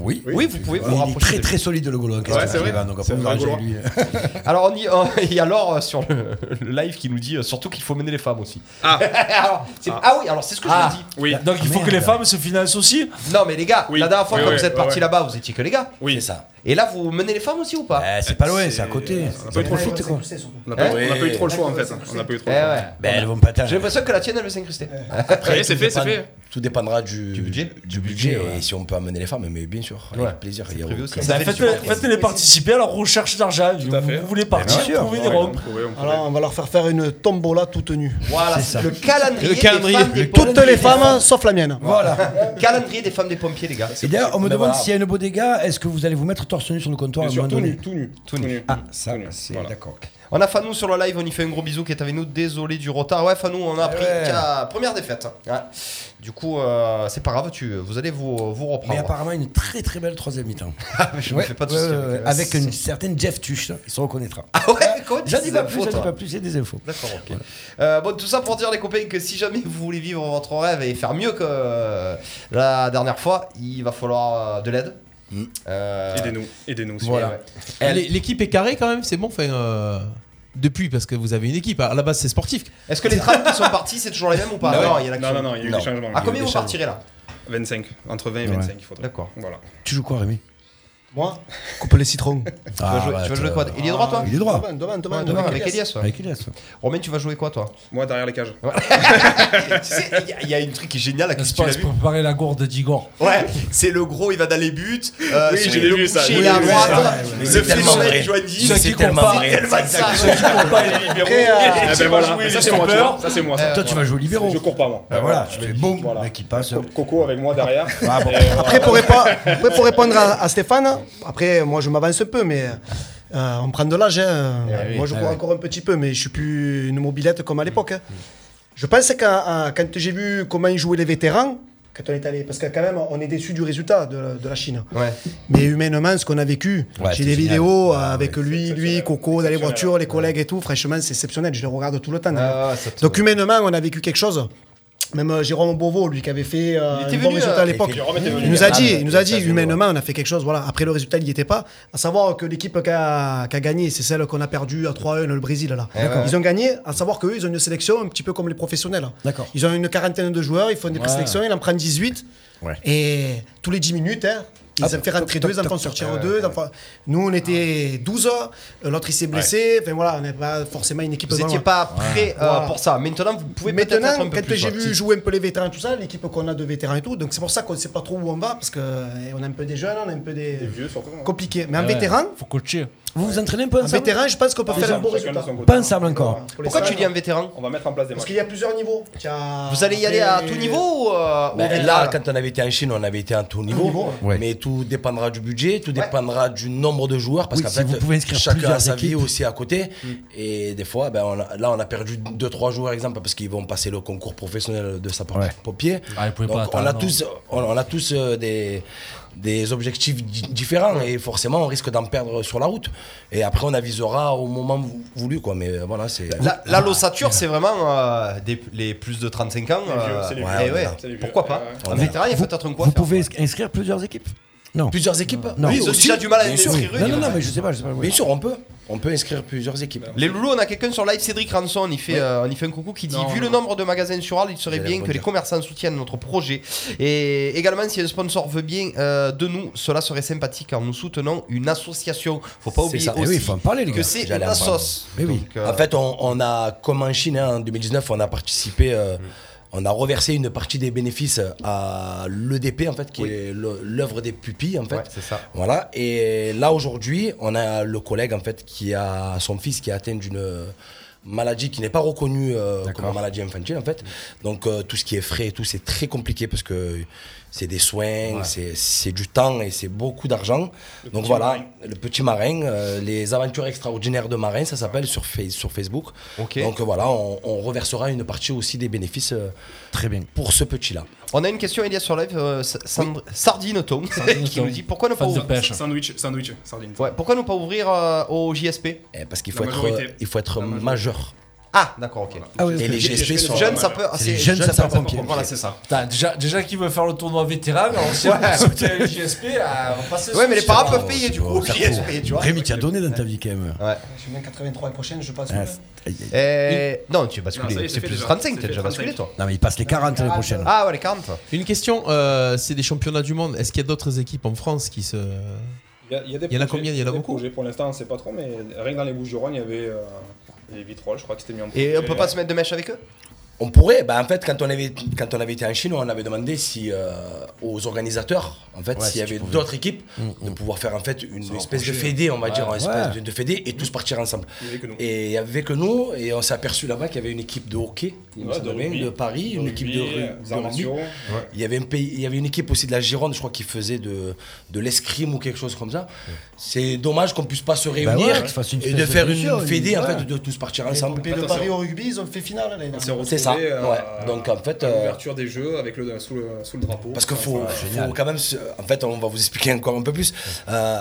C: oui.
D: Oui, vous pouvez vous
C: Il est
D: rapprocher
C: très
D: des-
C: très solide le Gaulois. en question,
N: c'est vrai.
C: Sylvain, donc on
N: C'est
C: peut
N: un
C: arranger
N: vrai Gaulois.
C: lui.
D: Alors, on y, on- il y a Laure euh, sur le, le live qui nous dit euh, surtout qu'il faut mener les femmes aussi.
N: Ah.
D: Alors, c'est- ah. oui, alors c'est ce que
A: Ah.
D: je me dis.
N: Oui,
A: Donc il faut
C: Merde.
A: que les femmes se financent aussi.
D: Non, mais les gars,
N: Oui.
D: la dernière fois
N: Oui,
D: quand
N: oui,
D: vous êtes
N: ouais,
D: partis
N: ouais.
D: là-bas, vous étiez que les gars.
N: oui.
C: C'est ça.
D: Et là, vous menez les femmes aussi ou pas
C: Eh, c'est pas loin, c'est à côté.
N: On a pas eu trop le choix. On a pas
C: Ouais.
N: on a pas eu trop le choix en fait. On a pas eu
D: Eh
N: trop le choix.
D: ouais.
C: Ben, elles vont pas
D: J'ai
C: tarder.
D: l'impression que la tienne, elle veut s'incruster.
N: Après, c'est
C: tout
N: fait, c'est
C: dépend-
N: fait.
C: Tout dépendra du, du
D: budget.
C: Du budget. Et si on peut amener les femmes, mais bien sûr, avec
D: Ouais.
C: plaisir. il y a
D: prévu
C: aucun-
D: aussi.
A: Bah,
D: fait
A: faites,
D: du
A: les,
D: sport.
A: faites les participer à leur recherche d'argent.
N: à fait.
A: Vous voulez partir,
C: bien sûr.
A: trouvez des
N: Ouais, on
A: rompes.
N: pouvait, on pouvait.
O: Alors, on va leur faire faire une tombola toute nue.
D: Voilà,
C: C'est
D: c'est
C: ça.
D: le calendrier.
B: Le
D: des
B: calendrier.
D: femmes des
O: Toutes
D: pompiers.
O: les femmes, sauf la mienne.
C: Voilà.
D: Calendrier des femmes des pompiers, les gars.
C: Et d'ailleurs, on me
D: Ben
C: demande
D: voilà.
C: s'il y a une bodega, est-ce que vous allez vous mettre torse nu sur le comptoir
N: Bien
C: à un moment
N: sûr, tout
C: donné
N: nu, tout nu. Tout nu.
C: Ah, ça,
N: Tout nu.
C: c'est
N: Voilà.
C: d'accord.
D: On a Fanou sur le live, on y fait un gros bisou qui est avec nous. Désolé du retard. Ouais, Fanou, on a appris
C: Eh ouais.
D: qu'à première défaite. Ouais. Du coup, euh, c'est pas grave, tu, vous allez vous, vous
C: Mais
D: reprendre.
C: apparemment, une très très belle troisième mi-temps.
D: je me
C: Ouais,
D: fais pas de
C: ouais,
D: soucis.
C: ouais, ouais, avec une certaine Jeff Tuch, il se reconnaîtra.
D: Ah ouais, quoi
C: J'en dis pas
D: tu
C: plus, j'en
D: sais,
C: dis
D: toi.
C: pas plus, j'ai des infos.
D: D'accord, ok. Euh, bon, tout ça pour dire, les copains, que si jamais vous voulez vivre votre rêve et faire mieux que euh, la dernière fois, il va falloir euh, de l'aide. Euh,
N: Aidez-nous, aidez-nous. s'il vous
D: Voilà.
N: plaît.
D: Elle-
B: L'é- L'équipe est carrée quand même, c'est bon. Enfin, euh, depuis, parce que vous avez une équipe. À la base, c'est sportif.
D: Est-ce que les trames qui sont parties, c'est toujours les mêmes ou pas
N: Non,
D: Ah, il y en a qui
N: non,
D: sont-
N: non, non, il y a eu des changements.
D: À
N: Il y a eu
D: Ah, combien
N: des
D: vous partirez là
N: 25, entre 20 et 25, il faudrait.
D: D'accord.
N: Voilà.
C: Tu joues quoi, Rémi
O: Moi Coupe les citrons.
D: Tu vas jouer- Tu vas jouer quoi Il est droit, toi
C: Il est droit.
O: Demain, demain,
D: Ouais,
O: demain.
D: demain, avec Elias. ouais.
C: Avec Elias.
D: Romain, tu vas jouer quoi, toi
N: Moi, derrière les cages.
D: tu sais, il y a- il y, a une truc qui est géniale à
A: N'est-ce
D: Christian
A: pas, se préparer la gourde d'Igor.
D: Ouais, c'est le gros, il va dans les buts. euh,
N: Oui,
D: c'est
N: j'ai
D: le
N: vu ça,
D: boucher,
N: j'ai
D: il est à
N: vu
D: droite.
C: ça, ouais,
D: le
C: ouais, c'est tellement
D: fléchonnette,
C: vrai.
D: Joanny,
C: C'est tellement vrai.
D: tellement ça.
N: Ah ben voilà, ça c'est Euh, moi, tu vois. Ça c'est moi. tu vois.
C: Toi, tu vas jouer libéraux.
N: Je cours pas, moi. Euh,
C: Ben voilà, tu fais boum,
N: Voilà.
C: le mec qui passe. Ah,
N: Coco avec moi derrière. Et euh, voilà.
O: Après, pour, répa- après, pour répondre à, à Stéphane, après, moi, je m'avance un peu, mais euh, on prend de l'âge. hein.
D: Eh
O: moi, je cours encore un petit peu, mais je suis plus une mobilette comme à l'époque. hein. Je pense qu'à à- quand j'ai vu comment ils jouaient les vétérans, quand quand on est allé. Parce que quand même, on est déçu du résultat de, de la Chine.
D: Ouais.
O: Mais humainement, ce qu'on a vécu,
D: Ouais, c'est
O: j'ai des
D: génial.
O: vidéos
D: Ouais,
O: euh,
D: ouais,
O: avec lui, lui, Coco, dans les voitures, les collègues et tout, franchement, c'est exceptionnel. Je les regarde tout le temps.
D: Ah,
O: d'ailleurs. Donc humainement, on a vécu quelque chose. Même euh, Jérôme Beauvau, lui, qui avait fait euh,
D: était
O: un
D: venu,
O: bon résultat
D: euh,
O: à l'époque,
D: il était- Jérôme était venu.
O: il nous a
D: Ah,
O: dit,
D: ouais,
O: il nous a
D: il
O: dit,
D: était venu,
O: humainement, on a fait quelque chose. Voilà. Après le résultat, il n'y était pas. À savoir que l'équipe qui a, qui a gagné, c'est celle qu'on a perdue à 3-1 le Brésil là.
C: Eh ouais.
O: Ils ont gagné. À savoir qu'eux, ils ont une sélection un petit peu comme les professionnels. hein.
C: D'accord.
O: Ils ont une quarantaine de joueurs, ils font des
C: Ouais.
O: présélections, ils en prennent 18.
C: Ouais. Ah,
O: Et tous les 10 minutes, hein, ils
C: Hop,
O: en font rentrer
C: toc,
O: deux, ils
C: toc,
O: en font
C: toc.
O: sortir
C: Ouais, Ah.
O: deux. ils en font- Nous, on était 12, euh, l'autre il s'est blessé. Enfin voilà, on n'est pas forcément une équipe.
D: Vous
O: vraiment-
D: n'étiez pas prêt euh,
O: Voilà.
D: pour ça. Maintenant, vous pouvez peut-être
O: Maintenant,
D: être un peu
O: quand
D: plus,
O: j'ai
D: ouais.
O: vu jouer un peu les vétérans, tout ça, l'équipe qu'on a de vétérans et tout, donc c'est pour ça qu'on ne sait pas trop où on va, parce qu'on a un peu des jeunes, on a un peu des.
N: vieux surtout. hein.
O: compliqués. Mais un
A: Ah ouais,
O: vétéran,
A: Faut coacher.
C: Vous vous entraînez un peu
O: un
C: ensemble
O: vétéran, je pense qu'on peut
N: Pas
O: faire un
N: ensemble,
O: bon
N: chacun de
O: résultat.
N: son côté.
C: Pas ensemble encore.
O: Pour les
D: Pourquoi
O: salles,
D: tu dis un vétéran
N: On va mettre en place des
O: Parce
N: matchs.
O: qu'il y a plusieurs niveaux. Tu as-
D: Vous allez y aller à
O: Et-
D: tout niveau ou, euh,
J: Ben,
D: ou-
J: là, quand on avait été en Chine, on avait été à tout niveau.
O: niveau,
C: ouais.
J: Mais tout dépendra du budget, tout dépendra du nombre de joueurs. Parce
C: Oui,
J: qu'en
C: si
J: fait,
C: vous pouvez inscrire
J: chacun a
C: plusieurs
J: sa
C: équipes.
J: vie aussi à côté. Et des fois, ben, on a- là, on a perdu 2-3 joueurs, exemple, parce qu'ils vont passer le concours professionnel de sapeur-pompier.
A: Ah, ils pouvaient
J: Donc,
A: pas
J: on, a
A: attendre.
J: tous, on, on a tous euh, des, des objectifs di- différents. Et forcément, on risque d'en perdre sur la route. Et après, on avisera au moment vou- voulu. Quoi. Mais euh, voilà, c'est.
D: La, la lossature, c'est vraiment euh, des- les plus de 35 ans.
N: Les vieux,
D: euh,
N: c'est les
D: ouais,
N: vieux.
D: ouais.
N: C'est les vieux.
D: Pourquoi pas
N: Ouais,
D: Un vétéran, il y a
C: Vous-
D: peut-être un quoi
C: Vous
D: faire.
C: pouvez inscrire plusieurs équipes Non.
J: Plusieurs équipes
C: Non.
D: Ils ont déjà du mal à
J: bien sûr.
D: inscrire
C: Non,
D: une.
C: non, non, mais je sais pas, je sais pas. oui.
J: Bien sûr, on peut. On peut inscrire plusieurs équipes.
D: Les loulous, on a quelqu'un sur live, Cédric Ranson, il fait, euh, on y fait un coucou qui dit
N: Non,
D: Vu
N: non,
D: le
N: non.
D: nombre de magasins sur Arles, il serait
J: J'allais
D: bien que les
J: rebondir.
D: commerçants soutiennent notre projet. Et également, si un sponsor veut bien euh, de nous, cela serait sympathique car nous soutenons une association. Faut pas
J: C'est
D: oublier
J: ça. Eh
D: aussi
J: oui, faut en parler, les
D: que
J: gars.
D: c'est une
J: J'allais en parler. Eh
D: assoce.
C: Mais oui.
D: Donc, euh,
J: En fait, on, on a, comme en Chine, hein, en 2019, on a participé, euh,
D: Mm.
J: on a reversé une partie des bénéfices à l'EDP, en fait, qui est le- l'œuvre des pupilles, en fait.
D: Ouais, c'est ça.
J: Voilà. Et là, aujourd'hui, on a le collègue, en fait, qui a son fils qui est atteint d'une maladie qui n'est pas reconnue euh, comme maladie infantile, en fait. Donc, euh, tout ce qui est frais et tout, c'est très compliqué parce que c'est des soins, c'est- c'est du temps et c'est beaucoup d'argent. Donc, voilà, le petit marin, euh, les aventures extraordinaires de marin, ça s'appelle sur, Face- sur Facebook.
D: Ok.
J: Donc, euh, voilà, on, on reversera une partie aussi des bénéfices euh,
C: Très bien.
J: pour ce petit-là.
D: on a une question, Elias, sur live, euh, Sa- Sandre- Sardineton, qui
A: Sardineton.
D: nous dit Pourquoi ne pas
A: Fan de
D: ouvrir,
A: pêche.
N: Sandwich, sandwich, sardine.
D: ouais, pourquoi ne pas ouvrir euh, au JSP
J: Eh, parce qu'il
N: La
J: faut être,
N: majorité.
J: euh, il faut être
N: La majorité.
J: majeur.
D: Ah, d'accord, ok.
C: Ah oui,
J: Et
C: ok.
J: les GSP sont.
D: Jeune, ça peut.
C: C'est les jeunes
D: jeune, ça peut-
C: sapeurs-pompiers.
D: Voilà, c'est ça.
E: Putain, déjà, déjà qu'ils veulent faire le tournoi vétéran, alors si on sauter le JSP,
A: euh,
E: à passer
D: Ouais, mais les parents peuvent
J: Oh,
D: payer
J: c'est
D: du coup au
J: beau, c'est
D: JSP, tu vois.
C: Rémi, tu as donné dans ta vie quand même.
O: Je suis bien 83 l'année prochaine, je passe.
C: Ah, c'est- aïe, aïe.
D: Euh, Non, tu as
N: Non, ça y
D: basculé.
N: est,
D: C'est
N: c'est
D: plus
N: fait
D: 35,
N: déjà.
D: t'as déjà
N: C'est fait
D: basculé toi.
C: Non, mais il passe les 40 l'année prochaine.
D: Ah ouais, les 40.
B: Une question, euh, c'est des championnats du monde. Est-ce qu'il y a d'autres équipes en France qui se.
N: Il y, a- il y a des
B: Il y en a
N: projets-
B: combien Il y en a
N: des
B: beaucoup
N: projets. Pour l'instant, on ne sait pas trop, mais rien que dans les Bouches-du-Rhône, il y avait euh, les vitrolles, je crois, qui s'étaient mis en
D: Et on
N: projet.
D: peut pas se mettre de mèche avec eux
J: On pourrait, bah en fait, quand on, avait, quand on avait été en Chine, on avait demandé si, euh, aux organisateurs, en fait, s'il y avait d'autres équipes,
C: Mm,
J: de pouvoir faire en fait une espèce de fédé, on va dire, une espèce de, de fédé, et tous partir ensemble.
N: Il y avait que nous.
J: Et il y avait que nous, et on s'est aperçu là-bas qu'il y avait une équipe de hockey, il me
N: Ouais,
J: semble
N: de
J: bien,
N: rugby.
J: de Paris,
N: De
J: une équipe de,
N: rugby, euh,
J: ru-
N: des
J: de
N: arts
J: rugby.
N: martiaux.
J: Il y avait un pays, il y avait une équipe aussi de la Gironde, je crois, qui faisait de, de l'escrime ou quelque chose comme ça. C'est dommage qu'on puisse pas se réunir
C: Bah ouais, qu'ils fassent une
J: et de
C: espèce
J: faire
C: de
J: une
C: fusion,
J: fédé, en
C: ouais.
J: fait, de tous partir ensemble.
O: Et le
N: Attention.
O: Paris au rugby, ils ont fait finale l'année
N: On s'est
O: dernière.
J: C'est
N: retrouvé
J: ça,
N: euh,
J: ouais. Donc, en fait,
N: à
J: euh,
N: l'ouverture des jeux avec le sous le sous le drapeau.
J: Parce qu'il
N: Ça,
J: faut,
N: ça-
J: faut quand même. se- En fait, on va vous expliquer encore un peu plus. Euh,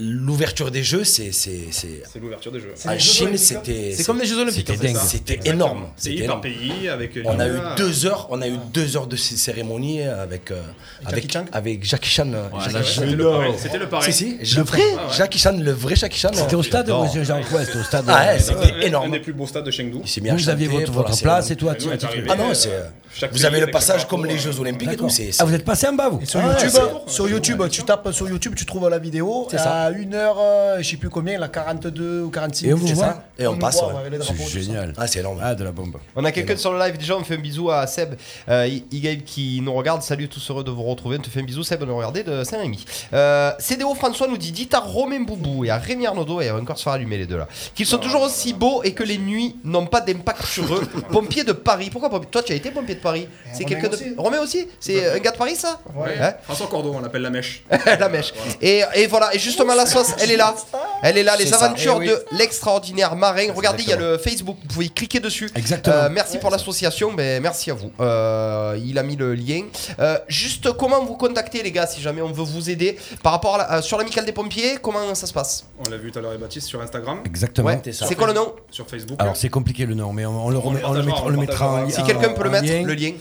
J: L'ouverture des jeux, c'est. c'est- c'est-
N: C'est l'ouverture des jeux.
J: En
O: les Jeux
J: Chine,
O: Olympiques,
J: c'était.
B: C'est comme les Jeux Olympiques.
J: C'était dingue. C'était énorme. C'était
N: Pays par
J: énorme.
N: pays avec. Ah,
J: On a
N: une-
J: eu deux heures, on a eu deux heures de ces cérémonies avec euh, avec
O: Jackie Chan
J: avec Jackie Chan. euh, Jackie-
N: Ouais, C'était le pareil. C'était le pareil.
J: Si si, le vrai Jackie Chan, le vrai Jackie Chan.
C: C'était au stade, ou c'était en quoi C'était au stade.
J: Ah
C: euh,
J: ouais, c'était
N: Un- Un
J: énorme.
N: des plus beaux stades de Chengdu.
J: Il s'est mis à
C: Vous aviez
J: chanter
C: votre,
J: pour la
C: votre place et
J: cérémonie.
C: tout. à
N: Et nous, on est arrivé,
J: Ah non, c'est.
N: euh, chaque
J: Vous
N: pays
J: avez le
N: avec
J: passage
N: chaque
J: comme les
N: drapeau, euh,
J: Jeux Olympiques et tout. c'est-
C: Ah, vous êtes passé en bas, vous
O: Et sur
C: Ah,
O: YouTube,
J: c'est-
O: sur YouTube, tu tapes sur YouTube, tu trouves la vidéo.
J: C'est ça.
O: À une heure, euh, je sais plus combien, la 42 ou 46.
C: Et on vous
O: minutes,
C: voit.
O: c'est ça
J: Et on
O: Ah, nous
J: passe,
O: voit,
J: ouais.
O: avec les
C: C'est
O: drapeaux, tout ça.
C: génial.
J: Ah, c'est énorme.
C: Ah, de la bombe.
D: On a quelqu'un sur le live déjà, on fait un bisou à Seb. Euh, I- Igaël qui nous regarde, salut tous heureux de vous retrouver, on te fait un bisou Seb, on nous regardait de Saint-Rémy. Euh, CDO François nous dit, dites à Romain Boubou et à Rémi Arnaudot, et encore se faire allumer les deux là, qu'ils sont toujours aussi beaux et que les nuits n'ont pas d'impact sur eux. pompier de Paris, pourquoi pompier Toi tu as été pompier de Paris C'est
O: Eh, Romain
D: quelqu'un de...
O: aussi.
D: Romain aussi C'est un gars de Paris ça
O: Ouais.
D: Hein
N: François Cordeau, on l'appelle la mèche.
D: La mèche. Et, et voilà, et justement la sauce, elle est là. Elle est là,
C: C'est
D: les
C: ça,
D: aventures
C: eh oui.
D: de l'extraordinaire marin. Regardez, il y a le Facebook, vous pouvez cliquer dessus.
C: Exactement.
D: Euh, merci pour l'association, ben, merci à vous. Euh, il a mis le lien. Euh, juste comment vous contacter, les gars, si jamais on veut vous aider par rapport à la- euh, sur l'amicale des pompiers, comment ça se passe
N: On l'a vu tout à l'heure, et Baptiste sur Instagram.
C: Exactement.
D: Ouais, c'est ça. C'est quoi le nom
N: Sur Facebook.
C: Alors c'est compliqué le nom, mais on, on le,
N: On
C: remet-
N: le
C: on le
N: partagera,
C: mettra,
N: on
C: on le
N: le
C: mettra
N: partagera.
C: en
N: Si
C: en-
D: quelqu'un peut le
C: en
D: mettre,
C: lien.
D: le lien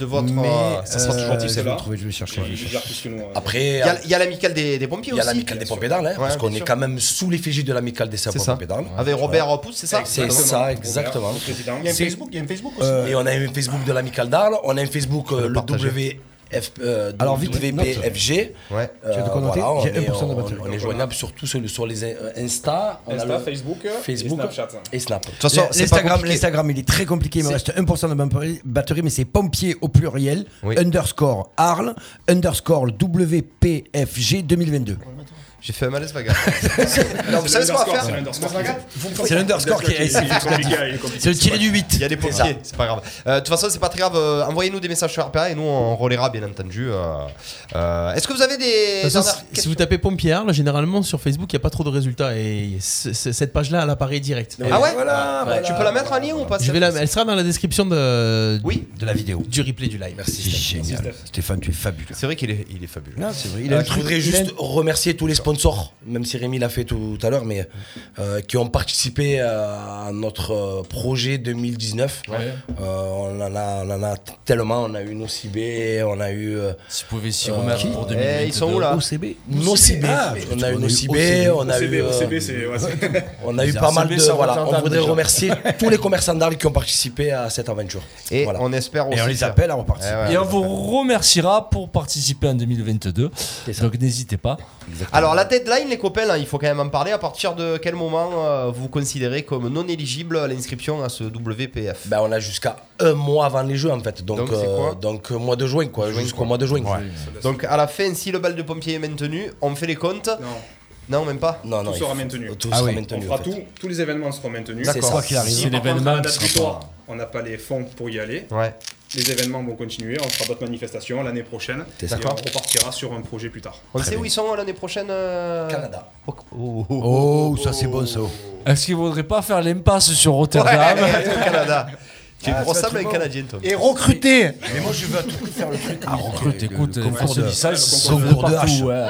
D: de votre,
C: Mais,
D: euh, ça sera toujours
C: euh, je
D: dit, c'est
C: vais
D: là.
C: le trouver, je vais chercher.
N: Il gère plus que nous. hein.
C: Après,
D: il y
J: euh,
D: a, il y a l'amicale des, des pompiers
C: il y
D: aussi.
C: a l'amicale des pompiers d'Arles, hein,
D: Ouais,
C: parce qu'on
D: bien
C: est
D: sûr.
C: quand même sous l'effigie de l'amicale des sapeurs pompiers d'Arles.
D: Avec Robert Pouce, c'est ça
C: C'est
D: Exactement.
C: ça, exactement.
N: le président.
O: Il y a un
C: C'est-
O: Facebook, il y a un Facebook aussi.
C: Euh, et on a un Facebook de l'amicale d'Arles, on a un Facebook euh, le WF, euh,
D: Alors, vite, note.
C: WPFG.
D: Ouais.
C: Euh,
D: Tu as de quoi
C: voilà,
D: noter
C: on,
D: J'ai
C: est,
D: 1% de
C: on-
D: batterie.
C: on est joignable surtout sur, sur les euh, Insta, on a
N: Insta,
C: le-
N: Facebook,
C: Facebook
N: et Snapchat.
C: et Snap.
D: toute façon, c'est pas
C: L'Instagram,
D: compliqué.
C: l'Instagram, il est très compliqué, il me reste 1% de batterie- batterie, mais c'est pompier au pluriel,
D: Oui.
C: underscore Arles, underscore WPFG 2022.
D: J'ai fait un malaise vagal. non, vous savez ce qu'on va faire
N: C'est l'underscore.
C: C'est l'underscore qui est.
N: Il est compliqué, il est
C: C'est
N: compliqué.
C: le tiré du 8.
D: Il y a des pompiers, c'est pas grave. Euh, De toute façon, c'est pas très grave. euh, Envoyez-nous des messages sur RPA et nous on relaiera bien entendu. euh, euh, Est-ce que vous avez des.
B: De toute façon,
D: dernières
B: si
D: questions
B: vous tapez Pierre, là, généralement sur Facebook, il n'y a pas trop de résultats et c- c- cette page-là, elle apparaît direct.
D: Ah ouais Tu peux la mettre en lien ou pas
B: Je vais la- elle sera dans la description de,
D: Oui,
C: De la vidéo.
B: du replay du live.
C: Merci Génial. Stéphane, tu es fabuleux.
D: c'est vrai qu'il est, il est fabuleux.
C: Non, c'est vrai.
D: il a un
C: je
D: truc-
C: voudrais
D: il a
C: juste remercier tous les sponsors, même si Rémi l'a fait tout à l'heure, mais euh, qui ont participé euh, à notre euh, projet 2019. Euh, on, en a, on en a tellement, on a eu Nocibé, on a eu euh,
A: Si vous pouvez s'y remettre pour
D: Eh,
A: 2022.
D: ils sont où là
C: OCB. Nocibé,
J: Ah,
C: on a eu Nocibé, on a eu
N: OCB,
C: euh,
N: OCB, c'est. ouais, c'est-
C: on a eu
A: Bizarre.
C: pas mal
A: OCB,
C: de
A: ça
C: voilà,
A: remonte
C: on
A: en
C: voudrait
A: date, déjà.
C: remercier tous les commerçants d'Arles qui ont participé à cette aventure.
D: Et
C: Voilà.
D: on espère aussi.
C: Et on les
D: faire-
C: appelle à repartir.
D: Eh ouais.
A: Et on vous remerciera pour participer en 2022. Donc n'hésitez pas.
D: Alors la deadline, les copains, là, il faut quand même en parler. À partir de quel moment euh, vous considérez comme non éligible l'inscription à ce WPF
C: Ben, on a jusqu'à un mois avant les jeux en fait, donc
D: Donc, c'est
C: euh,
D: quoi
C: donc, euh, mois de juin quoi, jusqu'au mois de juin.
D: Donc à la fin, si le bal de pompier est maintenu, on fait les comptes
N: Non.
D: Non, même pas.
C: Non, non,
N: Tout
C: il
N: sera
C: faut-
N: maintenu.
C: Tout
N: Ah
C: sera
N: oui. On
C: maintenu. en
N: fera
C: fait.
N: tout, tous les événements seront maintenus.
C: C'est ça qui arrive.
N: Si par contre, à la date butoir, on n'a pas les fonds pour y aller,
D: Ouais.
N: les événements vont continuer, on fera d'autres manifestations l'année prochaine,
C: C'est
N: et
C: ça.
N: on repartira sur un projet plus tard.
D: On sait où ils sont euh, l'année prochaine euh,
C: Canada.
D: Oh, oh, oh.
C: Oh, ça c'est bon ça.
A: Est-ce qu'il ne faudrait pas faire l'impasse sur
D: Ouais,
A: Rotterdam
D: au Canada. Tu es gros sable avec Canadien, toi.
J: Et recruter
C: Mais moi je veux à tout prix faire le truc.
A: Ah, recrute, écoute, les forces
C: de-
A: de l'ISAI, c'est
C: concours de
A: partout,
C: hache.
A: ouais.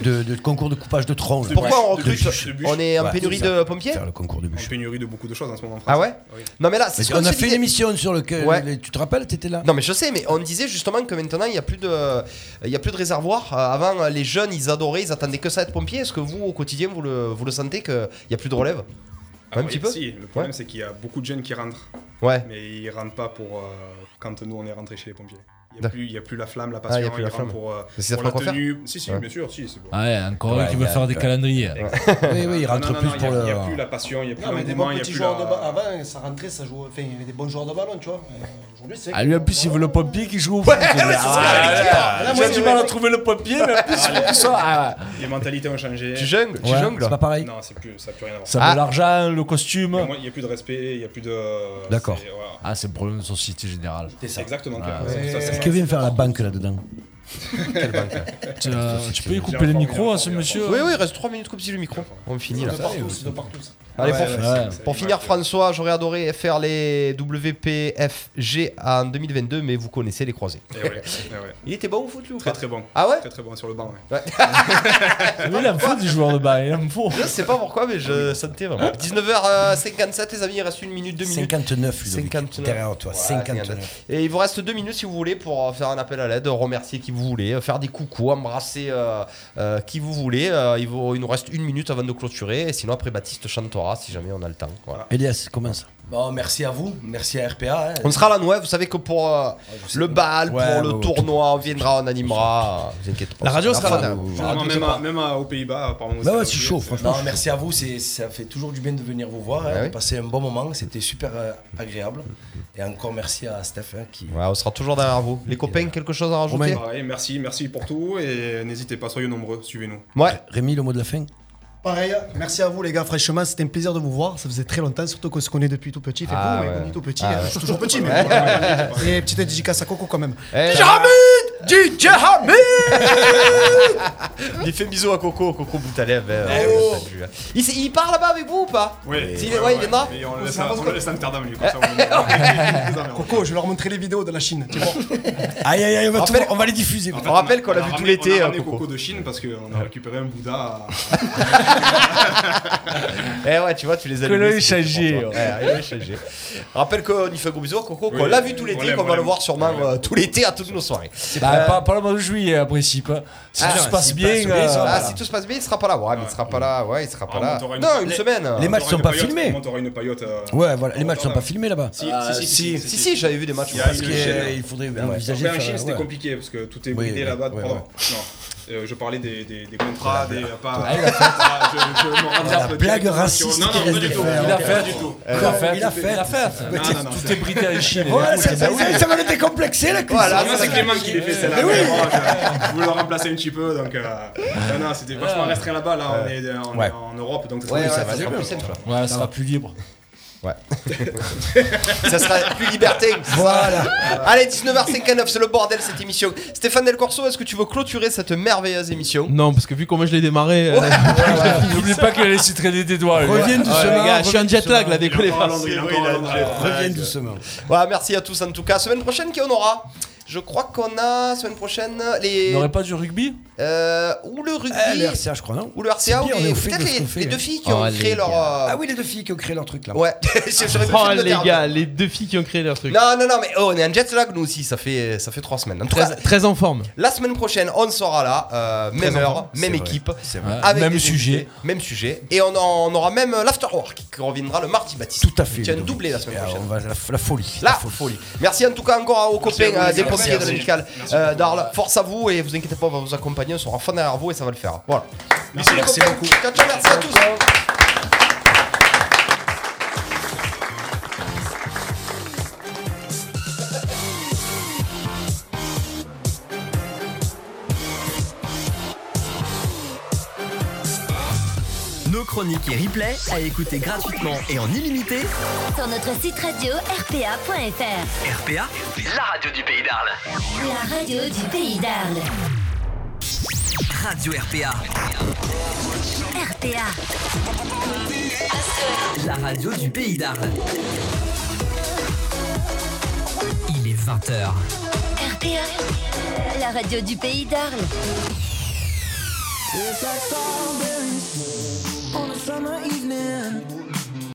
C: De, de concours de coupage de tronc. là.
D: Pourquoi on
C: De
D: recrute
C: bûche.
D: On est en
C: Ouais,
D: pénurie
C: c'est ça.
D: de pompiers
C: Faire le concours de
N: En
C: bûche.
N: pénurie de beaucoup de choses en ce moment. en
D: Ah
N: France.
D: ouais Non, mais là, c'est
C: Parce
D: ce
C: qu'on
D: qu'on
C: a
D: se
C: fait une
D: disait.
C: émission sur lequel
D: Ouais.
C: les- tu te rappelles, t'étais là.
D: Non mais je sais, mais on disait justement que maintenant il n'y a plus de, il y a plus de réservoir. Euh, Avant euh, les jeunes ils adoraient, ils attendaient que ça être pompier. Est-ce que vous au quotidien vous le, vous le sentez qu'il n'y a plus de relève
N: Ah
D: Un
N: oui,
D: petit peu
N: si, le problème
D: Ouais.
N: c'est qu'il y a beaucoup de jeunes qui rentrent,
D: Ouais.
N: mais ils rentrent pas pour euh, quand nous on est rentrés chez les pompiers. Il n'y a,
D: D'accord.
N: plus- il y a plus la flamme, la
D: Ah, il y a
N: passion,
D: plus
N: ils
D: la
N: rentrent
D: flamme.
N: pour, euh,
D: Mais c'est
N: pour
D: ça
N: la
D: qu'on va
N: tenue. Si, si,
D: Ouais.
N: bien sûr, si, c'est bon.
A: Ah ouais, encore un
C: Ouais,
A: qui
C: il
A: veut
C: y a-
A: faire des
C: ouais.
A: calendriers.
C: Oui, oui, il rentre
N: Non, non,
C: plus
N: non, il y
C: pour
N: a-
C: le.
N: Il n'y a plus la passion, il n'y a plus
O: Non, Ah, mais
N: le
O: des
N: mouvement,
O: bons
N: il n'y a
O: petits
N: plus
O: joueurs
N: la...
O: de ballon. Avant, ça rentrait, ça jouait. Enfin, il y avait des bons joueurs de ballon, tu vois. Euh, Aujourd'hui, c'est.
A: Ah, lui en plus, il veut le pompier qui joue au foot. Ah,
O: Là, moi,
A: J'ai
O: je-
A: du mal à trouver le pompier, mais en plus, il veut ça. Ah, ouais.
N: Les mentalités ont changé.
D: Tu jongles, tu
C: Ouais,
D: jongles.
C: C'est pas pareil.
N: Non, c'est plus, ça n'a plus rien à voir.
A: Ça
D: Ah.
A: veut l'argent, le costume.
N: Il n'y a plus de respect, il n'y a plus de.
C: D'accord.
N: c'est- voilà.
A: Ah, c'est le problème de société générale.
N: C'est exactement. Pierre. Ça, ça, ça,
C: Qu'est-ce que
N: ça.
C: vient faire la banque là-dedans
A: Tu, euh, tu peux y couper le
N: J'ai informé,
A: micro à
N: j'ai
A: ce
N: informé.
A: monsieur
D: Oui oui, reste 3 minutes comme si le micro. On finit là.
O: De partout, c'est de partout. ça.
D: Allez
N: Ouais,
D: pour,
N: ouais,
A: ouais,
N: c'est-
A: pour
N: c'est
D: pour
N: l'image
D: finir
N: de-
D: François, j'aurais adoré faire les WPFG en 2022, mais vous connaissez les croisés.
N: Eh ouais, eh ouais.
D: Il était bon au foot lui ou
N: Très
D: pas
N: très bon.
D: Ah ouais
N: Très très bon sur le banc. ouais.
A: Oui, il en faut des joueurs de balle, il en faut.
D: Je sais pas pourquoi, mais je sentais vraiment. 19h57 les amis, il reste une minute, deux minutes.
C: 59, Ludovic.
D: 59.
C: Derrière toi,
D: Ouais,
C: 59.
D: Et il vous reste deux minutes si vous voulez pour euh, faire un appel à l'aide, remercier qui vous voulez, euh, faire des coucous, embrasser euh, euh, qui vous voulez. Euh, il, vous- il nous reste une minute avant de clôturer. Et sinon, après Baptiste chantera si jamais on a le temps. Voilà.
C: Elias, commence.
J: Bon, merci à vous, merci à RPA. hein.
D: On sera là, ouais. Vous savez que pour euh, le bal,
C: Ouais,
D: pour le
C: ouais, ouais,
D: tournoi, on viendra, on animera. euh, Vous inquiétez pas.
B: La radio
D: On
B: sera
D: fera-
B: là.
N: Franchement, même, à- même à- aux Pays-Bas, apparemment.
C: Bah ouais,
N: c'est
C: c'est chaud, franchement.
J: Non, merci à vous, c'est- ça fait toujours du bien de venir vous voir. hein.
D: Ah oui.
J: On a passé un bon moment, c'était super euh, agréable. Et encore merci à Steph hein, qui.
D: Ouais, on sera toujours derrière vous. Les copains, quelque chose à rajouter
N: Pareil, merci, merci pour tout et n'hésitez pas, soyez nombreux, suivez-nous.
D: Ouais.
C: Rémi, le mot de la fin
O: Pareil, merci à vous les gars, franchement, c'était un plaisir de vous voir. Ça faisait très longtemps, surtout qu'on se connaît depuis tout petit. Enfin,
D: Ah
O: vous, on est
D: ouais.
O: connus tout petit,
D: Ah
O: hein.
D: ouais.
O: je suis toujours petit, mais. Et petite dédicace à Coco quand même.
D: Eh,
O: Jamais
C: DJ Hamid
D: Il fait bisous à Coco, Coco Boutalève. hein,
N: Eh
D: on
N: oh.
D: le salue, hein. Il, s- il part là-bas avec vous ou pas S'il est- ouais, il est mort
N: Mais on le
D: Ou
N: laisse
D: c'est un
N: à-
D: bon
N: on
D: co-
N: le laisse à Amsterdam, lui, comme ça.
O: Coco, je vais leur montrer les vidéos de la Chine. tu vois.
C: Aïe aïe aïe, on va, tout-
D: Rappelle-
C: on va les diffuser.
N: En fait,
C: putain.
D: rappelle qu'on l'a
N: a
D: vu tout
N: ramené-
D: l'été,
N: On a
D: euh,
N: ramené
D: Coco.
N: Coco de Chine parce qu'on a récupéré un Bouddha.
D: Eh ouais, tu vois, tu les as
A: Que l'œil
D: c'était
A: changé,
D: pour toi.
A: ouais.
D: Ouais, l'œil changé. Rappelle qu'on y fait un gros bisou à Coco, qu'on
N: Oui,
D: l'a vu tout l'été,
N: voilà,
D: qu'on va
N: voilà.
D: le voir sûrement euh, tout l'été à toutes nos soirées.
A: Bah,
D: Euh,
A: pas, pas le mois de juillet, en principe. hein. Si
D: Ah,
A: tout se passe
C: s'il
A: bien.
C: passe bien,
A: euh,
C: ça va.
D: Ah, si tout se passe bien, il sera pas là. Ouais, mais il sera pas là. Ouais, il sera pas
N: Ah,
D: là.
N: on t'aura une-
D: Non, une
N: les-
D: semaine.
C: Les matchs sont pas filmés.
N: On t'aura une paillote. euh,
C: Ouais, voilà, les
N: on
C: matchs sont
N: t'aura-
C: pas filmés là-bas.
N: Si,
J: Ah,
N: si,
J: si,
N: si, si,
D: Si,
N: si.
D: si, j'avais vu des matchs.
N: Il y a
C: Parce
N: une
C: qu'il
N: chaîne.
C: il faudrait
N: Ouais.
C: envisager.
N: Mais en
C: de faire-
N: Chine, c'était
C: ouais.
N: compliqué parce que tout est
C: Oui,
N: bridé
C: oui,
N: là-bas.
C: oui,
N: pardon.
C: oui.
N: Non, Euh, je parlais des, des, des contrats, des. Pas,
A: Ah, il a
N: Ah, je- je me rends
C: La
N: un peu
C: blague
N: directement sur-
C: raciste
N: Non,
C: qu'il
N: non,
C: reste
N: pas
C: de
N: du tout.
C: faire.
N: Il a
C: Ok.
N: fait du tout.
A: Euh, Il a fait,
C: Il a fait.
A: il a fait.
N: Non, non, non,
A: Tout
N: c'est-
A: est bridé en Chine.
C: Voilà, ça, ça- ça- ça va le décomplexer la question.
D: Voilà,
N: Ah, non, c'est Clément qui les fait celle-là.
C: Mais oui.
N: mais bon, je- Je voulais le remplacer un petit peu, donc. euh, Non, non, c'était vachement restreint là-bas. Là, on est on
C: Ouais.
N: est en Europe, donc
D: Ouais, ouais,
N: ça
D: ça
N: va
D: sera
N: mieux.
D: plus simple.
A: Ouais, ça sera plus libre.
D: Ça sera plus liberté.
C: Voilà.
D: Allez, 19h59, c'est le bordel cette émission. Stéphane Del Corso, est-ce que tu veux clôturer cette merveilleuse émission
B: Non, parce que vu comment je l'ai démarré. euh,
A: N'oublie pas qu'elle est traîner des doigts. lui.
B: ouais, les
C: Reviens
B: gars,
C: doucement.
B: je suis en jet lag là,
N: Il est encore
B: décollez
N: à
B: pas.
N: Londres, il est
D: Oui,
N: encore à
D: il a-
N: Londres.
C: Reviens doucement.
D: Voilà, merci à tous en tout cas. Semaine prochaine, qui on aura Je crois qu'on a semaine prochaine
A: Il
D: les
A: n'aurait pas du rugby
D: euh, ou le rugby
C: Eh,
R: Ah,
C: le RCA, je crois, non
D: ou le RCA
C: C'est
D: ou
C: bien, on
D: les-
C: est au fait
D: peut-être
C: de ce
D: les,
C: qu'on fait,
D: les
C: là.
D: deux filles qui ont
F: Oh,
D: créé
F: les
D: leur euh,
C: Ah oui, les deux filles qui ont créé leur truc là.
D: ouais. J'aurais pu
B: Oh
D: le
B: les
D: terme.
B: gars, les deux filles qui ont créé leur truc.
D: Non non non mais oh, on est en jet lag nous aussi, ça fait ça fait trois semaines. En tout cas,
B: Très, très en forme.
D: La semaine prochaine, on sera là, euh, même
C: Très
D: heure,
C: enfant.
D: même
C: C'est vrai,
D: équipe,
C: c'est vrai.
D: avec
A: Même
D: des
A: sujet.
D: invités, même sujet, et on, en- on aura même euh, l'afterwork qui reviendra le mardi, Baptiste.
C: Tout à fait.
D: Tiens,
C: Ludovic.
D: doublé la semaine
C: Et, euh,
D: prochaine.
C: on va- la, la folie.
D: La folie. Merci en tout cas encore aux copains
N: à vous,
D: euh,
N: les
D: des
N: gars.
D: pompiers de
N: Merci.
D: l'Amicale euh, d'Arles. Force à vous et vous inquiétez pas, on va vous accompagner, on sera fan derrière vous et ça va le faire. Voilà. Bisous les copains. Ciao, ciao, merci à tous.
R: Nos chroniques et replays à écouter gratuitement et en illimité.
S: Sur notre site radio rpa.fr.
R: RPA, la radio du pays d'Arles.
S: La radio du pays d'Arles.
R: Radio RPA,
S: RPA.
R: la radio du pays d'Arles. Il est 20h.
S: RPA. La radio du pays d'Arles.